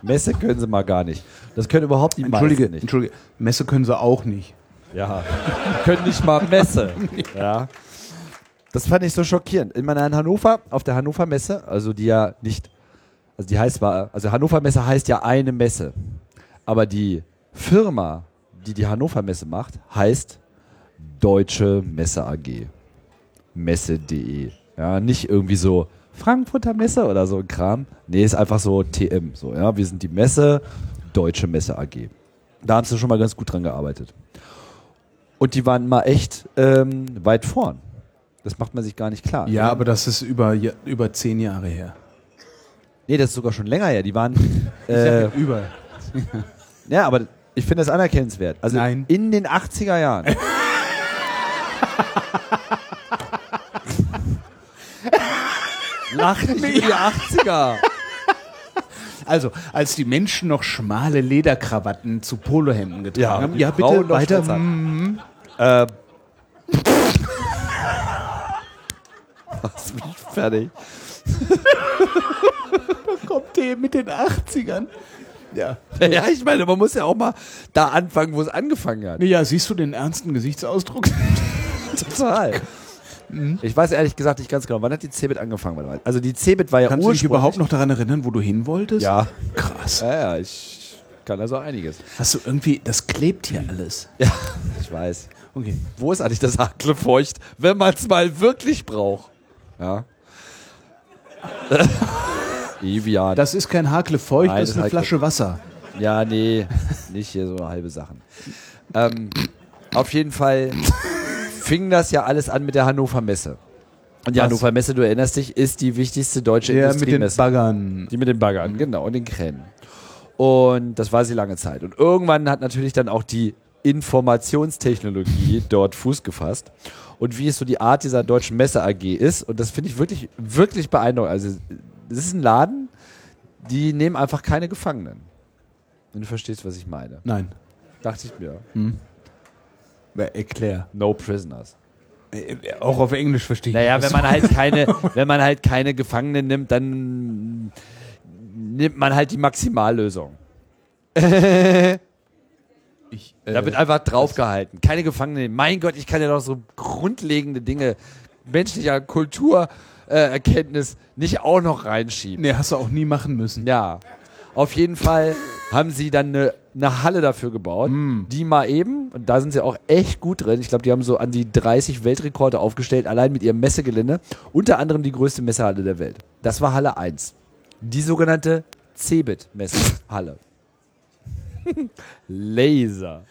A: Messe können sie mal gar nicht. Das können überhaupt die
B: Entschuldige,
A: meisten nicht.
B: Entschuldige, Messe können sie auch nicht.
A: Ja. Können nicht mal Messe. ja. Das fand ich so schockierend. Ich meine, in Hannover, auf der Hannover Messe, also die ja nicht, also die heißt zwar, also Hannover Messe heißt ja eine Messe. Aber die Firma, die die Hannover Messe macht, heißt Deutsche Messe AG. Messe.de. Ja, nicht irgendwie so Frankfurter Messe oder so ein Kram. Nee, ist einfach so TM. So, ja, wir sind die Messe, Deutsche Messe AG. Da haben sie schon mal ganz gut dran gearbeitet. Und die waren mal echt ähm, weit vorn. Das macht man sich gar nicht klar.
B: Ja, aber das ist über, ja- über zehn Jahre her.
A: Nee, das ist sogar schon länger her. Die waren. Äh,
B: über.
A: ja, aber ich finde das anerkennenswert. Also
B: Nein.
A: in den 80er Jahren. Lach nicht über die 80er.
B: Also, als die Menschen noch schmale Lederkrawatten zu Polohemden getragen haben.
A: die Frauen noch Äh. Schwänze
B: hm,
A: hatten. Ähm. Mach's mich fertig.
B: Kommt der mit den 80ern? Ja.
A: Ja, ich meine, man muss ja auch mal da anfangen, wo es angefangen hat.
B: Ja, siehst du den ernsten Gesichtsausdruck?
A: Total.
B: Mhm.
A: Ich weiß ehrlich gesagt nicht ganz genau, wann hat die Cebit angefangen? Warte mal. Also die Cebit war ja
B: Kannst du dich
A: ursprünglich...
B: überhaupt noch daran erinnern, wo du hin wolltest?
A: Ja.
B: Krass.
A: Ja, ja, ich kann also einiges.
B: Hast du irgendwie, das klebt hier alles.
A: Ja, ich weiß.
B: Okay.
A: Wo ist eigentlich das Hakle feucht, wenn man es mal wirklich braucht? Ja. Evian.
B: Das ist kein Hakle feucht,
A: Nein, das
B: das ist eine
A: ist
B: Flasche Wasser.
A: Ja, nee, nicht hier so halbe Sachen. Ähm, auf jeden Fall fing das ja alles an mit der Hannover Messe. Und die
B: Was?
A: Hannover Messe, du erinnerst dich, ist die wichtigste deutsche Industriemesse.
B: Baggern.
A: Die mit Mhm. den Baggern, genau, und den Kränen. Und das war sie lange Zeit. Und irgendwann hat natürlich dann auch die Informationstechnologie dort Fuß gefasst und wie es so die Art dieser deutschen Messe AG ist. Und das finde ich wirklich, wirklich beeindruckend. Also, es ist ein Laden, die nehmen einfach keine Gefangenen. Wenn du verstehst, was ich meine.
B: Nein.
A: Dachte ich mir.
B: Erklär.
A: No prisoners.
B: Äh, Auch auf Englisch verstehe ich.
A: Naja,
B: das.
A: wenn man halt keine, wenn man halt keine Gefangenen nimmt, dann nimmt man halt die Maximallösung.
B: Ich, äh,
A: Da wird einfach draufgehalten. Keine Gefangenen. Mein Gott, ich kann ja doch so grundlegende Dinge menschlicher Kulturerkenntnis äh, Erkenntnis nicht auch noch reinschieben.
B: nee, hast du auch nie machen müssen.
A: Ja. Auf jeden Fall haben sie dann eine eine Halle dafür gebaut, die mal eben, und da sind sie auch echt gut drin, ich glaube, die haben so an die 30 Weltrekorde aufgestellt, allein mit ihrem Messegelände, unter anderem die größte Messehalle der Welt. Das war Halle 1. Die sogenannte Cebit-Messehalle. Laser.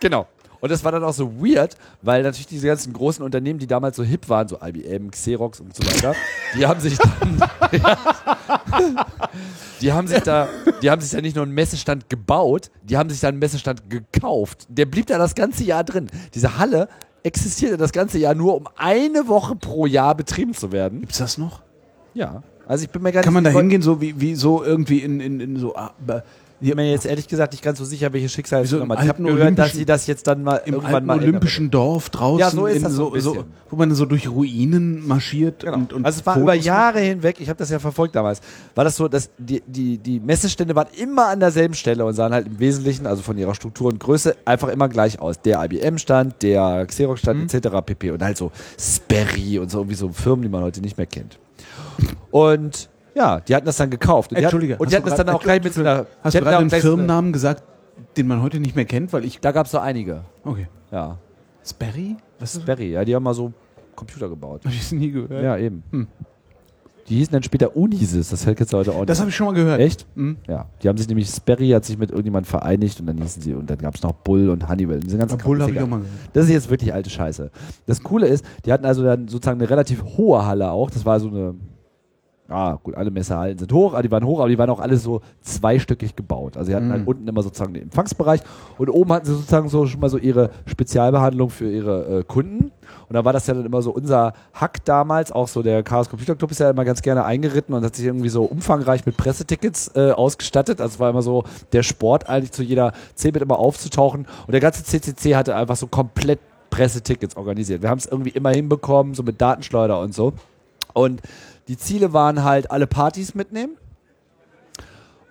A: Genau. Und das war dann auch so weird, weil natürlich diese ganzen großen Unternehmen, die damals so hip waren, so IBM, Xerox und so weiter, die haben sich dann, die haben sich da, die haben sich da nicht nur einen Messestand gebaut, die haben sich da einen Messestand gekauft. Der blieb da das ganze Jahr drin. Diese Halle existierte das ganze Jahr nur, um eine Woche pro Jahr betrieben zu werden.
B: Gibt's das noch?
A: Ja. Also ich bin mir gar
B: Kann man
A: nicht
B: da hingehen, so wie, wie so irgendwie in, in, in so. ah, ba-
A: Ich bin mir jetzt ehrlich gesagt nicht ganz so sicher, welche Schicksal es
B: Wieso
A: nochmal.
B: im
A: Ich habe
B: alten
A: nur gehört, dass
B: Olympischen-
A: sie das jetzt dann mal
B: Im
A: irgendwann
B: alten
A: mal ändern.
B: olympischen Dorf draußen,
A: Ja, so ist
B: in
A: das so
B: so, Genau.
A: ein
B: so,
A: bisschen.
B: wo man so durch Ruinen marschiert und, und
A: also es war
B: Fotos
A: über Jahre hinweg, ich habe das ja verfolgt damals, war das so, dass die, die, die Messestände waren immer an derselben Stelle und sahen halt im Wesentlichen, also von ihrer Struktur und Größe, einfach immer gleich aus. Der IBM-Stand, der
B: Mhm.
A: Xerox-Stand etc. pp. Und halt so Sperry und so irgendwie so Firmen, die man heute nicht mehr kennt. Und ja, die hatten das dann gekauft. Und die hatten-
B: Entschuldige,
A: und die
B: hast
A: hatten
B: du
A: das dann
B: grad-
A: auch gleich mit so einer...
B: machen. Hast
A: die
B: du
A: hatten auch
B: gerade einen
A: gleich so eine-
B: Firmennamen gesagt, den man heute nicht mehr kennt, weil ich.
A: Da gab es so einige,
B: Okay.
A: ja.
B: Sperry? Was ist
A: Sperry, ja, die haben mal so Computer gebaut.
B: Hab ich nie gehört.
A: Ja, eben.
B: Hm.
A: Die hießen dann später Unisys, das hält jetzt heute auch nicht.
B: Das habe ich schon mal gehört.
A: Echt?
B: Mhm.
A: Ja. Die haben sich nämlich, Sperry hat sich mit irgendjemand vereinigt und dann hießen sie, und dann gab es noch Bull und Hannibal. Diese ganzen
B: Obwohl, habe ich
A: Kackdinger.
B: auch mal gehört.
A: Das ist jetzt wirklich alte Scheiße. Das Coole ist, die hatten also dann sozusagen eine relativ hohe Halle auch. Das war so eine, ah gut, alle Messehallen sind hoch, aber die waren hoch, aber die waren auch alle so zweistöckig gebaut. Also sie hatten halt unten immer sozusagen den Empfangsbereich und oben hatten sie sozusagen so schon mal so ihre Spezialbehandlung für ihre äh, Kunden. Und da war das ja dann immer so unser Hack damals, auch so der Chaos Computer Club ist ja immer ganz gerne eingeritten und hat sich irgendwie so umfangreich mit Pressetickets äh, ausgestattet. Also es war immer so der Sport eigentlich zu jeder CeBIT immer aufzutauchen. Und der ganze CCC hatte einfach so komplett Pressetickets organisiert. Wir haben es irgendwie immer hinbekommen, so mit Datenschleuder und so. Und die Ziele waren halt alle Partys mitnehmen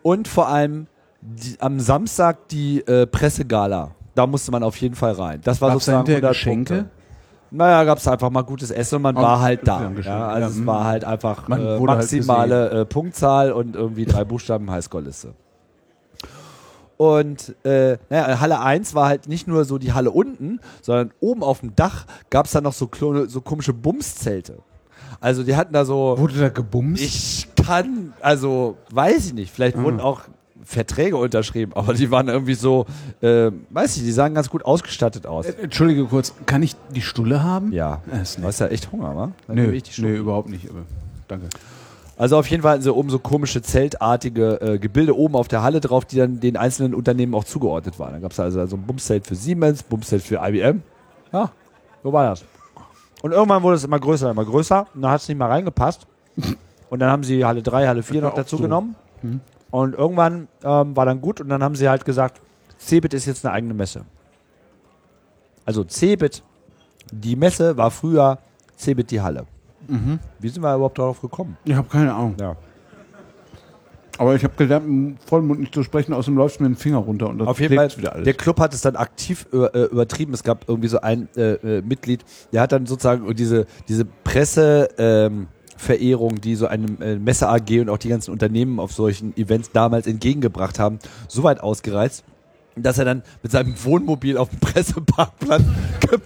A: und vor allem die, am Samstag die äh, Pressegala. Da musste man auf jeden Fall rein. Das war
B: Gab's da
A: sozusagen
B: hinterher
A: 100
B: Geschenke?
A: Punkte. Naja, gab es einfach mal gutes Essen und man war halt da.
B: Dankeschön.
A: Ja, also
B: Ja,
A: es
B: mm.
A: war halt einfach
B: Man
A: äh,
B: wurde halt
A: maximale äh, Punktzahl und irgendwie drei Buchstaben Highscore-Liste. Und äh, naja, Halle 1 war halt nicht nur so die Halle unten, sondern oben auf dem Dach gab es dann noch so, klone, so komische Bumszelte. Also die hatten da so...
B: Wurde da gebumst?
A: Ich kann, also weiß ich nicht, vielleicht wurden
B: Ah.
A: auch Verträge unterschrieben, aber die waren irgendwie so, äh, weiß ich, die sahen ganz gut ausgestattet aus.
B: Entschuldige kurz, kann ich die Stulle haben?
A: Ja,
B: ist
A: du hast ja echt Hunger, wa? Dann
B: Nö,
A: nehme ich die schon.
B: nö, überhaupt nicht. Aber danke.
A: Also auf jeden Fall hatten sie oben so komische zeltartige äh, Gebilde oben auf der Halle drauf, die dann den einzelnen Unternehmen auch zugeordnet waren. Dann gab es also so ein Bumszelt für Siemens, Bumszelt für IBM. Ja, so war das. Und irgendwann wurde es immer größer, immer größer. Und dann hat es nicht mal reingepasst. Und dann haben sie Halle 3, Halle 4 noch
B: auch
A: dazu
B: so.
A: genommen. Und irgendwann ähm, war dann gut und dann haben sie halt gesagt, Cebit ist jetzt eine eigene Messe. Also Cebit, die Messe war früher Cebit die Halle. Wie sind wir überhaupt darauf gekommen?
B: Ich habe keine Ahnung.
A: Ja.
B: Aber ich habe gelernt, im Vollmund nicht zu sprechen, außerdem läufst du mit dem Finger runter. Und das
A: Auf jeden Fall,
B: klebt wieder alles.
A: der Club hat es dann aktiv über, äh, übertrieben. Es gab irgendwie so ein äh, äh, Mitglied, der hat dann sozusagen diese, diese Presse, ähm, Verehrung, die so eine äh, Messe AG und auch die ganzen Unternehmen auf solchen Events damals entgegengebracht haben, so weit ausgereizt, dass er dann mit seinem Wohnmobil auf dem Presseparkplatz gep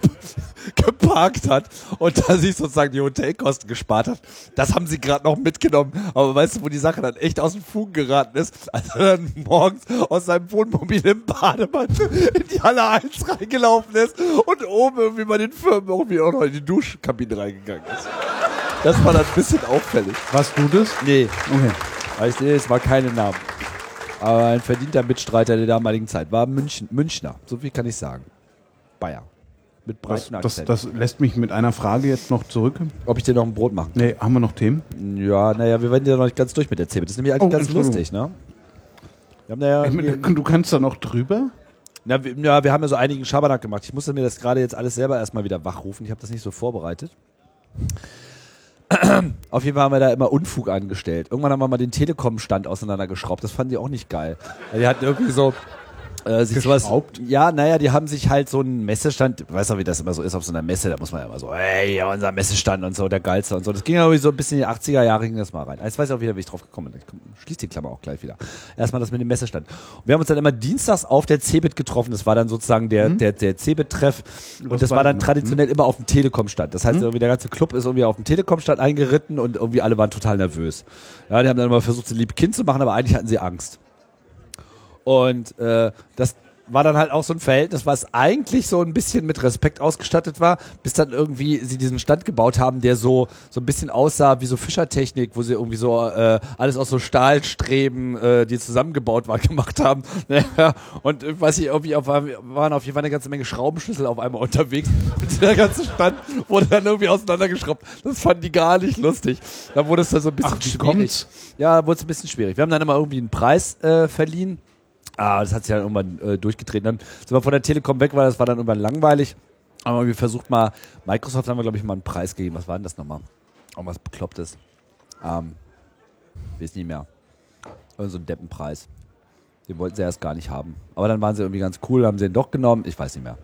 A: geparkt hat und da sich sozusagen die Hotelkosten gespart hat. Das haben sie gerade noch mitgenommen. Aber weißt du, wo die Sache dann echt aus den Fugen geraten ist? Als er dann morgens aus seinem Wohnmobil im Bademantel in die Halle 1 reingelaufen ist und oben irgendwie bei den Firmen irgendwie auch noch in die Duschkabine reingegangen ist. Das war dann ein bisschen auffällig.
B: Warst du das?
A: Nee,
B: Okay.
A: ich nenne jetzt mal keinen Namen. Aber ein verdienter Mitstreiter der damaligen Zeit war München, Münchner. So viel kann ich sagen. Bayer. Mit
B: Das,
A: breiten
B: das,
A: Akzent.
B: das lässt mich mit einer Frage jetzt noch zurück.
A: Ob ich dir noch ein Brot machen
B: Nee, haben wir noch Themen?
A: kann? Ja, naja, wir werden dir noch nicht ganz durch mit erzählen. Das ist nämlich eigentlich
B: Oh,
A: ganz
B: Entschuldigung.
A: lustig, ne? Wir haben, da ja,
B: Du kannst da noch drüber?
A: na, wir, ja, wir haben ja so einigen Schabernack gemacht. Ich musste mir das gerade jetzt alles selber erstmal wieder wachrufen. Ich habe das nicht so vorbereitet. Auf jeden Fall haben wir da immer Unfug angestellt. Irgendwann haben wir mal den Telekom-Stand auseinandergeschraubt. Das fanden die auch nicht geil. Die hatten irgendwie so. Äh, sich sowas, ja, naja, die haben sich halt so einen Messestand, weißt du, wie das immer so ist auf so einer Messe, da muss man ja immer so, hey, ja, unser Messestand und so, der geilste und so. Das ging ja irgendwie so ein bisschen in die 80er Jahre ging das mal rein. Jetzt weiß ich auch wieder, wie ich drauf gekommen bin. Ich komm, schließ die Klammer auch gleich wieder. Erstmal das mit dem Messestand. Und wir haben uns dann immer dienstags auf der Cebit getroffen. Das war dann sozusagen der, der, der Cebit-Treff. Und das war dann traditionell immer auf dem Telekom-Stand. Das heißt, irgendwie der ganze Club ist irgendwie auf dem Telekom-Stand eingeritten und irgendwie alle waren total nervös. Ja, die haben dann immer versucht, sie lieb Kind zu machen, aber eigentlich hatten sie Angst. Und äh, das war dann halt auch so ein Verhältnis, was eigentlich so ein bisschen mit Respekt ausgestattet war, bis dann irgendwie sie diesen Stand gebaut haben, der so so ein bisschen aussah wie so Fischertechnik, wo sie irgendwie so äh, alles aus so Stahlstreben, äh, die zusammengebaut waren, gemacht haben. Naja, und äh, weiß ich irgendwie auf, einmal- waren auf jeden Fall eine ganze Menge Schraubenschlüssel auf einmal unterwegs. Und der ganze Stand wurde dann irgendwie auseinandergeschraubt. Das fanden die gar nicht lustig. Da wurde es dann so ein bisschen
B: Ach, wie
A: schwierig.
B: kommt's?
A: Ja, wurde es ein bisschen schwierig. Wir haben dann immer irgendwie einen Preis äh, verliehen. Ah, das hat sich dann irgendwann äh, durchgetreten. Dann sind wir von der Telekom weg, weil das war dann irgendwann langweilig. Aber wir versucht mal, Microsoft haben wir, glaube ich, mal einen Preis gegeben. Was war denn das nochmal? Irgendwas Beklopptes. Ähm, weiß nicht mehr. Irgend so ein Deppenpreis. Den wollten sie erst gar nicht haben. Aber dann waren sie irgendwie ganz cool, haben sie den doch genommen. Ich weiß nicht mehr.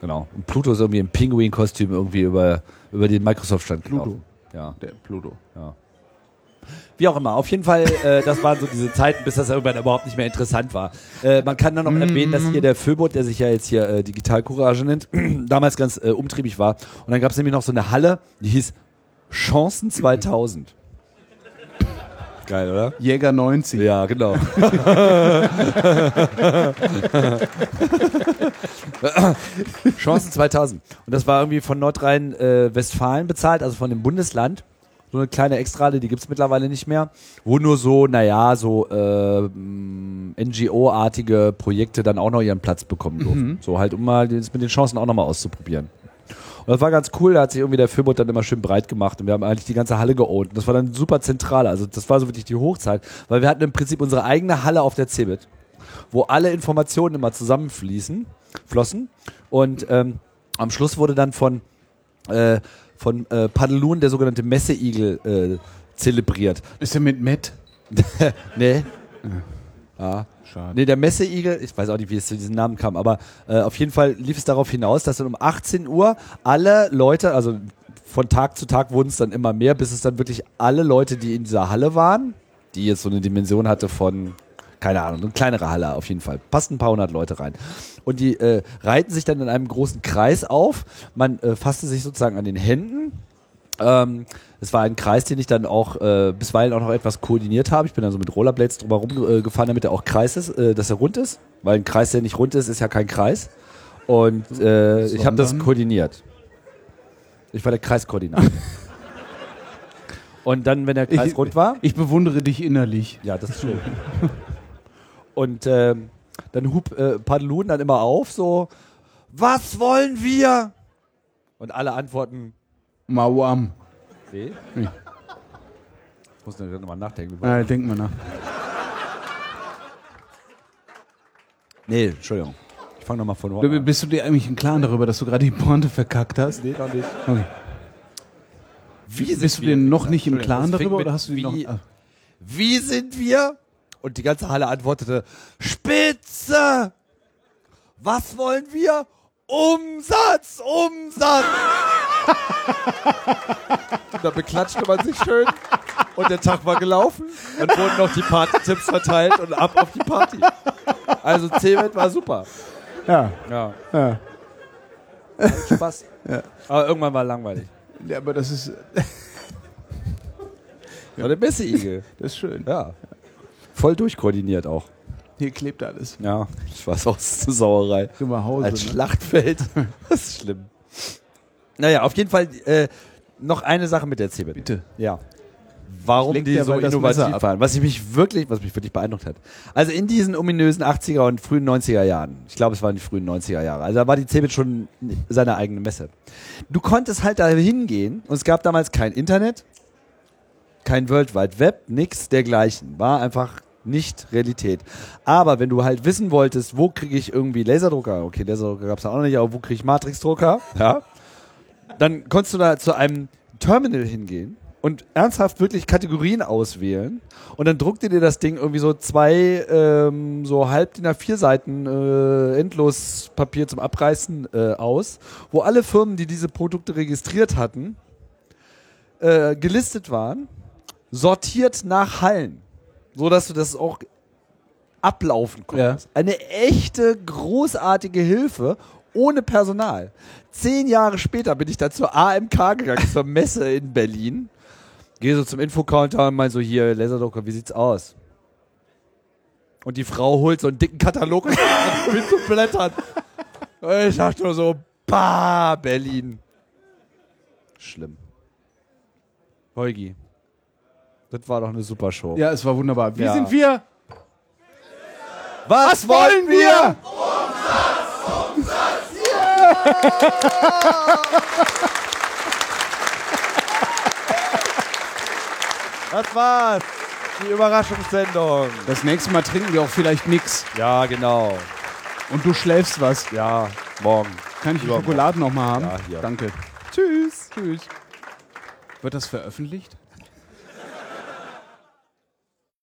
A: Genau. Und Pluto ist irgendwie im Pinguin-Kostüm irgendwie über, über den Microsoft-Stand gelaufen. Ja.
B: Der Pluto.
A: Wie auch immer, auf jeden Fall, äh, das waren so diese Zeiten, bis das irgendwann überhaupt nicht mehr interessant war. Äh, man kann dann noch erwähnen, dass hier der Föbot, der sich ja jetzt hier äh, Digital Courage nennt, damals ganz äh, umtriebig war. Und dann gab es nämlich noch so eine Halle, die hieß Chancen 2000. Geil, oder?
B: Jäger 90.
A: Ja, genau. Chancen 2000. Und das war irgendwie von Nordrhein-Westfalen bezahlt, also von dem Bundesland. So eine kleine Extrale, die gibt's mittlerweile nicht mehr. Wo nur so, naja, so äh, mm, NGO-artige Projekte dann auch noch ihren Platz bekommen durften. So halt, um mal das mit den Chancen auch nochmal auszuprobieren. Und das war ganz cool, da hat sich irgendwie der Filmbot dann immer schön breit gemacht und wir haben eigentlich die ganze Halle geowned. Und Das war dann super zentral, also das war so wirklich die Hochzeit, weil wir hatten im Prinzip unsere eigene Halle auf der Cebit, wo alle Informationen immer zusammenfließen, flossen und ähm, am Schluss wurde dann von äh, von äh, Padelun der sogenannte Messeigel äh, zelebriert. Ne?
B: Ist er mit Matt?
A: nee,
B: Schade.
A: Nee, der Messeigel, ich weiß auch nicht, wie es zu diesem Namen kam, aber äh, auf jeden Fall lief es darauf hinaus, dass dann um 18 Uhr alle Leute, also von Tag zu Tag wurden es dann immer mehr, bis es dann wirklich alle Leute, die in dieser Halle waren, die jetzt so eine Dimension hatte von, keine Ahnung, eine kleinere Halle auf jeden Fall, passten ein paar hundert Leute rein. Und die äh, reihten sich dann in einem großen Kreis auf, man äh, fasste sich sozusagen an den Händen ähm, es war ein Kreis, den ich dann auch äh, bisweilen auch noch etwas koordiniert habe. Ich bin dann so mit Rollerblades drüber rumgefahren, damit er auch Kreis ist, äh, dass er rund ist. Weil ein Kreis, der nicht rund ist, ist ja kein Kreis. Und äh, ich habe das
B: Sondern?
A: koordiniert. Ich war der Kreiskoordinator. Und dann, wenn der Kreis
B: Ich-
A: rund war,
B: Ich bewundere dich innerlich.
A: ja, das ist schön. Und ähm, dann hub äh, Padelun dann immer auf, so, was wollen wir? Und alle antworten,
B: Mauam.
A: Nee.
B: Nee.
A: Ich muss dann nochmal nachdenken.
B: Ah, denk mal nach.
A: Nee, Entschuldigung. Ich fange nochmal von
B: Du-
A: vorne an.
B: Bist du dir eigentlich im Klaren darüber, dass du gerade die Pointe verkackt hast?
A: Nee, noch nicht.
B: Okay.
A: Wie
B: Bist du dir noch nicht im Klaren
A: Das fängt
B: darüber
A: mit
B: oder hast du die noch?
A: wie-
B: Ah,
A: Wie sind wir? Und die ganze Halle antwortete, Spitze! Was wollen wir? Umsatz, Umsatz! Und da beklatschte man sich schön und der Tag war gelaufen. Dann wurden noch die Party-Tipps verteilt und ab auf die Party. Also Cement war super.
B: Ja.
A: Ja.
B: Ja.
A: Hat Spaß. Aber irgendwann war langweilig.
B: ja, aber das ist,
A: War der beste Igel.
B: das ist schön.
A: Ja. Voll durchkoordiniert auch.
B: Hier klebt alles.
A: Ja. Ich weiß auch, es ist eine Sauerei.
B: Gehen wir nach Hause.
A: Als
B: ne?
A: Schlachtfeld. Das ist schlimm. Naja, auf jeden Fall, äh, noch eine Sache mit erzählen.
B: Bitte.
A: Ja. Warum
B: leg
A: die
B: dir
A: so
B: mal das Messer
A: innovativ
B: ab.
A: waren. Was ich mich wirklich, was mich wirklich beeindruckt hat. Also in diesen ominösen 80er und frühen 90er Jahren. Ich glaube, es waren die frühen 90er Jahre. Also da war die Cebit schon seine eigene Messe. Du konntest halt da hingehen und es gab damals kein Internet, kein World Wide Web, nix dergleichen. War einfach nicht Realität. Aber wenn du halt wissen wolltest, wo kriege ich irgendwie Laserdrucker? Okay, Laserdrucker gab es auch noch nicht, aber wo kriege ich Matrixdrucker? Ja dann konntest du da zu einem Terminal hingehen und ernsthaft wirklich Kategorien auswählen und dann druckte dir das Ding irgendwie so zwei ähm, so halb DIN A4 Seiten äh, endlos Papier zum Abreißen äh, aus, wo alle Firmen, die diese Produkte registriert hatten, äh, gelistet waren, sortiert nach Hallen, so dass du das auch ablaufen konntest. Eine echte großartige Hilfe ohne Personal. Zehn Jahre später bin ich dann zur AMK gegangen, zur Messe in Berlin. Gehe so zum Infocounter und mein so, hier, Laserdrucker, wie sieht's aus? Und die Frau holt so einen dicken Katalog und bin zu blättern. Und ich dachte nur so, bah, Berlin. Schlimm. Holgi. Das war doch eine super Show.
B: Ja, es war wunderbar. Wie
A: Ja.
B: sind wir?
A: Was, wollen wir? Das war's. Die Überraschungssendung.
B: Das nächste Mal trinken wir auch vielleicht nix.
A: Ja, genau.
B: Und du schläfst was.
A: Ja, morgen.
B: Kann ich die Schokolade nochmal haben?
A: Ja, hier.
B: Danke.
A: Tschüss. Tschüss.
B: Wird das veröffentlicht?